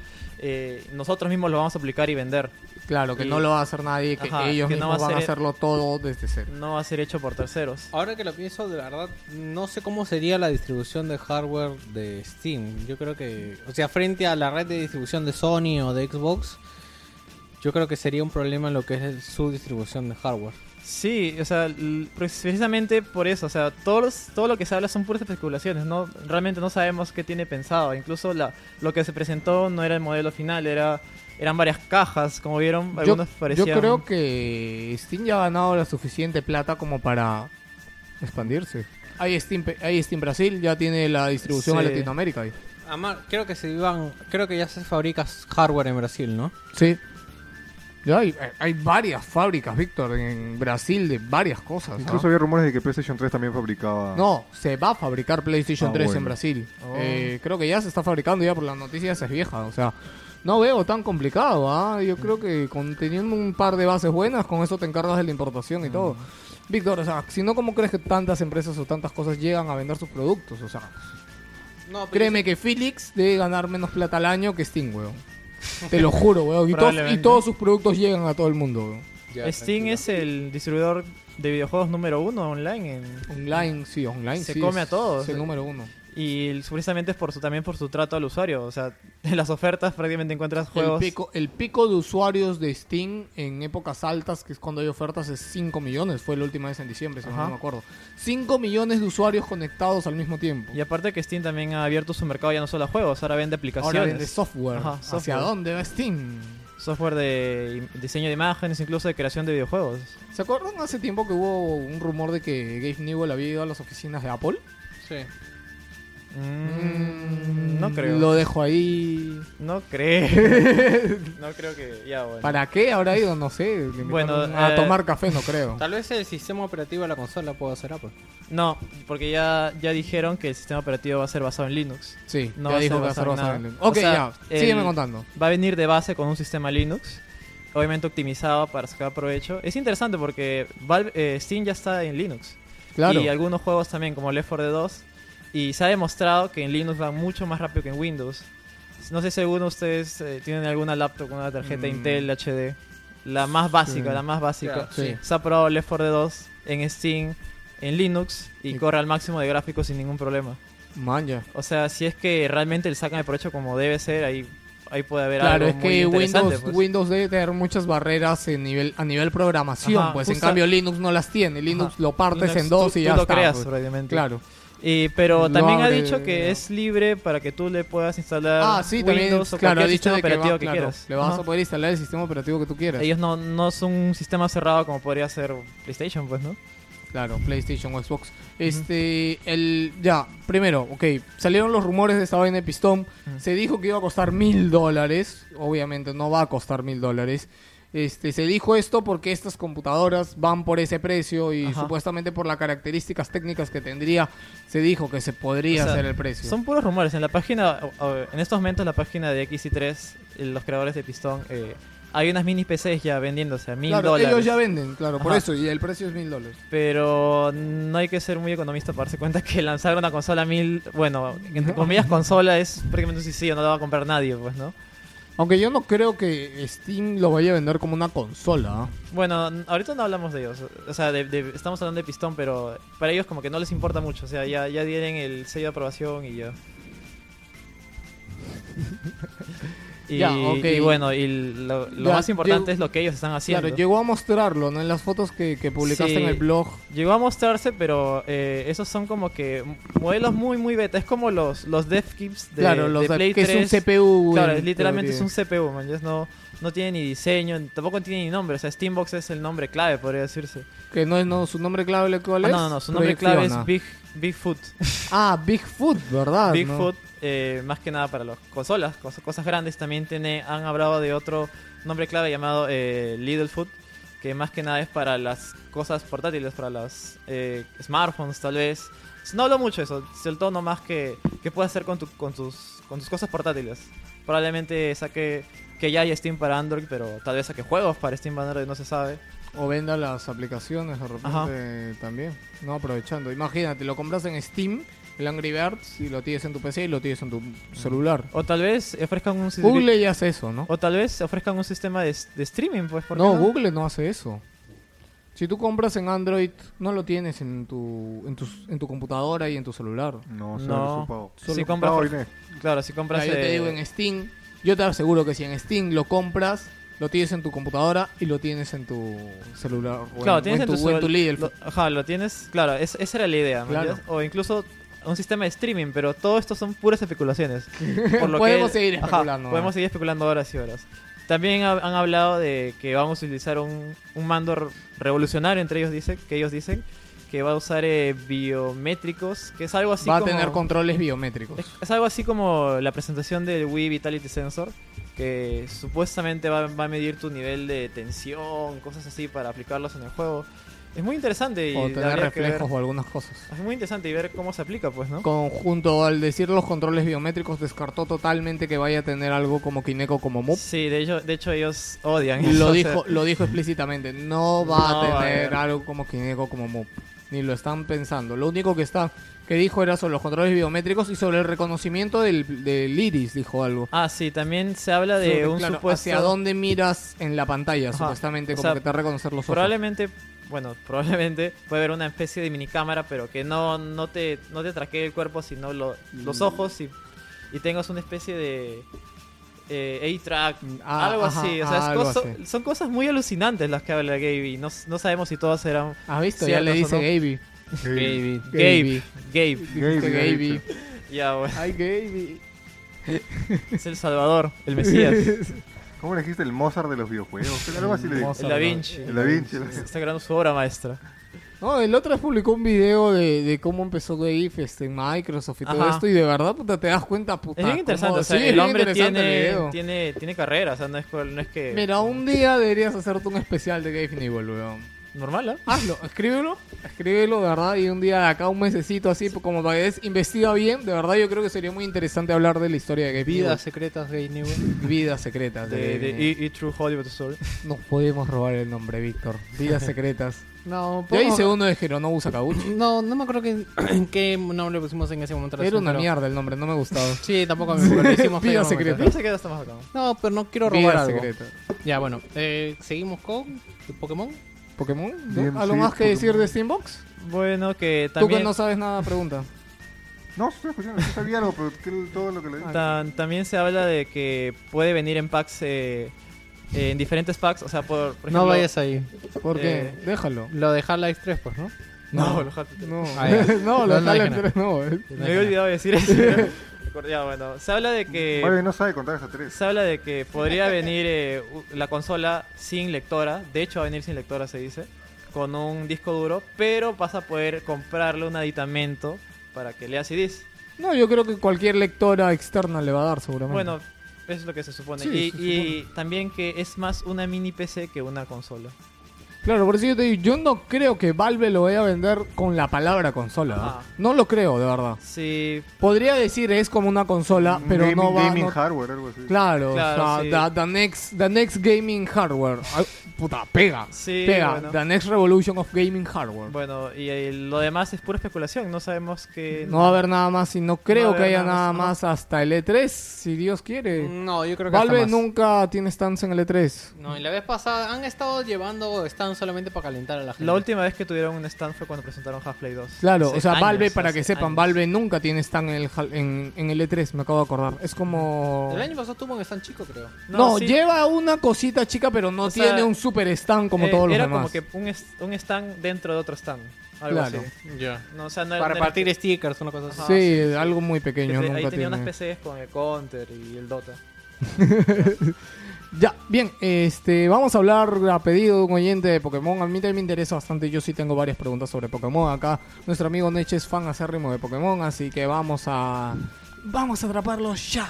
eh, nosotros mismos lo vamos a aplicar y vender. Claro, que y- no lo va a hacer nadie, que Ajá, ellos que no mismos va a van a ser- hacerlo todo desde cero. No va a ser hecho por terceros. Ahora que lo pienso, de verdad, no sé cómo sería la distribución de hardware de Steam. Yo creo que, o sea, frente a la red de distribución de Sony o de Xbox, yo creo que sería un problema lo que es el- su distribución de hardware. Sí, o sea, l- precisamente por eso, o sea, todos, los- todo lo que se habla son puras especulaciones, no realmente no sabemos qué tiene pensado, incluso la, lo que se presentó no era el modelo final, era eran varias cajas, como vieron, Yo, algunos yo parecían creo que Steam ya ha ganado la suficiente plata como para expandirse. Hay Steam, Pe- hay Steam Brasil, ya tiene la distribución a Sí. Latinoamérica. ahí. Además, creo que se iban, creo que ya se fabrica hardware en Brasil, ¿no? Sí. Ya hay, hay varias fábricas, Víctor, en Brasil de varias cosas. ¿ah? Incluso había rumores de que PlayStation 3 también fabricaba. No, se va a fabricar PlayStation Ah, 3 en bueno. Oh. Brasil. Eh, creo que ya se está fabricando, ya por las noticias es vieja. O sea, no veo tan complicado. ¿ah? Yo creo que con, teniendo un par de bases buenas, con eso te encargas de la importación y Mm. todo. Víctor, o sea, si no, ¿cómo crees que tantas empresas o tantas cosas llegan a vender sus productos? O sea, No, créeme que Felix debe ganar menos plata al año que Steam, weón. Te lo juro, weón. Y, todos, y Probablemente. todos sus productos llegan a todo el mundo, weón. Ya, Steam tranquilo. es el distribuidor de videojuegos número uno online en- Online, sí, online. Se sí, come es- a todos. eh. Es el número uno. y el- precisamente es por su, también por su trato al usuario. O sea, [laughs] en las ofertas prácticamente encuentras juegos. El pico, el pico de usuarios de Steam en épocas altas, que es cuando hay ofertas, es 5 millones. Fue la última vez en diciembre, si mal Ajá. no me acuerdo. 5 millones de usuarios conectados al mismo tiempo. Y aparte que Steam también ha abierto su mercado ya no solo a juegos, ahora vende aplicaciones. Ahora vende software. Ajá, ¿Hacia software. dónde va Steam? software de im- diseño de imágenes, incluso de creación de videojuegos. ¿Se acuerdan hace tiempo que hubo un rumor de que Gabe Newell había ido a las oficinas de Apple? Sí. Mm, no creo. Lo dejo [laughs] ahí. No creo. [laughs] no creo que. Ya, bueno. ¿Para qué habrá ido? No sé. le invitaron Bueno, a eh, tomar café, no creo. Tal vez el sistema operativo de la consola pueda ser Apple. No, porque ya, ya dijeron que el sistema operativo va a ser basado en Linux. Sí, no ya va a dijo ser que va a ser basado en basado en Linux. nada. Ok, O sea, ya. Sígueme el- contando. Va a venir de base con un sistema Linux, obviamente optimizado para sacar provecho. Es interesante porque Valve- eh, Steam ya está en Linux. Claro. Y algunos juegos también, como Left 4 Dead 2. Y se ha demostrado que en Linux va mucho más rápido que en Windows. No sé si alguno de ustedes eh, tienen alguna laptop con una tarjeta Mm. Intel HD. La más básica, Sí. la más básica. Claro, sí. Se ha probado Left 4 Dead 2 en Steam, en Linux y Y- corre al máximo de gráficos sin ningún problema. Man, ya. O sea, si es que realmente le sacan el provecho como debe ser, ahí, ahí puede haber Claro, algo es muy que interesante, Windows, pues. Windows debe tener muchas barreras en nivel, a nivel programación, Ajá, pues en justa- cambio Linux no las tiene, Linux Ajá. lo partes Linux, en dos tú- y tú ya lo está. creas pues. prácticamente. Claro. Y- pero No también ha abre- dicho que no. es libre para que tú le puedas instalar Ah, sí, también Windows o claro, ha cualquier dicho sistema de que, operativo va- que claro, quieras. le vas Ajá. a poder instalar el sistema operativo que tú quieras. Ellos no, no son un sistema cerrado como podría ser PlayStation, pues, ¿no? Claro, PlayStation o Xbox. Este, el ya, primero, ok, salieron los rumores de esta vaina de pistón. Ujú. Se dijo que iba a costar mil dólares. Obviamente no va a costar mil dólares. Este, se dijo esto porque estas computadoras van por ese precio y Ajá. supuestamente por las características técnicas que tendría, se dijo que se podría O sea, hacer el precio. Son puros rumores. En la página, o- o- en estos momentos, la página de XC3, eh, los creadores de Pistón, eh, hay unas mini PCs ya vendiéndose a mil Claro, dólares. ellos ya venden, claro, por Ajá. eso, y el precio es mil dólares. Pero no hay que ser muy economista para darse cuenta [laughs] que lanzar una consola a mil, bueno, entre comillas, consola es prácticamente un suicidio, no la va a comprar nadie, pues, ¿no? Aunque yo no creo que Steam lo vaya a vender como una consola. ¿ah? Bueno, n- ahorita no hablamos de ellos. O sea, de- de- estamos hablando de Pistón, pero para ellos como que no les importa mucho. O sea, ya, ya tienen el sello de [laughs] aprobación y ya. y, Ya, ok. y bueno, y lo, lo Ya, más importante llegó- es lo que ellos están haciendo. Claro, llegó a mostrarlo, ¿no? En las fotos que, que publicaste Sí. en el blog. Llegó a mostrarse, pero eh, esos son como que m- modelos muy, muy beta. Es como los, los dev kits de, claro, los de de- Play que es 3. un CPU. Claro, en es- literalmente es teoría. un CPU, man. ya No, no tiene ni diseño, tampoco tiene ni nombre. O sea, Steambox es el nombre clave, podría decirse. Que no es no, su nombre clave, ¿cuál Ah, es? no, no, no, su nombre clave es Proyecciona. Big, Bigfoot. Ah, Bigfoot, ¿verdad? Ah, ¿no? Bigfoot, eh, más que nada para las consolas, cos- cosas grandes. También tiene, han hablado de otro nombre clave llamado eh, Littlefoot, que más que nada es para las cosas portátiles, para las eh, smartphones tal vez. No hablo mucho de eso, es el tono más que, que puedes hacer con, tu- con, tus, con tus cosas portátiles. Probablemente saque que ya hay Steam para Android, pero tal vez saque juegos para Steam para Android, no se sabe. O venda las aplicaciones de repente también. No, aprovechando. Imagínate, lo compras en Steam, el Angry Birds, y lo tienes en tu PC y lo tienes en tu celular. O tal vez ofrezcan un sistema- Google ya hace eso, ¿no? O tal vez ofrezcan un sistema de, de streaming, pues. ¿por qué No, Google no hace eso. Si tú compras en Android, no lo tienes en tu, en tu, en tu computadora y en tu celular. No, solo No. ocupado. Si Solo compras ocupado, por- Inés. Claro, si compras. Ahora, yo te eh, digo en este, Steam, yo te aseguro que si en Steam lo compras, lo tienes en tu computadora y lo tienes en tu celular. o claro, en, tienes o en tu, o en tu cel- Lidl. pues. lo- Ajá, lo tienes. Claro, es- esa era la idea. ¿me Claro. entiendes? O incluso un sistema de streaming, pero todo esto son [laughs] puras especulaciones. Por lo Podemos que- seguir ajá, especulando, ¿no? podemos seguir especulando horas y horas. También ha- han hablado de que vamos a utilizar un, un mando re- revolucionario, entre ellos dicen, que ellos dicen, que va a usar eh, biométricos, que es algo así Va a como... tener controles biométricos. Es, es algo así como la presentación del Wii Vitality Sensor, que supuestamente va, va a medir tu nivel de tensión, cosas así para aplicarlos en el juego. Es muy interesante y o tener habría que ver- reflejos o algunas cosas. es muy interesante y ver cómo se aplica, pues, ¿no? Conjunto al decir los controles biométricos, descartó totalmente que vaya a tener algo como Kineko como Moop. Sí, de hecho, de hecho ellos odian. eso, Lo o sea, dijo, lo dijo explícitamente, no va No va a a tener haber. algo como Kineko como Moop. ni lo están pensando. Lo único que está que dijo era sobre los controles biométricos y sobre el reconocimiento del, del iris, dijo algo. Ah, sí, también se habla Ah, de Sobre, un claro, supuesto... hacia dónde miras en la pantalla, Ajá. supuestamente, O como sea, que te va a reconocer los ojos. Probablemente, bueno, probablemente puede haber una especie de minicámara, pero que no, no te, no te traquee el cuerpo, sino lo- los Mm. ojos y, y tengas una especie de eh, A-track, Ah, algo ajá, así. O sea, es algo coso- así. son cosas muy alucinantes las que habla Gaby. No, no sabemos si todas eran ¿Has visto? Ya le dice ¿Cierto o no? Gaby. Gaby. Gaby. Gabe. Gabe. Gaby, Dice le ha Gaby. dicho. Ya, bueno. [laughs] Ay, Gaby. Es el Salvador, el Mesías, [laughs] ¿Cómo le dijiste el Mozart de los videojuegos? Algo así le dijiste. el Da Vinci. El Da Vinci. Está creando su obra maestra. No, el otro publicó un video de, de cómo empezó Gabe este, en Microsoft y todo Ajá. esto, y de verdad, puta, te das cuenta, puta. Es bien interesante, cómo- o sea, sí, es el bien hombre interesante el tiene, video. tiene, tiene carrera, o sea, no es, no es que... Mira, un día deberías hacerte un especial de Gabe Nibble, weón. Normal, ¿eh? Hazlo, escríbelo, escríbelo, de verdad, y un día de acá, un mesecito así, pues, como para que des, investiga bien, de verdad yo creo que sería muy interesante hablar de la historia de Gabe Vidas secretas gay Newell. Newell. Vidas secretas. De, De, Gabe de, Newell. E- E True Hollywood Story. Nos podemos robar el nombre, Víctor. Vidas [laughs] secretas. No, Yo hice poco- uno de Geronobu Sakaguchi. no, no me acuerdo que, en qué nombre pusimos en ese momento. a la Era una pero- mierda el nombre, no me gustaba. Sí, tampoco me acuerdo. [laughs] lo hicimos feo, Vida no me acuerdo. secreta. No sé qué estamos acá. No, pero no quiero robar Vidas algo. secretas. Ya, bueno. eh, Seguimos con Pokémon. ¿Pokémon? Bien, ¿No? ¿Algo sí, más que Pokémon. decir de Steambox? Bueno, que Tú también, que no sabes nada, pregunta. No, estoy escuchando, yo sabía algo, pero que- todo lo que le dije. Ah, tan- también se habla de que puede venir en packs, eh, eh, en diferentes packs. O sea, por, por ejemplo... No vayas ahí. ¿Por qué? Eh, Déjalo. Lo de Half-Life 3, pues, ¿no? No, los hat- No, [laughs] Ah, ya. no, No, los no Half-Life dije nada. 3 no. eh. Me había olvidado de decir eso. pero- Recuerdo- [laughs] ya, bueno. Se habla de Vale, que... no sabe contar hasta tres. Se habla de que podría venir eh, u- la consola sin lectora. De hecho, va a venir sin lectora, se dice. Con un disco duro. Pero vas a poder comprarle un aditamento para que lea CDs. No, yo creo que cualquier lectora externa le va a dar seguramente. Bueno, eso es lo que se supone. Sí, se y, y también que es más una mini PC que una consola. Claro, por eso yo te digo, yo no creo que Valve lo vaya a vender con la palabra consola. ¿eh? Ah. No lo creo, de verdad. Sí, Podría decir es como una consola, Un pero gaming, no va... gaming no- hardware, algo así. Claro, Claro, o sea, sí. the, the next, the next gaming hardware. Ay, puta, pega. Sí, pega. bueno. The next revolution of gaming hardware. bueno, y, eh, lo demás es pura especulación. No sabemos qué. No va a haber nada más y no creo va a que haber haya nada nada más, Mm, más hasta el E3, si Dios quiere. No, yo creo que hasta Valve más. nunca tiene stands en el E E3. No, y la vez pasada han estado llevando stand solamente para calentar a la gente. La última vez que tuvieron un stand fue cuando presentaron Half-Life 2. Claro, Hace o sea, años, Valve, para hace que sepan, años. Valve nunca tiene stand en el, hal- en, en el E3, me acabo de acordar. Es como... El año pasado tuvo un stand chico, creo. No, sí, lleva una cosita chica, pero no O sea, tiene un super stand como eh, todos los Era demás. como que un, est- un stand dentro de otro stand. Algo Claro. así. Ya. No, o sea, no era- Para no era repartir que- stickers, una cosa así. Ajá, sí, ah, sí, sí. algo muy que pequeño, te- nunca ahí tenía tiene. unas PCs con el Counter y el Dota. Ya, bien, este, vamos a hablar a pedido de un oyente de Pokémon. A mí también me interesa bastante. Yo sí tengo varias preguntas sobre Pokémon. Acá nuestro amigo Neche es fan acérrimo de Pokémon, así que vamos a. Vamos a atraparlo ya.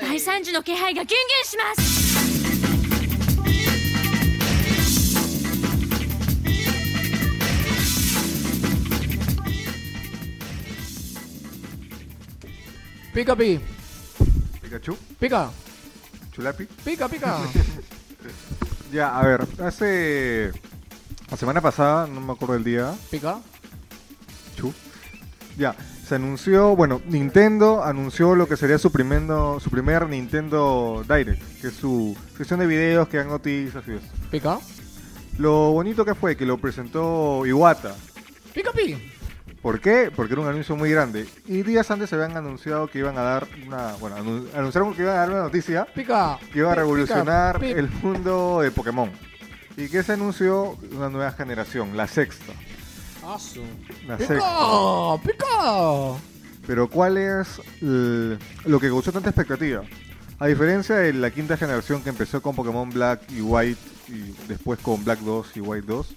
大惨事の気配がギュンギュンします Pica, pi. Pikachu, Pica, Chulapi. pica, [laughs] pica. Ya, a ver, hace. La semana pasada, no me acuerdo el día. Pica. Chu. Ya, se anunció, bueno, Nintendo anunció lo que sería su, primendo- su primer Nintendo Direct, que es su sección de videos que dan noticias y eso. Pica. Lo bonito que fue que lo presentó Iwata. Pica, pi. ¿Por qué? Porque era un anuncio muy grande. Y días antes se habían anunciado que iban a dar una, bueno, anun- anunciaron que iban a dar una noticia Pica. que iba a Pica, revolucionar pi. el mundo de Pokémon. Y que se anunció una nueva generación, la sexta. La sexta. Pica, pica. Pero ¿cuál es el- lo que causó tanta expectativa? A diferencia de la quinta generación que empezó con Pokémon Black y White y después con Black 2 y White 2,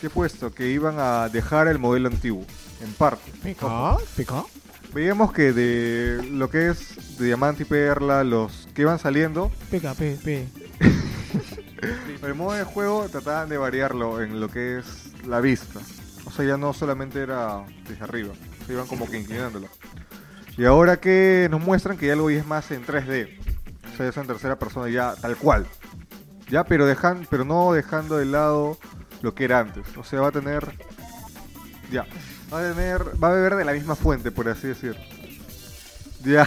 ¿qué fue esto? Que iban a dejar el modelo antiguo, en parte. Pica, pica. Veíamos que de lo que es de Diamante y Perla, los que iban saliendo, Pica, pi, pi. el modo de juego trataban de variarlo en lo que es la vista. O sea, ya no solamente era desde arriba, se iban como que inclinándolo. Y ahora que nos muestran que ya algo ya es más en 3D. O sea, ya sea en tercera persona ya tal cual. Ya, pero dejan, pero no dejando de lado lo que era antes. O sea, va a tener. Ya. Va a tener. Va a beber de la misma fuente, por así decir. Ya.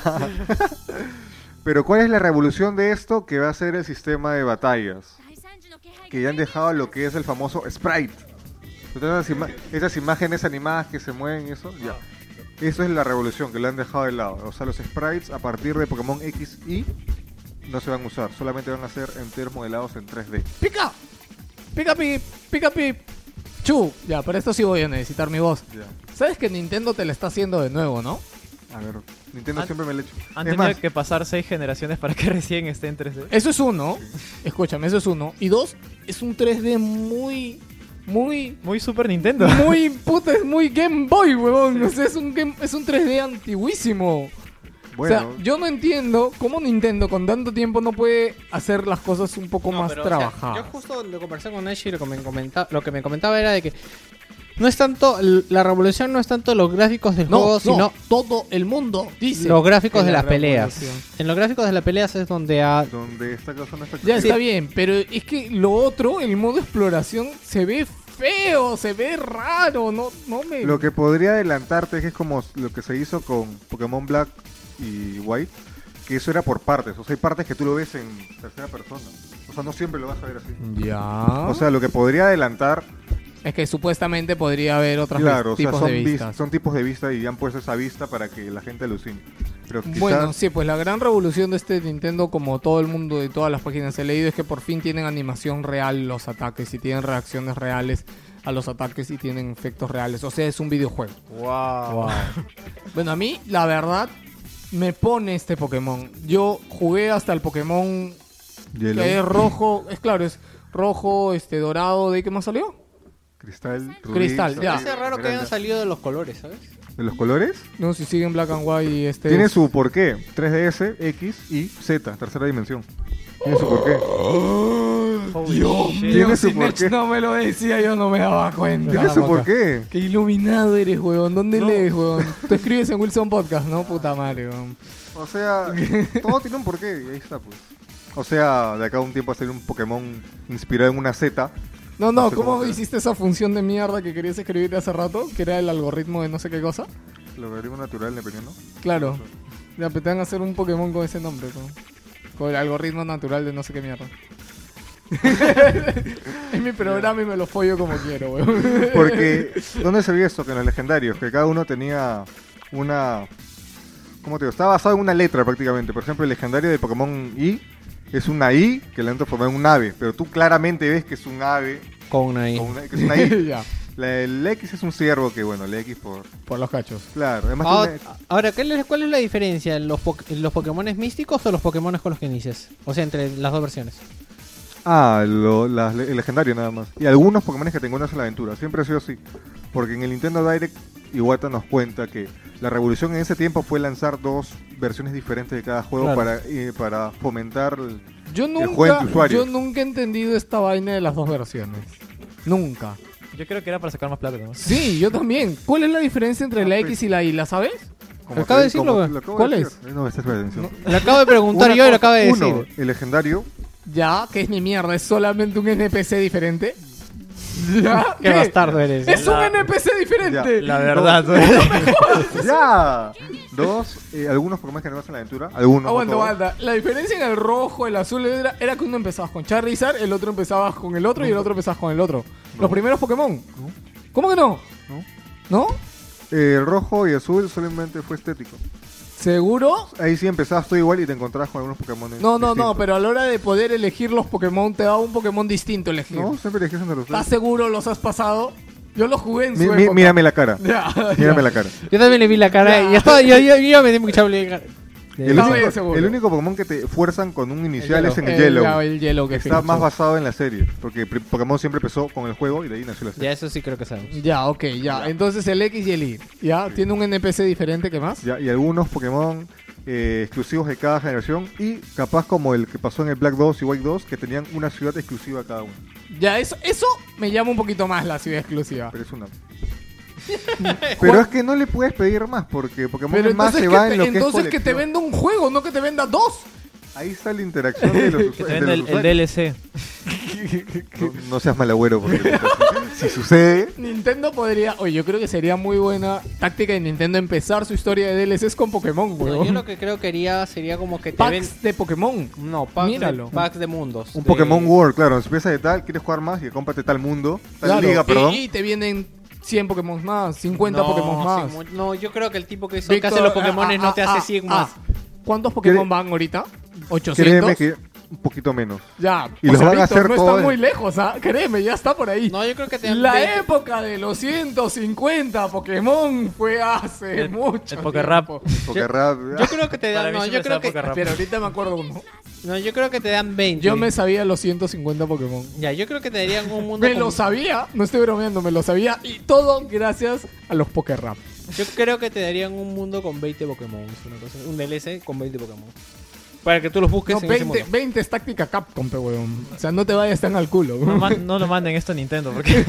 [laughs] pero ¿cuál es la revolución de esto? Que va a ser el sistema de batallas. 第三次の気配が Que ya han dejado lo que es el famoso sprite. Entonces, esas, ima- esas imágenes animadas que se mueven y eso, ya. Eso es la revolución, que lo han dejado de lado. O sea, los sprites a partir de Pokémon X y no se van a usar, solamente van a ser enteros modelados en 3D. ¡Pica! ¡Pica, pi! ¡Pica, pi! ¡Chu! Ya, pero esto sí voy a necesitar mi voz. Ya. ¿Sabes que Nintendo te la está haciendo de nuevo, no? A ver, Nintendo Han- siempre me lo echa. Han Es tenido más, que pasar seis generaciones para que [laughs] recién esté en 3D. Eso es uno. Escúchame, eso es uno. Y dos, es un 3D muy. Muy. Muy Super [laughs] Nintendo. Muy puta, es muy Game Boy, huevón. O sea, es un, game- es un 3D antiguísimo. bueno, o sea, yo no entiendo cómo Nintendo con tanto tiempo no puede hacer las cosas un poco No, más pero, o sea, trabajadas. yo justo lo conversé con Ash y lo que, me comenta, lo que me comentaba era de que no es tanto, la revolución no es tanto los gráficos del no, juego, no, sino todo el mundo dice. los gráficos que de la las peleas. revolución. En los gráficos de las peleas es donde ha... donde esta cosa no está Ya activa. está bien, pero es que lo otro, el modo exploración, se ve feo, se ve raro, no, no me. Lo que podría adelantarte es que es como lo que se hizo con Pokémon Black y White, que eso era por partes. O sea, hay partes que tú lo ves en tercera persona. O sea, no siempre lo vas a ver así. Ya. O sea, lo que podría adelantar, es que supuestamente podría haber otros claro, o sea, tipos son, de vis- vistas. son tipos de vista y han puesto esa vista para que la gente alucine. Pero quizás, Bueno, sí, pues la gran revolución de este Nintendo, como todo el mundo de todas las páginas he leído, es que por fin tienen animación real los ataques y tienen reacciones reales a los ataques y tienen efectos reales. O sea, es un videojuego. Wow. bueno, a mí, la verdad, me pone este Pokémon. Yo jugué hasta el Pokémon hielo, que es rojo, es claro, es rojo, este dorado, ¿de ahí qué más salió? cristal, rubí, Cristal, ya. zafiro, Es raro que hayan esmeralda. salido de los colores, ¿sabes? ¿De los colores? No, si siguen Black and White y este... Tiene es- su porqué. 3DS, X y Z, tercera dimensión. Tiene su porqué. Holy shit. Tiene Dios, su si Nech porqué. no me lo decía, yo no me daba cuenta. Tiene su porqué. Qué iluminado eres, huevón. ¿Dónde lees, huevón? Tú escribes en Wilson Podcast, ¿no? Puta madre, huevón. O sea, todo tiene un porqué y ahí está, pues. O sea, de acá a un tiempo va a salir un Pokémon inspirado en una Z. No, no, No sé ¿cómo cómo será. hiciste esa función de mierda que querías escribir hace rato? Que era el algoritmo de no sé qué cosa. Logaritmo natural, dependiendo. Claro. Ya, pero te van a hacer un Pokémon con ese nombre, con, con el algoritmo natural de no sé qué mierda. [laughs] es mi programa y me lo follo como quiero, huevón. Porque, ¿dónde se vio esto? Que en los legendarios, que cada uno tenía una... ¿Cómo te digo? Estaba basado en una letra prácticamente. Por ejemplo, el legendario de Pokémon Y es una I que le han transformado en un ave. Pero tú claramente ves que es un ave, Con ahí. o una- que es una I. [laughs] ya, La, el X es un ciervo que, bueno, el X por... por los cachos. Claro, además... Ahora, tiene- Ah, ahora, ¿cuál es, cuál es la diferencia? ¿Los, po- ¿Los Pokémon místicos o los Pokémon con los que inicias? O sea, entre las dos versiones. Ah, lo- las le- el legendario nada más. Y algunos Pokémon que te encuentras en la aventura. Siempre ha sido así. Porque en el Nintendo Direct Iwata nos cuenta que la revolución en ese tiempo fue lanzar dos versiones diferentes de cada juego Claro. para, eh, para fomentar... el- Yo juego entre nunca, yo usuarios. nunca he entendido esta vaina de las dos versiones. Nunca. Yo creo que era para sacar más plata, ¿no? Sí, yo también. ¿Cuál es la diferencia entre la X y la Y? ¿La sabes? como Acaba de te- decirlo, como- güey. lo acabo ¿Cuál de decir. Eh, No, me estás prestando atención. Lo acabo [laughs] de preguntar Una yo y lo cosa- acabo de decir. uno, el legendario. Ya, que es mi mierda. Es solamente un NPC diferente. Ya. [laughs] Qué [laughs] bastardo eres. Es un La- NPC diferente. La verdad, güey. ¡Ya! Dos, eh, algunos Pokémon que encuentras en la aventura. Algunos. Aguanta, no todos. aguanta. La diferencia en el rojo, el azul, era, era que uno empezabas con Charizard, el otro empezabas con el otro y el otro empezabas con el otro. Los primeros Pokémon. No. ¿Cómo que no? No. ¿No? Eh, el rojo y azul solamente fue estético. ¿Seguro? Ahí sí empezabas tú igual y te encontrabas con algunos Pokémon. No, no, no, distintos. pero a la hora de poder elegir los Pokémon, te da un Pokémon distinto elegir. No, siempre elegías entre los ¿Estás tres. seguro? ¿Los has pasado? Yo los jugué en su Mi- mi- época. [laughs] mírame la cara. Ya, Mírame la cara. Yo también le vi la cara Ya. y estaba, yo, yo, yo me di mucha bla- El Estaba bien único, seguro. el único Pokémon que te fuerzan con un inicial El es en el Yellow. El, hielo que que está pincho. más basado en la serie. Porque pri- Pokémon siempre empezó con el juego y de ahí nació la serie. Ya, eso sí creo que sabemos. Ya, ok, ya. Entonces el X y el Y. Ya, tiene un NPC diferente que más. Ya, y algunos Pokémon eh, exclusivos de cada generación. Y capaz como el que pasó en el Black 2 y White 2, que tenían una ciudad exclusiva cada uno. Ya, eso, eso me llama un poquito más la ciudad exclusiva. Pero [laughs] es una. Pero es que no le puedes pedir más porque Pokémon Pero más entonces, que se va te, en lo que es entonces que te colección. venda un juego, no que te venda dos. Ahí está la interacción de [laughs] los, Que usu- te de venda los el, el usuarios. DLC. No, no seas malagüero, porque [laughs] si sucede, Nintendo podría. Oye, yo creo que sería muy buena táctica de Nintendo empezar su historia de DLCs con Pokémon, No, yo weón. lo que creo que haría sería como que te ven... Packs de Pokémon. No, packs, Míralo. De, packs de mundos. un de- Pokémon World, claro, empieza de tal, quieres jugar más y cómprate tal mundo, tal Claro, liga, y- perdón. Y, te vienen 100 Pokémon más, 50 No, Pokémon más. Sigmund, no, yo creo que el tipo que hizo Víctor, que hace los ah, ah, Pokémones no te hace ah, 100 ah. más. ¿Cuántos Pokémon Cre- van ahorita? Créeme ¿800? que un poquito menos. Ya, Y o los sea, van a Víctor, hacer no todos. está muy lejos, ¿ah? Créeme, ya está por ahí. No, yo creo que te La te- época de los 150 Pokémon fue hace El- mucho. el Pokérrap. tiempo. Porque rap, Yo creo que te Para dan, mí no, yo siempre creo estaba que, poca rap. Pero ahorita me acuerdo uno. no, yo creo que te dan 20. Yo me sabía los 150 Pokémon. Ya, yo creo que te darían un [laughs] mundo Me lo con- sabía, no estoy bromeando, me lo sabía. Y todo gracias a los Pokérap. Yo creo que te darían un mundo con 20 Pokémon, es una cosa- un DLC con 20 Pokémon. Para que tú los busques No, en ese 20, mundo. 20 es táctica Capcom, pe weón. O sea, no te vayas tan al culo. No, [laughs] man- no lo manden esto a Nintendo porque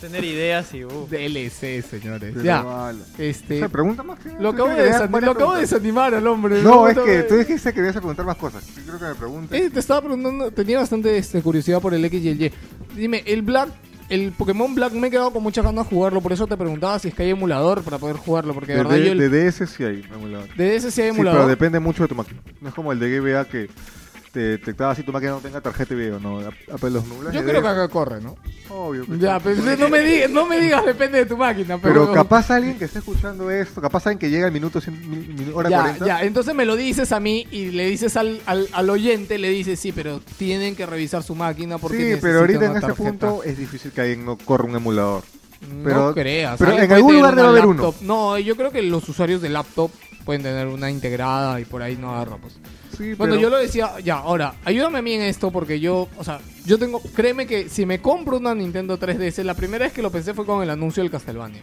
tener ideas y uh. DLC, señores. Pero Ya. vale. O Este, sea, pregunta más que- lo acabo, de creo que desanimar, varias lo acabo de preguntas. desanimar al hombre. No, es Puta que madre. tú dijiste que ibas a preguntar más cosas. Yo creo que me preguntes. Eh, te estaba preguntando, tenía bastante este, curiosidad por el X y el Y. Dime, el Black, el Pokémon Black me he quedado con muchas ganas de jugarlo, por eso te preguntaba si es que hay emulador para poder jugarlo, porque de de, verdad de- yo el, de DS sí hay emulador. de ese sí hay Sí, pero emulador. depende mucho de tu máquina. No es como el de GBA que te detectaba si tu máquina no tenga tarjeta de video. No, Apple los nublas. yo de creo que DS, acá corre, ¿no? obvio, pues. Ya, pero no [laughs] me digas, no me digas, depende de tu máquina, pero, Pero capaz alguien que esté escuchando esto, capaz alguien que llega al minuto 100, mil- mil- hora Ya, 40. ya, entonces me lo dices a mí y le dices al, al, al oyente, le dices, sí, pero tienen que revisar su máquina porque sí, necesitan pero ahorita en una ese tarjeta". punto es difícil que alguien no corra un emulador. no pero- creas. pero alguien en puede algún tener lugar una debe haber uno. laptop. No, yo creo que los usuarios de laptop pueden tener una integrada y por ahí no agarra, pues. Sí, Bueno, pero- yo lo decía, ya, ahora, ayúdame a mí en esto porque yo, o sea, yo tengo, créeme que si me compro una Nintendo 3DS, la primera vez que lo pensé fue con el anuncio del Castlevania.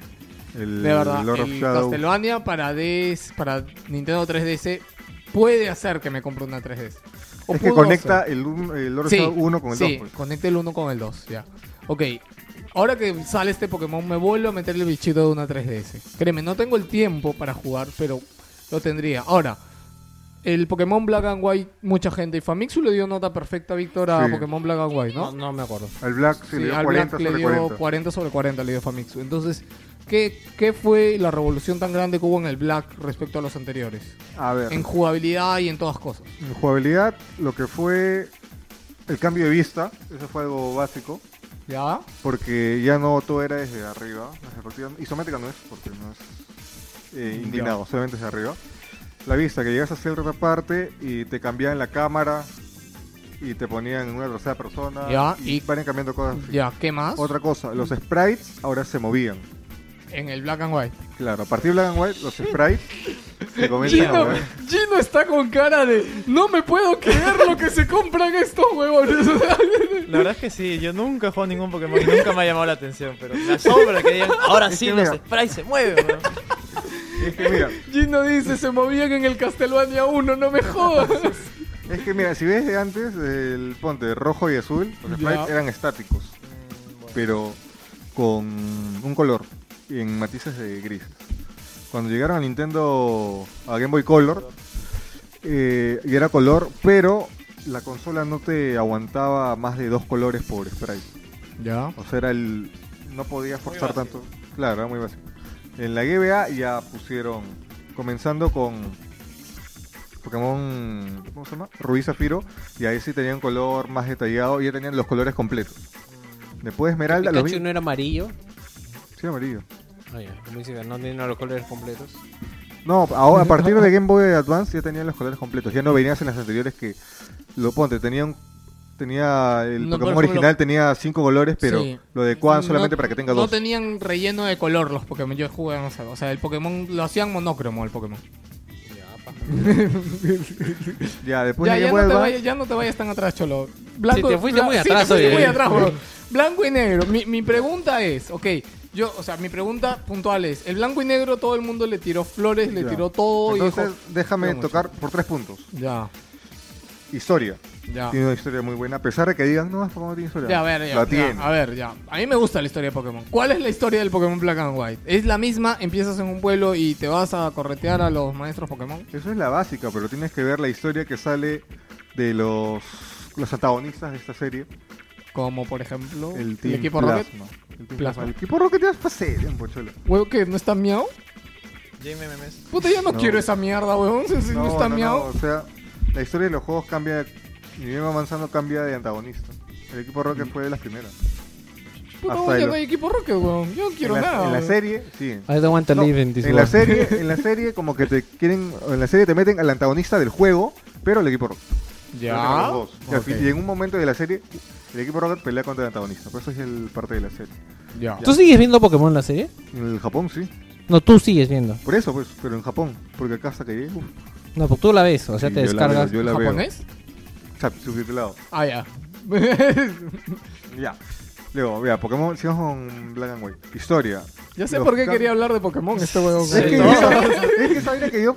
el, De verdad, Lord of el Shadow. Castlevania para, DS, para Nintendo 3DS puede hacer que me compre una 3DS. O Es que pudo conecta hacer. el, un- el Lord of Sí, Shadow 1 con el sí, 2. pues. conecta el 1 con el 2, ya. Ok, ahora que sale este Pokémon me vuelvo a meter el bichito de una 3DS. Créeme, no tengo el tiempo para jugar, pero lo tendría. Ahora, el Pokémon Black and White, mucha gente, y Famitsu le dio nota perfecta, Víctor, a Sí. Pokémon Black and White, No, ¿no? no me acuerdo. Al Black se Sí, le dio al 40 Black le sobre dio 40. 40 sobre 40 le dio Famitsu. Entonces, ¿qué, ¿qué fue la revolución tan grande que hubo en el Black respecto a los anteriores? A ver, En en... jugabilidad y en todas cosas. jugabilidad, lo que fue el cambio de vista, eso fue algo básico, ¿Ya? porque ya no todo era desde arriba, la perspectiva isométrica no es, porque no es eh, inclinado, solamente desde arriba. La vista, que llegas a cierta parte y te cambiaban la cámara y te ponían en una tercera persona Ya, y- y, van cambiando cosas así. ¿Ya? ¿Qué más? Otra cosa, los sprites ahora se movían. En el Black and White. Claro, a partir de Black and White, [laughs] los sprites se comienzan a Gino, mover. Gino está con cara de no me puedo creer lo que se compran estos huevones. [laughs] O sea, La verdad es que sí, yo nunca he jugado ningún Pokémon y nunca me ha llamado la atención, pero me asombra que digan, ahora Es sí que los mira. sprites se mueven. weón". Es que mira, Gino dice, se movían en el Castlevania 1, no me jodas. [laughs] Es que mira, si ves de antes, el ponte rojo y azul, los Ya. sprites eran estáticos, pero con un color y en matices de grises. Cuando llegaron a Nintendo, a Game Boy Color, eh, y era color, pero la consola no te aguantaba más de dos colores por sprite. Ya. O sea, era el, no podías forzar tanto. Claro, era muy básico. En la GBA ya pusieron, comenzando con Pokémon, ¿cómo se llama? Rubí Zafiro, y ahí sí tenían color más detallado y ya tenían los colores completos. Después Esmeralda, los vi. Pikachu no era amarillo. Sí, amarillo. Ah, ya, como dice, no tiene los colores completos. No, ahora, a partir [laughs] de Game Boy Advance ya tenían los colores completos. Ya no venías en las anteriores que lo ponte, tenían tenía el No, por Pokémon ejemplo, original tenía cinco colores, pero Sí. lo adecuaban solamente para que tenga no dos. No tenían relleno de color los Pokémon. Yo jugué, no sé, o sea, el Pokémon lo hacían monócromo el Pokémon. Ya, después Ya, de ya, Game no te Boy Advance- vayas, ya no te vayas tan atrás, Cholo. Blanco, Sí, te fuiste bla- muy sí, atrás, eh. te fuiste oye. muy [laughs] atrás, weón. Blanco y negro. Mi, mi pregunta es, ok, yo, o sea, mi pregunta puntual es, el blanco y negro todo el mundo le tiró flores, le Ya. tiró todo Entonces, y dijo, déjame Digamos. tocar por tres puntos. Ya. Historia. Ya. Tiene una historia muy buena. A pesar de que digan, no, esto no tiene historia. Ya, a ver, ya, La ya, tiene. a ver, ya. A mí me gusta la historia de Pokémon. ¿Cuál es la historia del Pokémon Black and White? ¿Es la misma? ¿Empiezas en un pueblo y te vas a corretear a los maestros Pokémon? Eso es la básica, pero tienes que ver la historia que sale de los, los antagonistas de esta serie. Como, por ejemplo, El, el, Team equipo Rocket. Plasma. El, Team Plasma. Plasma. El equipo Rocket ya fue hace tiempo, cholo. Huevo, que ¿No está miau? Jamie Memes. Puta, yo no, No. quiero esa mierda, huevón. Si si no, está miau. o sea, la historia de los juegos cambia, y bien avanzando cambia de antagonista. El equipo Mm. Rocket fue de las primeras. Puta, hasta huevón, ya el- no hay equipo Rocket, huevón. Yo no quiero en la, nada. en la huevón. serie, sí. I don't want to No, live in this en la world. serie, en la serie como que te quieren, en la serie te meten al antagonista del juego, pero el equipo Rocket. Ya. Los dos. Y al fin- Ok, Y en un momento de la serie, el equipo Rocket pelea contra el antagonista. Por eso es el parte de la serie. ya. ¿Tú sigues viendo Pokémon la serie? En el Japón, sí. No, tú sigues viendo. Por eso, pues, pero en Japón. Porque acá hasta que llegue, uf, No, porque tú la ves, o sea, Sí, te yo la veo, descargas. yo la veo. ¿Japonés? chap, subtitulado. Ah, ya. [laughs] Ya. Luego, mira, Pokémon, sigamos con Black and White. Historia. ya sé Los por qué cam- quería hablar de Pokémon este huevón. Es que, ¿no? esa, es que esa vaina que yo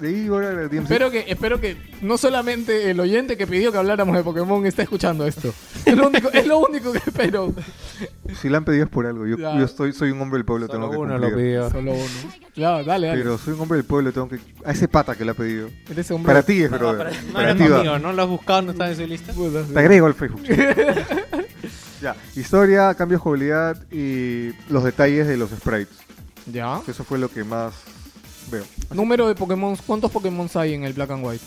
leí ahora en el DMC. Espero que, espero que no solamente el oyente que pidió que habláramos de Pokémon está escuchando esto. Es lo único, es lo único que espero. Si la han pedido es por algo. Yo, Ya. yo estoy, soy un hombre del pueblo, tengo que cumplir. Solo uno. Ya, dale, dale. Pero soy un hombre del pueblo, tengo que... A ese pata que lo ha pedido. Eres hombre. Para ti es, brother. para- para, no No eres ti va. conmigo, no lo has buscado, no está en su lista. Puta, sí. Te agrego al Facebook. ya. Historia, cambio de jugabilidad y los detalles de los sprites. Ya. Eso fue lo que más veo. Número de Pokémon. ¿Cuántos Pokémon hay en el Black and White?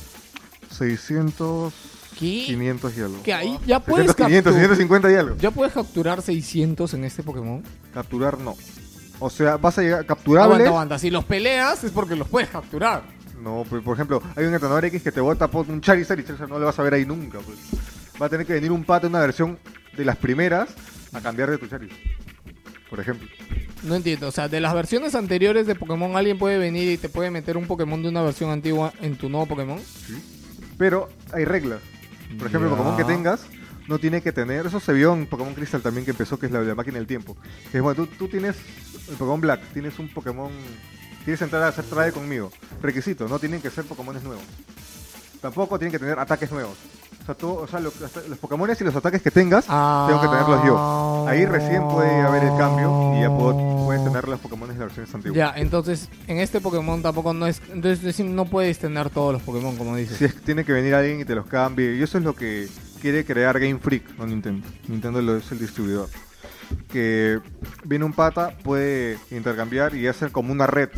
600, ¿Qué? 500 y algo. Que ahí ya puedes 600, 500, capturar. 550 y algo. Ya puedes capturar 600 en este Pokémon. Capturar no. O sea, vas a llegar Aguanta, capturable. aguanta. Si los peleas es porque los puedes capturar. No, pues, por ejemplo, hay un entrenador X que te bota por un Charizard y Charizard no lo vas a ver ahí nunca. Pues. Va a tener que venir un pato, una versión de las primeras, a cambiar de tu Charizard. Por ejemplo. No entiendo. O sea, de las versiones anteriores de Pokémon, alguien puede venir y te puede meter un Pokémon de una versión antigua en tu nuevo Pokémon. Pero hay reglas. Por ejemplo, el Ya. Pokémon que tengas no tiene que tener. Eso se vio en Pokémon Crystal también, que empezó, que es la, de la máquina del tiempo. Que es bueno, tú, tú tienes el Pokémon Black, tienes un Pokémon. Quieres entrar a hacer trade conmigo. Requisito, no tienen que ser Pokémones nuevos. Tampoco tienen que tener ataques nuevos. O sea, tú- o sea, lo- hasta los Pokémones y los ataques que tengas, tengo que tenerlos yo. Ahí recién puede haber el cambio y ya puedo, puedes tener los Pokémones de las versiones antiguas. Ya, entonces en este Pokémon tampoco no es. Entonces es decir, no puedes tener todos los Pokémon, como dices. Si es que tiene que venir alguien y te los cambie. Y eso es lo que quiere crear Game Freak, no Nintendo. Nintendo lo es el distribuidor. Que viene un pata, puede intercambiar y hacer como una red.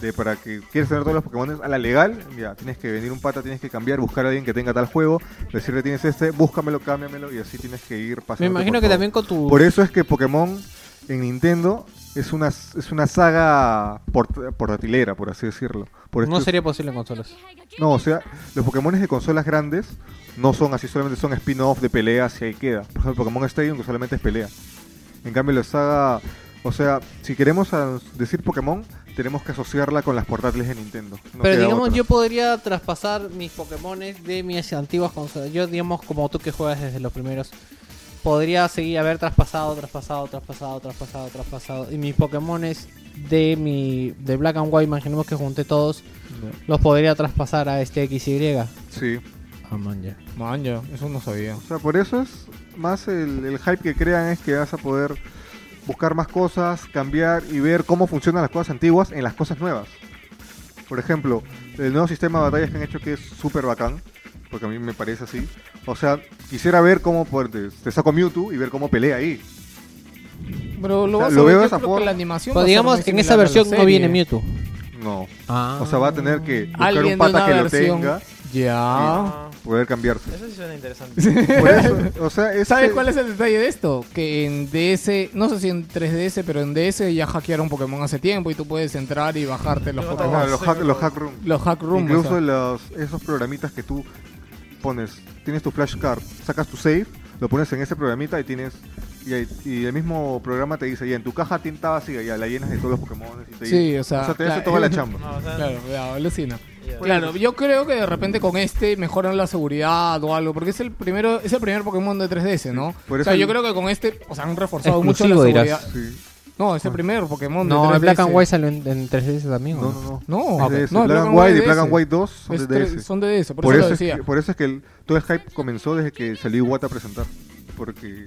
De para que quieres tener todos los Pokémon a la legal, ya tienes que venir un pata, tienes que cambiar, buscar a alguien que tenga tal juego, decirle tienes este, búscamelo, cámbiamelo y así tienes que ir pasando. Me imagino que también con tu. Por eso es que Pokémon en Nintendo es una, es una saga port- portatilera, por así decirlo. Por este No esto- sería posible en consolas. no, o sea, los Pokémon de consolas grandes no son así, solamente son spin-off de peleas y ahí queda. Por ejemplo, Pokémon Stadium que solamente es pelea. En cambio, la saga. O sea, si queremos a- decir Pokémon, tenemos que asociarla con las portátiles de Nintendo. Pero No queda digamos, otra. yo podría traspasar mis Pokémones de mis antiguas consolas. Yo, digamos, como tú que juegas desde los primeros, podría seguir haber traspasado, traspasado, traspasado, traspasado, traspasado. Y mis Pokémones de mi de Black and White, imaginemos que junté todos, los podría traspasar a este XY. Sí. Ah, man, ya. Man, ya, eso no sabía. O sea, por eso es más el, el hype que crean es que vas a poder buscar más cosas, cambiar y ver cómo funcionan las cosas antiguas en las cosas nuevas. Por ejemplo, el nuevo sistema de batallas que han hecho que es súper bacán, porque a mí me parece así. O sea, quisiera ver cómo por- te, te saco Mewtw y ver cómo pelea ahí. Pero lo, O sea, vas a lo ver, veo yo de esa creo forma. que la animación. Pero va a ser muy Pues digamos, en similar esa a la versión no serie. viene Mewtwo. No. Ah. O sea, va a tener que buscar Alguien un de una pata que versión. lo tenga Ya. Ah, y [laughs] poder cambiarse. eso sí suena interesante. Por eso, o sea, es ¿Sabes cuál es el detalle de esto? Que en DS, no sé si en 3DS, pero en DS ya hackearon Pokémon hace tiempo y tú puedes entrar y bajarte los Yo Pokémon. tampoco. los hack, los hack rooms. Los hack rooms. Incluso los, esos programitas que tú pones, tienes tu flashcard, sacas tu save, lo pones en ese programita y tienes. Y, ahí- y el mismo programa te dice, ya en tu caja tinta vacía, ya la llenas de todos los Pokémon. Y te Sí, o sea, te hace la- toda la chamba. No, o sea, Claro, ya, alucina. ya. Claro, yo creo que de repente con este mejoran la seguridad o algo, porque es el primero, es el primer Pokémon de 3DS, ¿no? por o sea, eso- yo creo que con este, o sea, han reforzado mucho la Exclusivo, seguridad. dirás. Ah. Sí. No, ese primer Pokémon. de No, el 3DS. Black and Ah, White salió en, en 3DS también. ¿o No, no? no, no. No, Es Ah, ok. DS. no, el Black and White y DS. Black and White 2 son Es de tres- DS. son de DS, por, Por eso, eso, lo es decía. que, por eso es que el- todo el hype comenzó desde que salió Iwata a presentar. Porque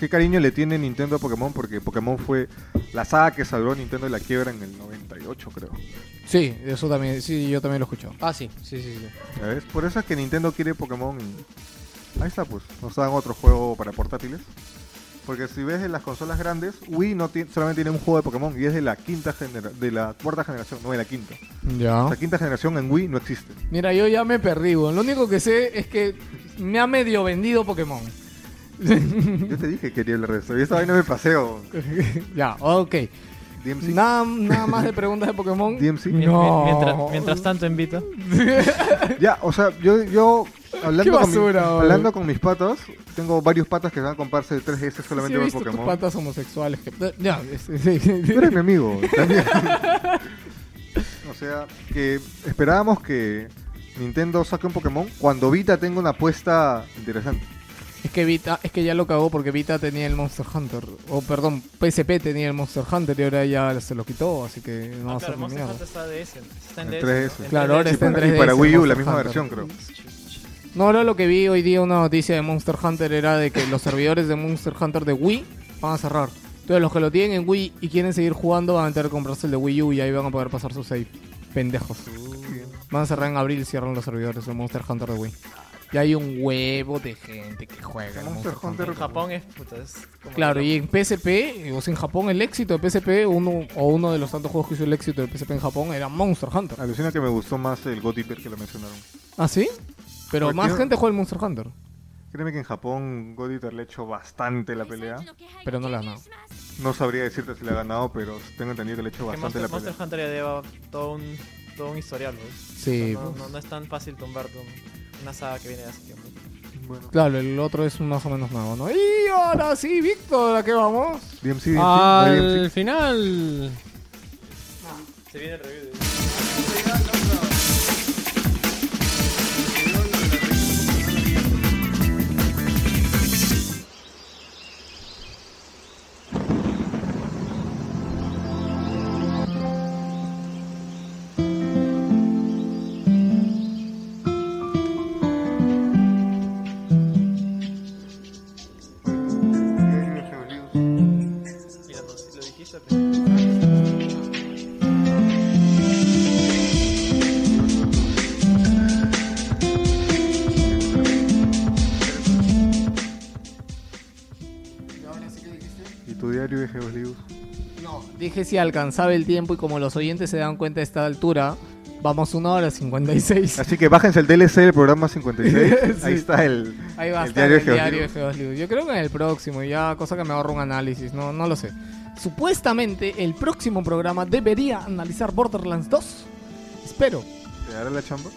qué cariño le tiene Nintendo a Pokémon, porque Pokémon fue la saga que salvó a Nintendo de la quiebra en el 98, creo. Sí, eso también, sí, yo también lo he escuchado. Ah, sí, sí, sí. sí. Ya ves, Por eso es que Nintendo quiere Pokémon. y- Ahí está, pues. Nos dan otro juego para portátiles. Porque si ves en las consolas grandes, Wii no ti- solamente tiene un juego de Pokémon y es de la quinta genera- de la cuarta generación, no de la quinta. Ya. La quinta generación en Wii [laughs] no existe. Mira, yo ya me perdí, weón. Lo único que sé es que me ha medio vendido Pokémon. [laughs] Yo te dije que quería hablar de esto. Y esta vaina me paseo. ya, ok. DMC. Nada, nada más de preguntas de Pokémon. [laughs] DMC. Mi- mi- No. Mientras, mientras tanto, en Vita. Ya, o sea, yo, yo Qué hablando, con mi- basura, boludo. hablando con mis patas, tengo varios patas que van a comprarse de 3DS Sí, solamente he por visto tus Pokémon. patas homosexuales. Que... Ya, [laughs] sí, sí, sí. Tú eres mi amigo también. o sea, que esperábamos que Nintendo saque un Pokémon cuando Vita tenga una apuesta interesante. Es que Vita, es que ya lo cagó porque Vita tenía el Monster Hunter. O perdón, PSP tenía el Monster Hunter y ahora ya se lo quitó, así que Ah, no va a ser ni mierda. está Está en En DS, ¿no? 3DS. Claro, ahora Y está en para, y 3DS para Wii U, la Monster misma Hunter. versión, creo. No, ahora lo que vi hoy día una noticia de Monster Hunter era de que los servidores de Monster Hunter de Wii van a cerrar. Entonces los que lo tienen en Wii y quieren seguir jugando van a tener que comprarse el de Wii U y ahí van a poder pasar su save. Pendejos. Van a cerrar en abril, cierran los servidores de Monster Hunter de Wii. Y hay un huevo de gente que juega. el Monster Hunter En Japón es puta. es como- Claro, y en PSP, o sea, en Japón el éxito de PSP, uno, o uno de los tantos juegos que hizo el éxito de PSP en Japón era Monster Hunter. Alucina que me gustó más el God Eater que lo mencionaron. ¿Ah, sí? Pero Porque- más gente juega el Monster Hunter. Créeme que en Japón God Eater le ha hecho bastante la pelea. pero no la has ganado. No sabría decirte si le ha ganado, pero tengo entendido que le ha hecho Que bastante Monster, la Monster pelea. Hunter ya lleva todo un, todo un historial. ¿no? Sí, No, pues. no- no es tan fácil tumbar un- una saga que viene de hace tiempo. Bueno, Claro, el otro es más o menos nuevo, ¿no? Y ahora sí, Víctor, ¿a qué vamos? DMC, DMC, Ah, no hay DMC. Al final. Se viene el review de Mira, no, lo dijiste al principio. ¿Y tu diario de Geolius? No, dije si alcanzaba el tiempo y como los oyentes se dan cuenta a esta altura, vamos una hora 56. Así que bájense el DLC [laughs] del programa 56. Sí. Ahí está el, Ahí va a el estar el diario de diario de Geolius. Feos Liu. Yo creo que en el próximo, ya cosa que me ahorro un análisis, no, no lo sé. Supuestamente el próximo programa debería analizar Borderlands 2. Espero. ¿Te dará la chamba?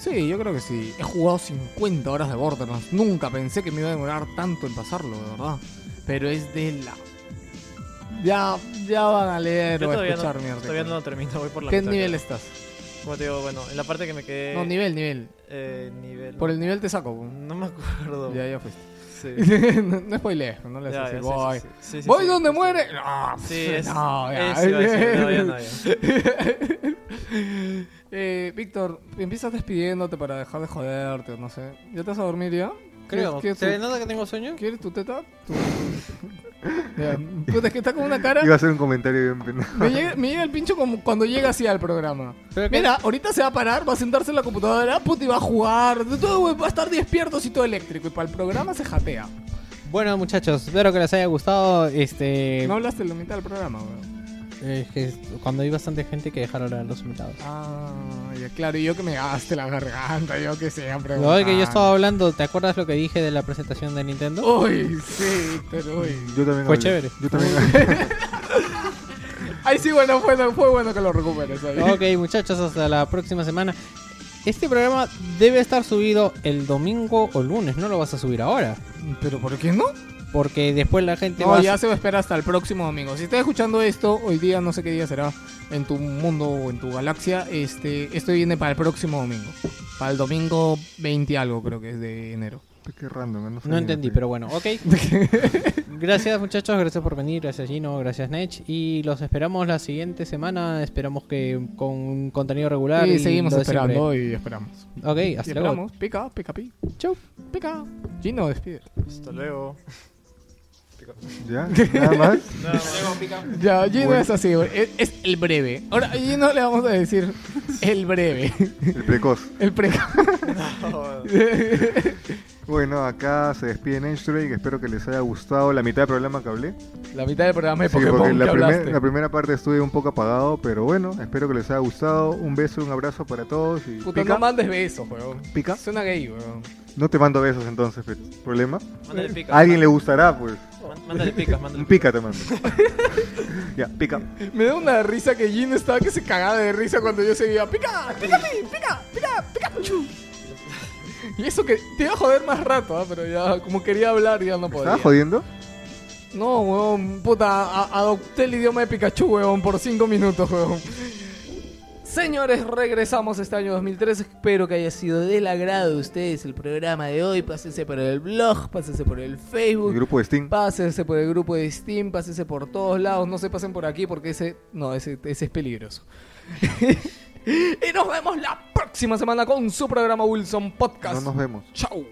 Sí, yo creo que sí. He jugado 50 horas de Borderlands. Nunca pensé que me iba a demorar tanto en pasarlo, de verdad. Pero es de la... Ya, ya van a leer Yo o a todavía, escuchar no, mi artículo. todavía no lo termino, voy por la ¿Qué mitad, nivel creo. estás? Como te digo, bueno, en la parte que me quedé. No, nivel, nivel. eh, nivel. Por el nivel te saco. No me acuerdo. Ya, [laughs] ya fuiste. Sí. no, no spoilees, no le Ya, haces ya, así, voy. sí, sí, sí, sí, sí, voy sí, donde sí. muere. No, [laughs] Sí, es. no, ya. eso iba a decir, no, ya, no, ya. [laughs] Eh, Víctor, empiezas despidiéndote para dejar de joderte, o no sé. ¿Ya te vas a dormir ya? Creo. ¿Quieres, ¿Se quieres, nota que tengo sueño? tu, ¿quieres tu teta? Tu... Ya, Puta, es que está con una cara. Iba a hacer un comentario bien pendejo. Me llega, me llega el pincho como cuando llega así al programa. Pero que- Mira, ahorita se va a parar, va a sentarse en la computadora, puta, y va a jugar. de Todo, güey, va a estar despierto y todo eléctrico. Y para el programa se jatea. Bueno, muchachos, espero que les haya gustado. Este. No hablaste en la mitad del programa, weón. eh, que cuando hay bastante gente que dejar hablar a los invitados. Ah, ya claro, y yo que me gaste la garganta, yo que sé, ah. Lo de que yo estaba hablando, ¿te acuerdas lo que dije de la presentación de Nintendo? Uy, sí, pero uy. Yo también Fue hablé. chévere. Yo también [laughs] Ay, sí, bueno, fue, fue bueno que lo recuperes ahí. Ok, muchachos, hasta la próxima semana. Este programa debe estar subido el domingo o lunes, no lo vas a subir ahora. Pero ¿por qué no? Porque después la gente va No, a- ya se va a esperar hasta el próximo domingo. Si estás escuchando esto, hoy día no sé qué día será en tu mundo o en tu galaxia, este, esto viene para el próximo domingo. Para el domingo 20 algo creo que es de enero. Qué random, no, sé No ni entendí, lo que- pero bueno, [laughs] ok. gracias muchachos, gracias por venir, gracias Gino, gracias Nech. Y los esperamos la siguiente semana, esperamos que con contenido regular. Y seguimos lo de esperando y esperamos. siempre. Ok, Y hasta luego. esperamos. Pica, pica, pi. Chau, pica. Gino, despide. Hasta luego. ¿Ya? ¿Nada más? [laughs] [laughs] Ya, Gino Bueno. es así, güey. es, es el breve. Ahora, a Gino le vamos a decir [laughs] el breve. El precoz. El [laughs] pre. [laughs] Bueno, acá se despide Nenshrake. Espero que les haya gustado la mitad del programa que hablé. La mitad del programa de Sí, Pokémon porque la, que primer- hablaste. la primera parte estuve un poco apagado, pero bueno, espero que les haya gustado. Un beso, un abrazo para todos. Y Puta, pica, no mandes besos, weón. ¿Pica? Suena gay, weón. No te mando besos entonces, pe- problema. Mándale picas. A alguien le gustará, pues. Man- Mándale picas, mándale Un pica te [laughs] mando. ya, pica. Me da una risa que Gino estaba que se cagaba de risa cuando yo seguía. ¡Pica! ¡Pica, pica! ¡Pica! ¡Pikachu! Y eso que te iba a joder más rato, ah, pero ya como quería hablar ya no podía. ¿Estabas jodiendo? No, weón, puta, a- adopté el idioma de Pikachu, weón, por cinco minutos, weón. Señores, regresamos este año 2013. Espero que haya sido del agrado de ustedes el programa de hoy. Pásense por el blog, pásense por el El Facebook, grupo de Steam. pásense por el grupo de Steam, pásense por todos lados. No se pasen por aquí porque ese, no, ese, ese es peligroso. [laughs] y nos vemos la próxima semana con su programa Wilson Podcast. No nos vemos. Chau.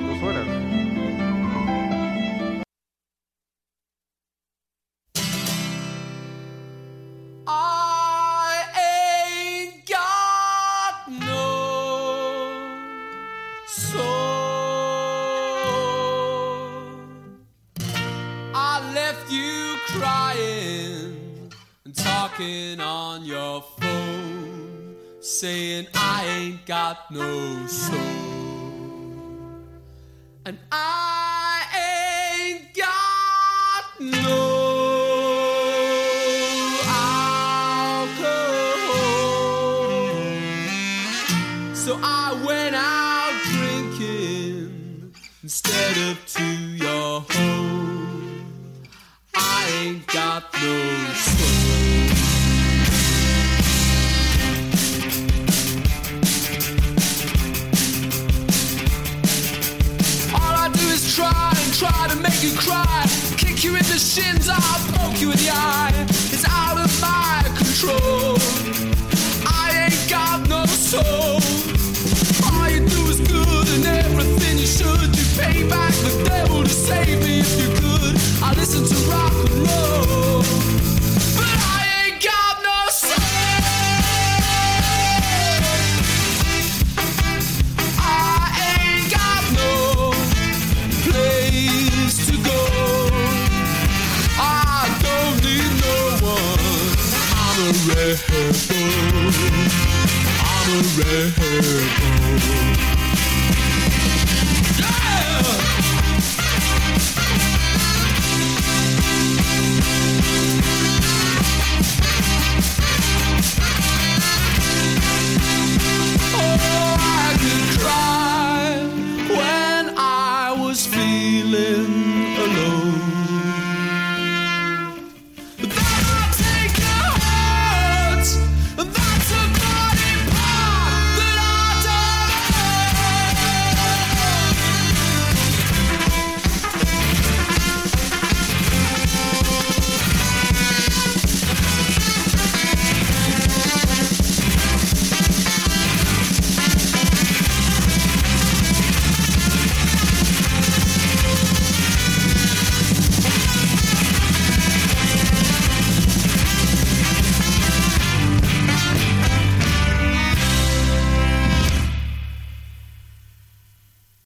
Dos horas. I ain't got no soul. I left you crying and talking on your phone, saying I ain't got no soul. And I ain't got no alcohol. So I went out drinking instead of to your home. I ain't got no soul. All I do is try and try to make you cry. Kick you in the shins, I'll poke you in the eye. It's out of my control. I ain't got no soul. All you do is good and everything you should. You pay back the devil to save me if you could. I listen to rock and roll. But I ain't got no soul. I ain't got no place to go. I don't need no one. I'm a rebel. I'm a rebel. Yeah.